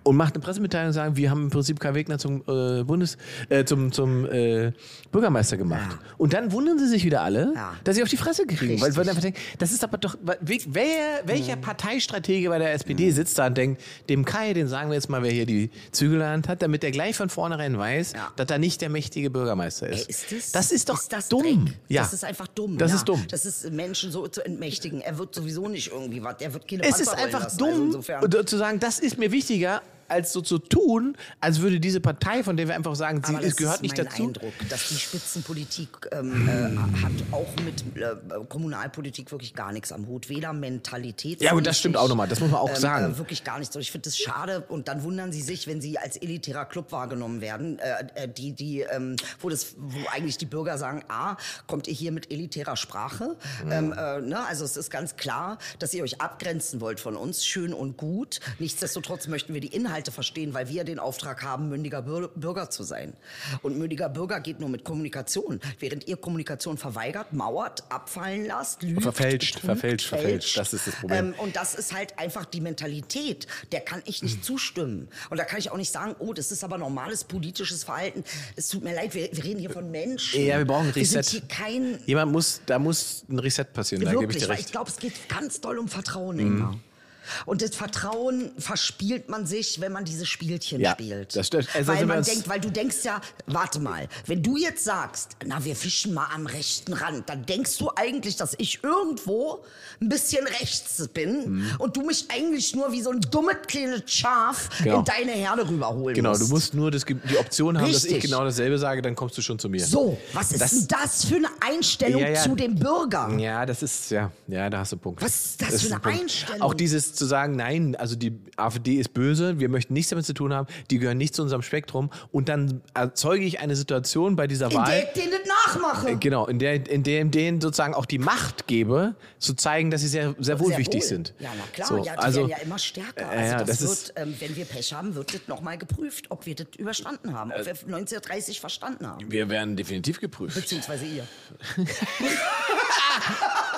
[SPEAKER 2] Und macht eine Pressemitteilung und sagt, wir haben im Prinzip Kai Wegner zum äh, Bundes, äh, zum, zum äh, Bürgermeister gemacht. Und dann wundern sie sich wieder alle,
[SPEAKER 1] Ja.
[SPEAKER 2] dass sie auf die Fresse kriegen.
[SPEAKER 1] Richtig.
[SPEAKER 2] Weil,
[SPEAKER 1] Mhm.
[SPEAKER 2] weil sie einfach denken, das ist aber doch. wa- we- Wer, welcher Parteistratege bei der SPD sitzt da und denkt, dem Kai, den sagen wir jetzt mal, wer hier die Zügel in der Hand hat, damit der gleich von vornherein weiß,
[SPEAKER 1] Ja.
[SPEAKER 2] dass da nicht der mächtige Bürgermeister ist.
[SPEAKER 1] Ey, Ist das,
[SPEAKER 2] das ist doch
[SPEAKER 1] das
[SPEAKER 2] dumm.
[SPEAKER 1] Dreck? Das ist einfach dumm.
[SPEAKER 2] Das
[SPEAKER 1] ja.
[SPEAKER 2] ist dumm.
[SPEAKER 1] Das ist äh, Menschen so zu entmächtigen. Er wird sowieso nicht irgendwie was. Er wird keine
[SPEAKER 2] es ist
[SPEAKER 1] Panzer rollen
[SPEAKER 2] einfach
[SPEAKER 1] lassen. Also
[SPEAKER 2] dumm,
[SPEAKER 1] insofern-
[SPEAKER 2] und zu sagen, das ist mir wichtiger, als so zu tun, als würde diese Partei, von der wir einfach sagen, sie
[SPEAKER 1] aber das
[SPEAKER 2] ist, gehört nicht
[SPEAKER 1] mein
[SPEAKER 2] dazu.
[SPEAKER 1] Eindruck, dass die Spitzenpolitik ähm, äh, hat auch mit äh, Kommunalpolitik wirklich gar nichts am Hut. Weder Mentalität.
[SPEAKER 2] Ja, gut, das stimmt auch nochmal. Das muss man auch sagen.
[SPEAKER 1] Äh, wirklich gar nicht so. Ich finde das schade. Und dann wundern sie sich, wenn sie als elitärer Club wahrgenommen werden, äh, äh, die, die, ähm, wo, das, wo eigentlich die Bürger sagen, ah, kommt ihr hier mit elitärer Sprache?
[SPEAKER 2] Mhm.
[SPEAKER 1] Ähm, äh, ne? Also es ist ganz klar, dass ihr euch abgrenzen wollt von uns, schön und gut. Nichtsdestotrotz möchten wir die Inhalte verstehen, weil wir den Auftrag haben, mündiger Bür Bürger zu sein. Und mündiger Bürger geht nur mit Kommunikation. Während ihr Kommunikation verweigert, mauert, abfallen lasst, lügt,
[SPEAKER 2] Verfälscht,
[SPEAKER 1] betrügt,
[SPEAKER 2] verfälscht, verfälscht.
[SPEAKER 1] fälscht.
[SPEAKER 2] Das ist das Problem.
[SPEAKER 1] Ähm, und das ist halt einfach die Mentalität. Der kann ich
[SPEAKER 2] Mhm.
[SPEAKER 1] nicht zustimmen. Und da kann ich auch nicht sagen, oh, das ist aber normales politisches Verhalten. Es tut mir leid, wir, wir reden hier von Menschen.
[SPEAKER 2] Ja, wir brauchen ein
[SPEAKER 1] Wir sind
[SPEAKER 2] Reset.
[SPEAKER 1] hier kein...
[SPEAKER 2] Jemand muss, da muss ein Reset passieren, da gebe ich
[SPEAKER 1] Wirklich,
[SPEAKER 2] dir
[SPEAKER 1] weil ich
[SPEAKER 2] recht. Mhm.
[SPEAKER 1] glaube, es geht ganz doll um Vertrauen immer. Und das Vertrauen verspielt man sich, wenn man diese Spielchen
[SPEAKER 2] Ja,
[SPEAKER 1] spielt.
[SPEAKER 2] das stimmt. Also
[SPEAKER 1] weil
[SPEAKER 2] sind wir
[SPEAKER 1] man
[SPEAKER 2] uns-
[SPEAKER 1] denkt, weil du denkst ja, warte mal, wenn du jetzt sagst, na, wir fischen mal am rechten Rand, dann denkst du eigentlich, dass ich irgendwo ein bisschen rechts bin
[SPEAKER 2] Mhm.
[SPEAKER 1] und du mich eigentlich nur wie so ein dummes kleines Schaf
[SPEAKER 2] Genau.
[SPEAKER 1] in deine Herde rüberholen
[SPEAKER 2] Genau,
[SPEAKER 1] musst.
[SPEAKER 2] du musst nur das, Ge- die Option haben, dass ich
[SPEAKER 1] Richtig.
[SPEAKER 2] genau dasselbe sage, dann kommst du schon zu mir.
[SPEAKER 1] So, was ist
[SPEAKER 2] Das-
[SPEAKER 1] denn das für eine Einstellung
[SPEAKER 2] Ja, ja.
[SPEAKER 1] zu dem Bürger?
[SPEAKER 2] Ja, das ist, ja, ja, da hast du einen Punkt.
[SPEAKER 1] Was ist das für
[SPEAKER 2] ist
[SPEAKER 1] eine
[SPEAKER 2] ein Punkt.
[SPEAKER 1] Einstellung?
[SPEAKER 2] Auch dieses zu sagen, nein, also die AfD ist böse, wir möchten nichts damit zu tun haben, die gehören nicht zu unserem Spektrum und dann erzeuge ich eine Situation bei dieser
[SPEAKER 1] In
[SPEAKER 2] Wahl.
[SPEAKER 1] der ich denen das nachmache.
[SPEAKER 2] Genau, in der, in dem denen sozusagen auch die Macht gebe, zu zeigen, dass sie sehr, sehr wohl
[SPEAKER 1] Sehr
[SPEAKER 2] wichtig
[SPEAKER 1] wohl.
[SPEAKER 2] sind.
[SPEAKER 1] Ja, na klar,
[SPEAKER 2] So,
[SPEAKER 1] ja, die
[SPEAKER 2] also,
[SPEAKER 1] werden ja immer stärker.
[SPEAKER 2] Ja,
[SPEAKER 1] Also
[SPEAKER 2] ja,
[SPEAKER 1] das,
[SPEAKER 2] das
[SPEAKER 1] wird,
[SPEAKER 2] ist-
[SPEAKER 1] ähm, wenn wir Pech haben, wird das nochmal geprüft, ob wir das überstanden haben, ob
[SPEAKER 2] Äh.
[SPEAKER 1] wir 1930 verstanden haben.
[SPEAKER 2] wir werden definitiv geprüft.
[SPEAKER 1] Beziehungsweise ihr.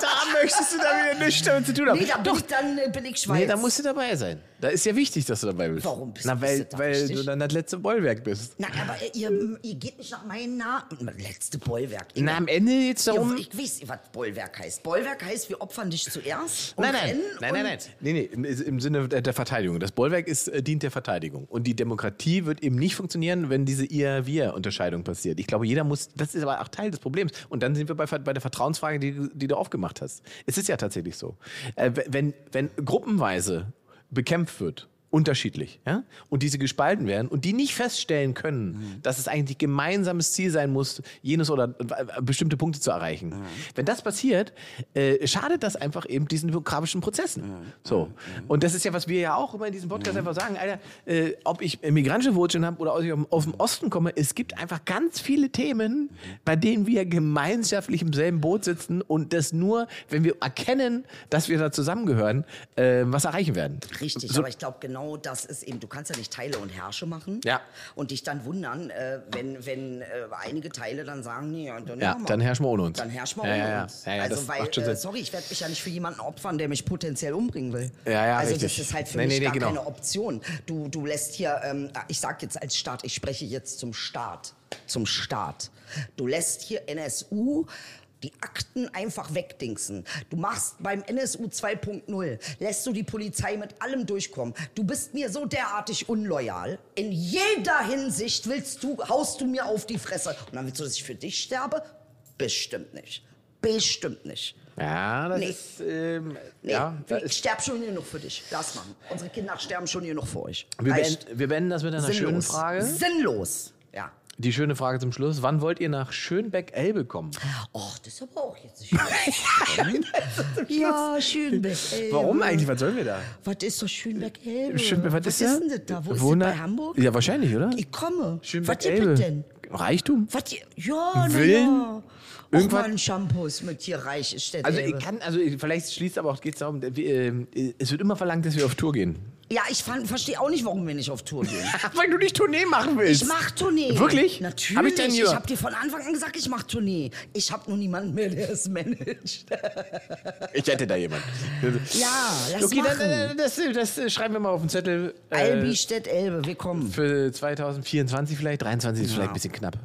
[SPEAKER 2] Da möchtest du dann wieder nichts damit zu tun haben.
[SPEAKER 1] Nee, da bin ich dann äh, bin ich Schweiz.
[SPEAKER 2] Nee, da musst du dabei sein. Da ist ja wichtig, dass du dabei bist.
[SPEAKER 1] Warum bist-
[SPEAKER 2] Na,
[SPEAKER 1] bist
[SPEAKER 2] weil,
[SPEAKER 1] du da
[SPEAKER 2] weil
[SPEAKER 1] richtig?
[SPEAKER 2] du dann das letzte Bollwerk bist.
[SPEAKER 1] Na, aber äh, ihr, ihr geht nicht nach meinen Namen. Letzte Bollwerk. Ihr-
[SPEAKER 2] Na, am Ende jetzt darum.
[SPEAKER 1] ihr, ich weiß, was Bollwerk heißt. Bollwerk heißt, wir opfern dich zuerst. und
[SPEAKER 2] Nein, nein,
[SPEAKER 1] rennen
[SPEAKER 2] nein, nein, nein.
[SPEAKER 1] und-
[SPEAKER 2] Nee, nee, im, im Sinne der, der Verteidigung. Das Bollwerk ist, äh, dient der Verteidigung. Und die Demokratie wird eben nicht funktionieren, wenn diese Ihr-Wir-Unterscheidung passiert. Ich glaube, jeder muss, das ist aber auch Teil des Problems. Und dann sind wir bei, Ver- bei der Vertrauensfrage, die, du- die du aufgemacht hast. Es ist ja tatsächlich so. Äh, we- wenn, wenn gruppenweise bekämpft wird, unterschiedlich, ja? und diese gespalten werden und die nicht feststellen können, dass es eigentlich gemeinsames Ziel sein muss, jenes oder äh, bestimmte Punkte zu erreichen. Wenn das passiert, äh, schadet das einfach eben diesen demokratischen Prozessen. So. Und das ist ja, was wir ja auch immer in diesem Podcast einfach sagen, Alter, äh, ob ich migrantische Wurzeln habe oder ob ich aus dem- aus dem Osten komme, es gibt einfach ganz viele Themen, bei denen wir gemeinschaftlich im selben Boot sitzen und das nur, wenn wir erkennen, dass wir da zusammengehören, äh, was erreichen werden.
[SPEAKER 1] Richtig, aber ich glaube, genau das ist eben, du kannst ja nicht Teile und Herrsche machen
[SPEAKER 2] Ja.
[SPEAKER 1] und dich dann wundern, äh, wenn, wenn äh, einige Teile dann sagen, nee, und dann,
[SPEAKER 2] Ja,
[SPEAKER 1] machen wir.
[SPEAKER 2] dann herrschen wir ohne uns.
[SPEAKER 1] Dann herrschen wir
[SPEAKER 2] Ja,
[SPEAKER 1] ohne
[SPEAKER 2] ja, ja.
[SPEAKER 1] uns.
[SPEAKER 2] Ja, ja, das
[SPEAKER 1] also, weil,
[SPEAKER 2] macht schon
[SPEAKER 1] äh,
[SPEAKER 2] Sinn.
[SPEAKER 1] sorry, ich werde mich ja nicht für jemanden opfern, der mich potenziell umbringen will.
[SPEAKER 2] Ja, ja,
[SPEAKER 1] also
[SPEAKER 2] richtig.
[SPEAKER 1] das ist halt für
[SPEAKER 2] Nee,
[SPEAKER 1] mich
[SPEAKER 2] nee, nee,
[SPEAKER 1] gar
[SPEAKER 2] genau.
[SPEAKER 1] keine Option. Du, du lässt hier, ähm, ich sag jetzt als Staat, ich spreche jetzt zum Staat, zum Staat. Du lässt hier NSU die Akten einfach wegdingsen. Du machst beim NSU 2.0, lässt du die Polizei mit allem durchkommen. Du bist mir so derartig unloyal. In jeder Hinsicht willst du, haust du mir auf die Fresse. Und dann willst du, dass ich für dich sterbe? Bestimmt nicht. Bestimmt nicht.
[SPEAKER 2] Ja, das
[SPEAKER 1] Nee.
[SPEAKER 2] ist. Ähm,
[SPEAKER 1] Nee,
[SPEAKER 2] ja, da
[SPEAKER 1] ich
[SPEAKER 2] ist,
[SPEAKER 1] sterb schon genug für dich. Lass machen. Unsere Kinder sterben schon genug für euch.
[SPEAKER 2] wir,
[SPEAKER 1] Reicht.
[SPEAKER 2] beenden, wir beenden das mit einer schönen Frage.
[SPEAKER 1] Sinnlos. Ja.
[SPEAKER 2] Die schöne Frage zum Schluss. Wann wollt ihr nach Schönbeck-Elbe kommen?
[SPEAKER 1] Och, das ist aber auch jetzt (laughs) nicht schön. ja, Schönbeck. Elbe.
[SPEAKER 2] Warum eigentlich? Was sollen wir da?
[SPEAKER 1] Was ist doch Schönbeck-Elbe?
[SPEAKER 2] Schönbeck, Hm, was, ist,
[SPEAKER 1] ist
[SPEAKER 2] da?
[SPEAKER 1] denn das da? Wo ist
[SPEAKER 2] Wohnen-
[SPEAKER 1] das bei Hamburg?
[SPEAKER 2] Ja, wahrscheinlich, oder?
[SPEAKER 1] Ich komme. was
[SPEAKER 2] Schönbeck-Elbe.
[SPEAKER 1] gibt es denn?
[SPEAKER 2] Reichtum?
[SPEAKER 1] Was ihr, ja,
[SPEAKER 2] Willen?
[SPEAKER 1] na ja. Och,
[SPEAKER 2] Irgendwas-
[SPEAKER 1] mal ein Shampoos mit hier reich ist der
[SPEAKER 2] Also,
[SPEAKER 1] Elbe.
[SPEAKER 2] ich kann, also ich- vielleicht schließt aber auch, geht's darum, äh, wir, äh, es wird immer verlangt, dass wir auf Tour gehen. (laughs)
[SPEAKER 1] Ja, ich verstehe auch nicht, warum wir nicht auf Tour gehen.
[SPEAKER 2] Weil du nicht Tournee machen willst.
[SPEAKER 1] Ich mach Tournee.
[SPEAKER 2] Wirklich?
[SPEAKER 1] Natürlich.
[SPEAKER 2] Hab ich denn hier?
[SPEAKER 1] ich hab dir von Anfang an gesagt, ich mach Tournee. Ich hab nur niemanden mehr, der es managt.
[SPEAKER 2] Ich hätte da jemanden.
[SPEAKER 1] (laughs) Ja, lass
[SPEAKER 2] okay,
[SPEAKER 1] machen.
[SPEAKER 2] dann, äh, das, äh, das äh, schreiben wir mal auf den Zettel. Äh,
[SPEAKER 1] Albi, Städt, Elbe, wir kommen.
[SPEAKER 2] für 2024 vielleicht, 23 ist vielleicht ein bisschen knapp.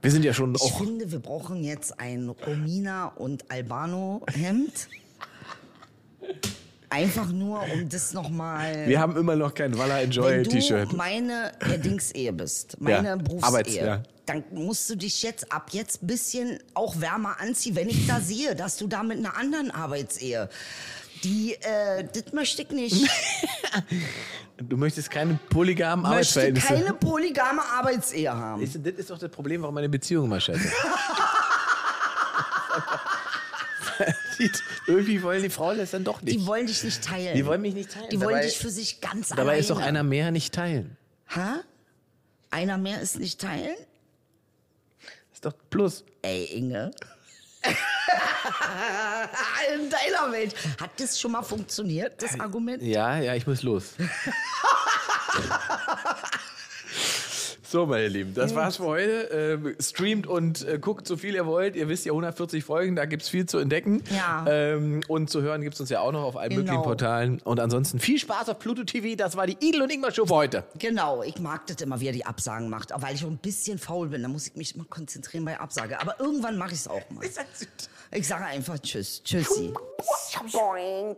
[SPEAKER 2] Wir sind ja schon
[SPEAKER 1] Ich
[SPEAKER 2] auch.
[SPEAKER 1] finde, wir brauchen jetzt ein Romina und Albano Hemd. Einfach nur, um das nochmal.
[SPEAKER 2] Wir haben immer noch kein Walla Enjoy
[SPEAKER 1] Wenn du
[SPEAKER 2] T-Shirt.
[SPEAKER 1] meine äh, Dingsehe bist, meine
[SPEAKER 2] Ja,
[SPEAKER 1] Berufsehe,
[SPEAKER 2] Arbeits- ja.
[SPEAKER 1] dann musst du dich jetzt ab jetzt ein bisschen auch wärmer anziehen, wenn ich da sehe, dass du da mit einer anderen Arbeitsehe. Die, äh, das möchte ich
[SPEAKER 2] (laughs)
[SPEAKER 1] nicht.
[SPEAKER 2] Du möchtest keine polygamen
[SPEAKER 1] möchte
[SPEAKER 2] Arbeitsverhältnisse.
[SPEAKER 1] keine polygame Arbeitsehe haben.
[SPEAKER 2] (laughs) Ist, das ist doch das Problem, warum meine Beziehung mal scheitert. Die- (laughs) Irgendwie wollen die Frauen das dann doch nicht.
[SPEAKER 1] Die wollen dich nicht teilen.
[SPEAKER 2] Die wollen mich nicht teilen.
[SPEAKER 1] Die wollen
[SPEAKER 2] Dabei-
[SPEAKER 1] dich für sich ganz alleine.
[SPEAKER 2] Dabei ist doch einer mehr nicht teilen.
[SPEAKER 1] Ha? Einer mehr ist nicht teilen?
[SPEAKER 2] Ist doch plus.
[SPEAKER 1] Ey, Inge. (laughs) In deiner Welt. Hat das schon mal funktioniert, das Argument?
[SPEAKER 2] Ja, ja, ich muss los. (laughs) so, meine Lieben, das war's für heute. Ähm, streamt und äh, guckt so viel ihr wollt. Ihr wisst ja, 140 Folgen, da gibt's viel zu entdecken.
[SPEAKER 1] Ja.
[SPEAKER 2] Ähm, und zu hören gibt's uns ja auch noch auf allen
[SPEAKER 1] Genau.
[SPEAKER 2] möglichen Portalen. Und ansonsten viel Spaß auf Pluto TV. Das war die Idel und Ingmar Show für heute.
[SPEAKER 1] Genau, ich mag das immer, wie er die Absagen macht. Aber weil ich auch ein bisschen faul bin, da muss ich mich immer konzentrieren bei Absage. Aber irgendwann mache ich es auch mal. Ich sage einfach Tschüss. Tschüssi.
[SPEAKER 4] Boing.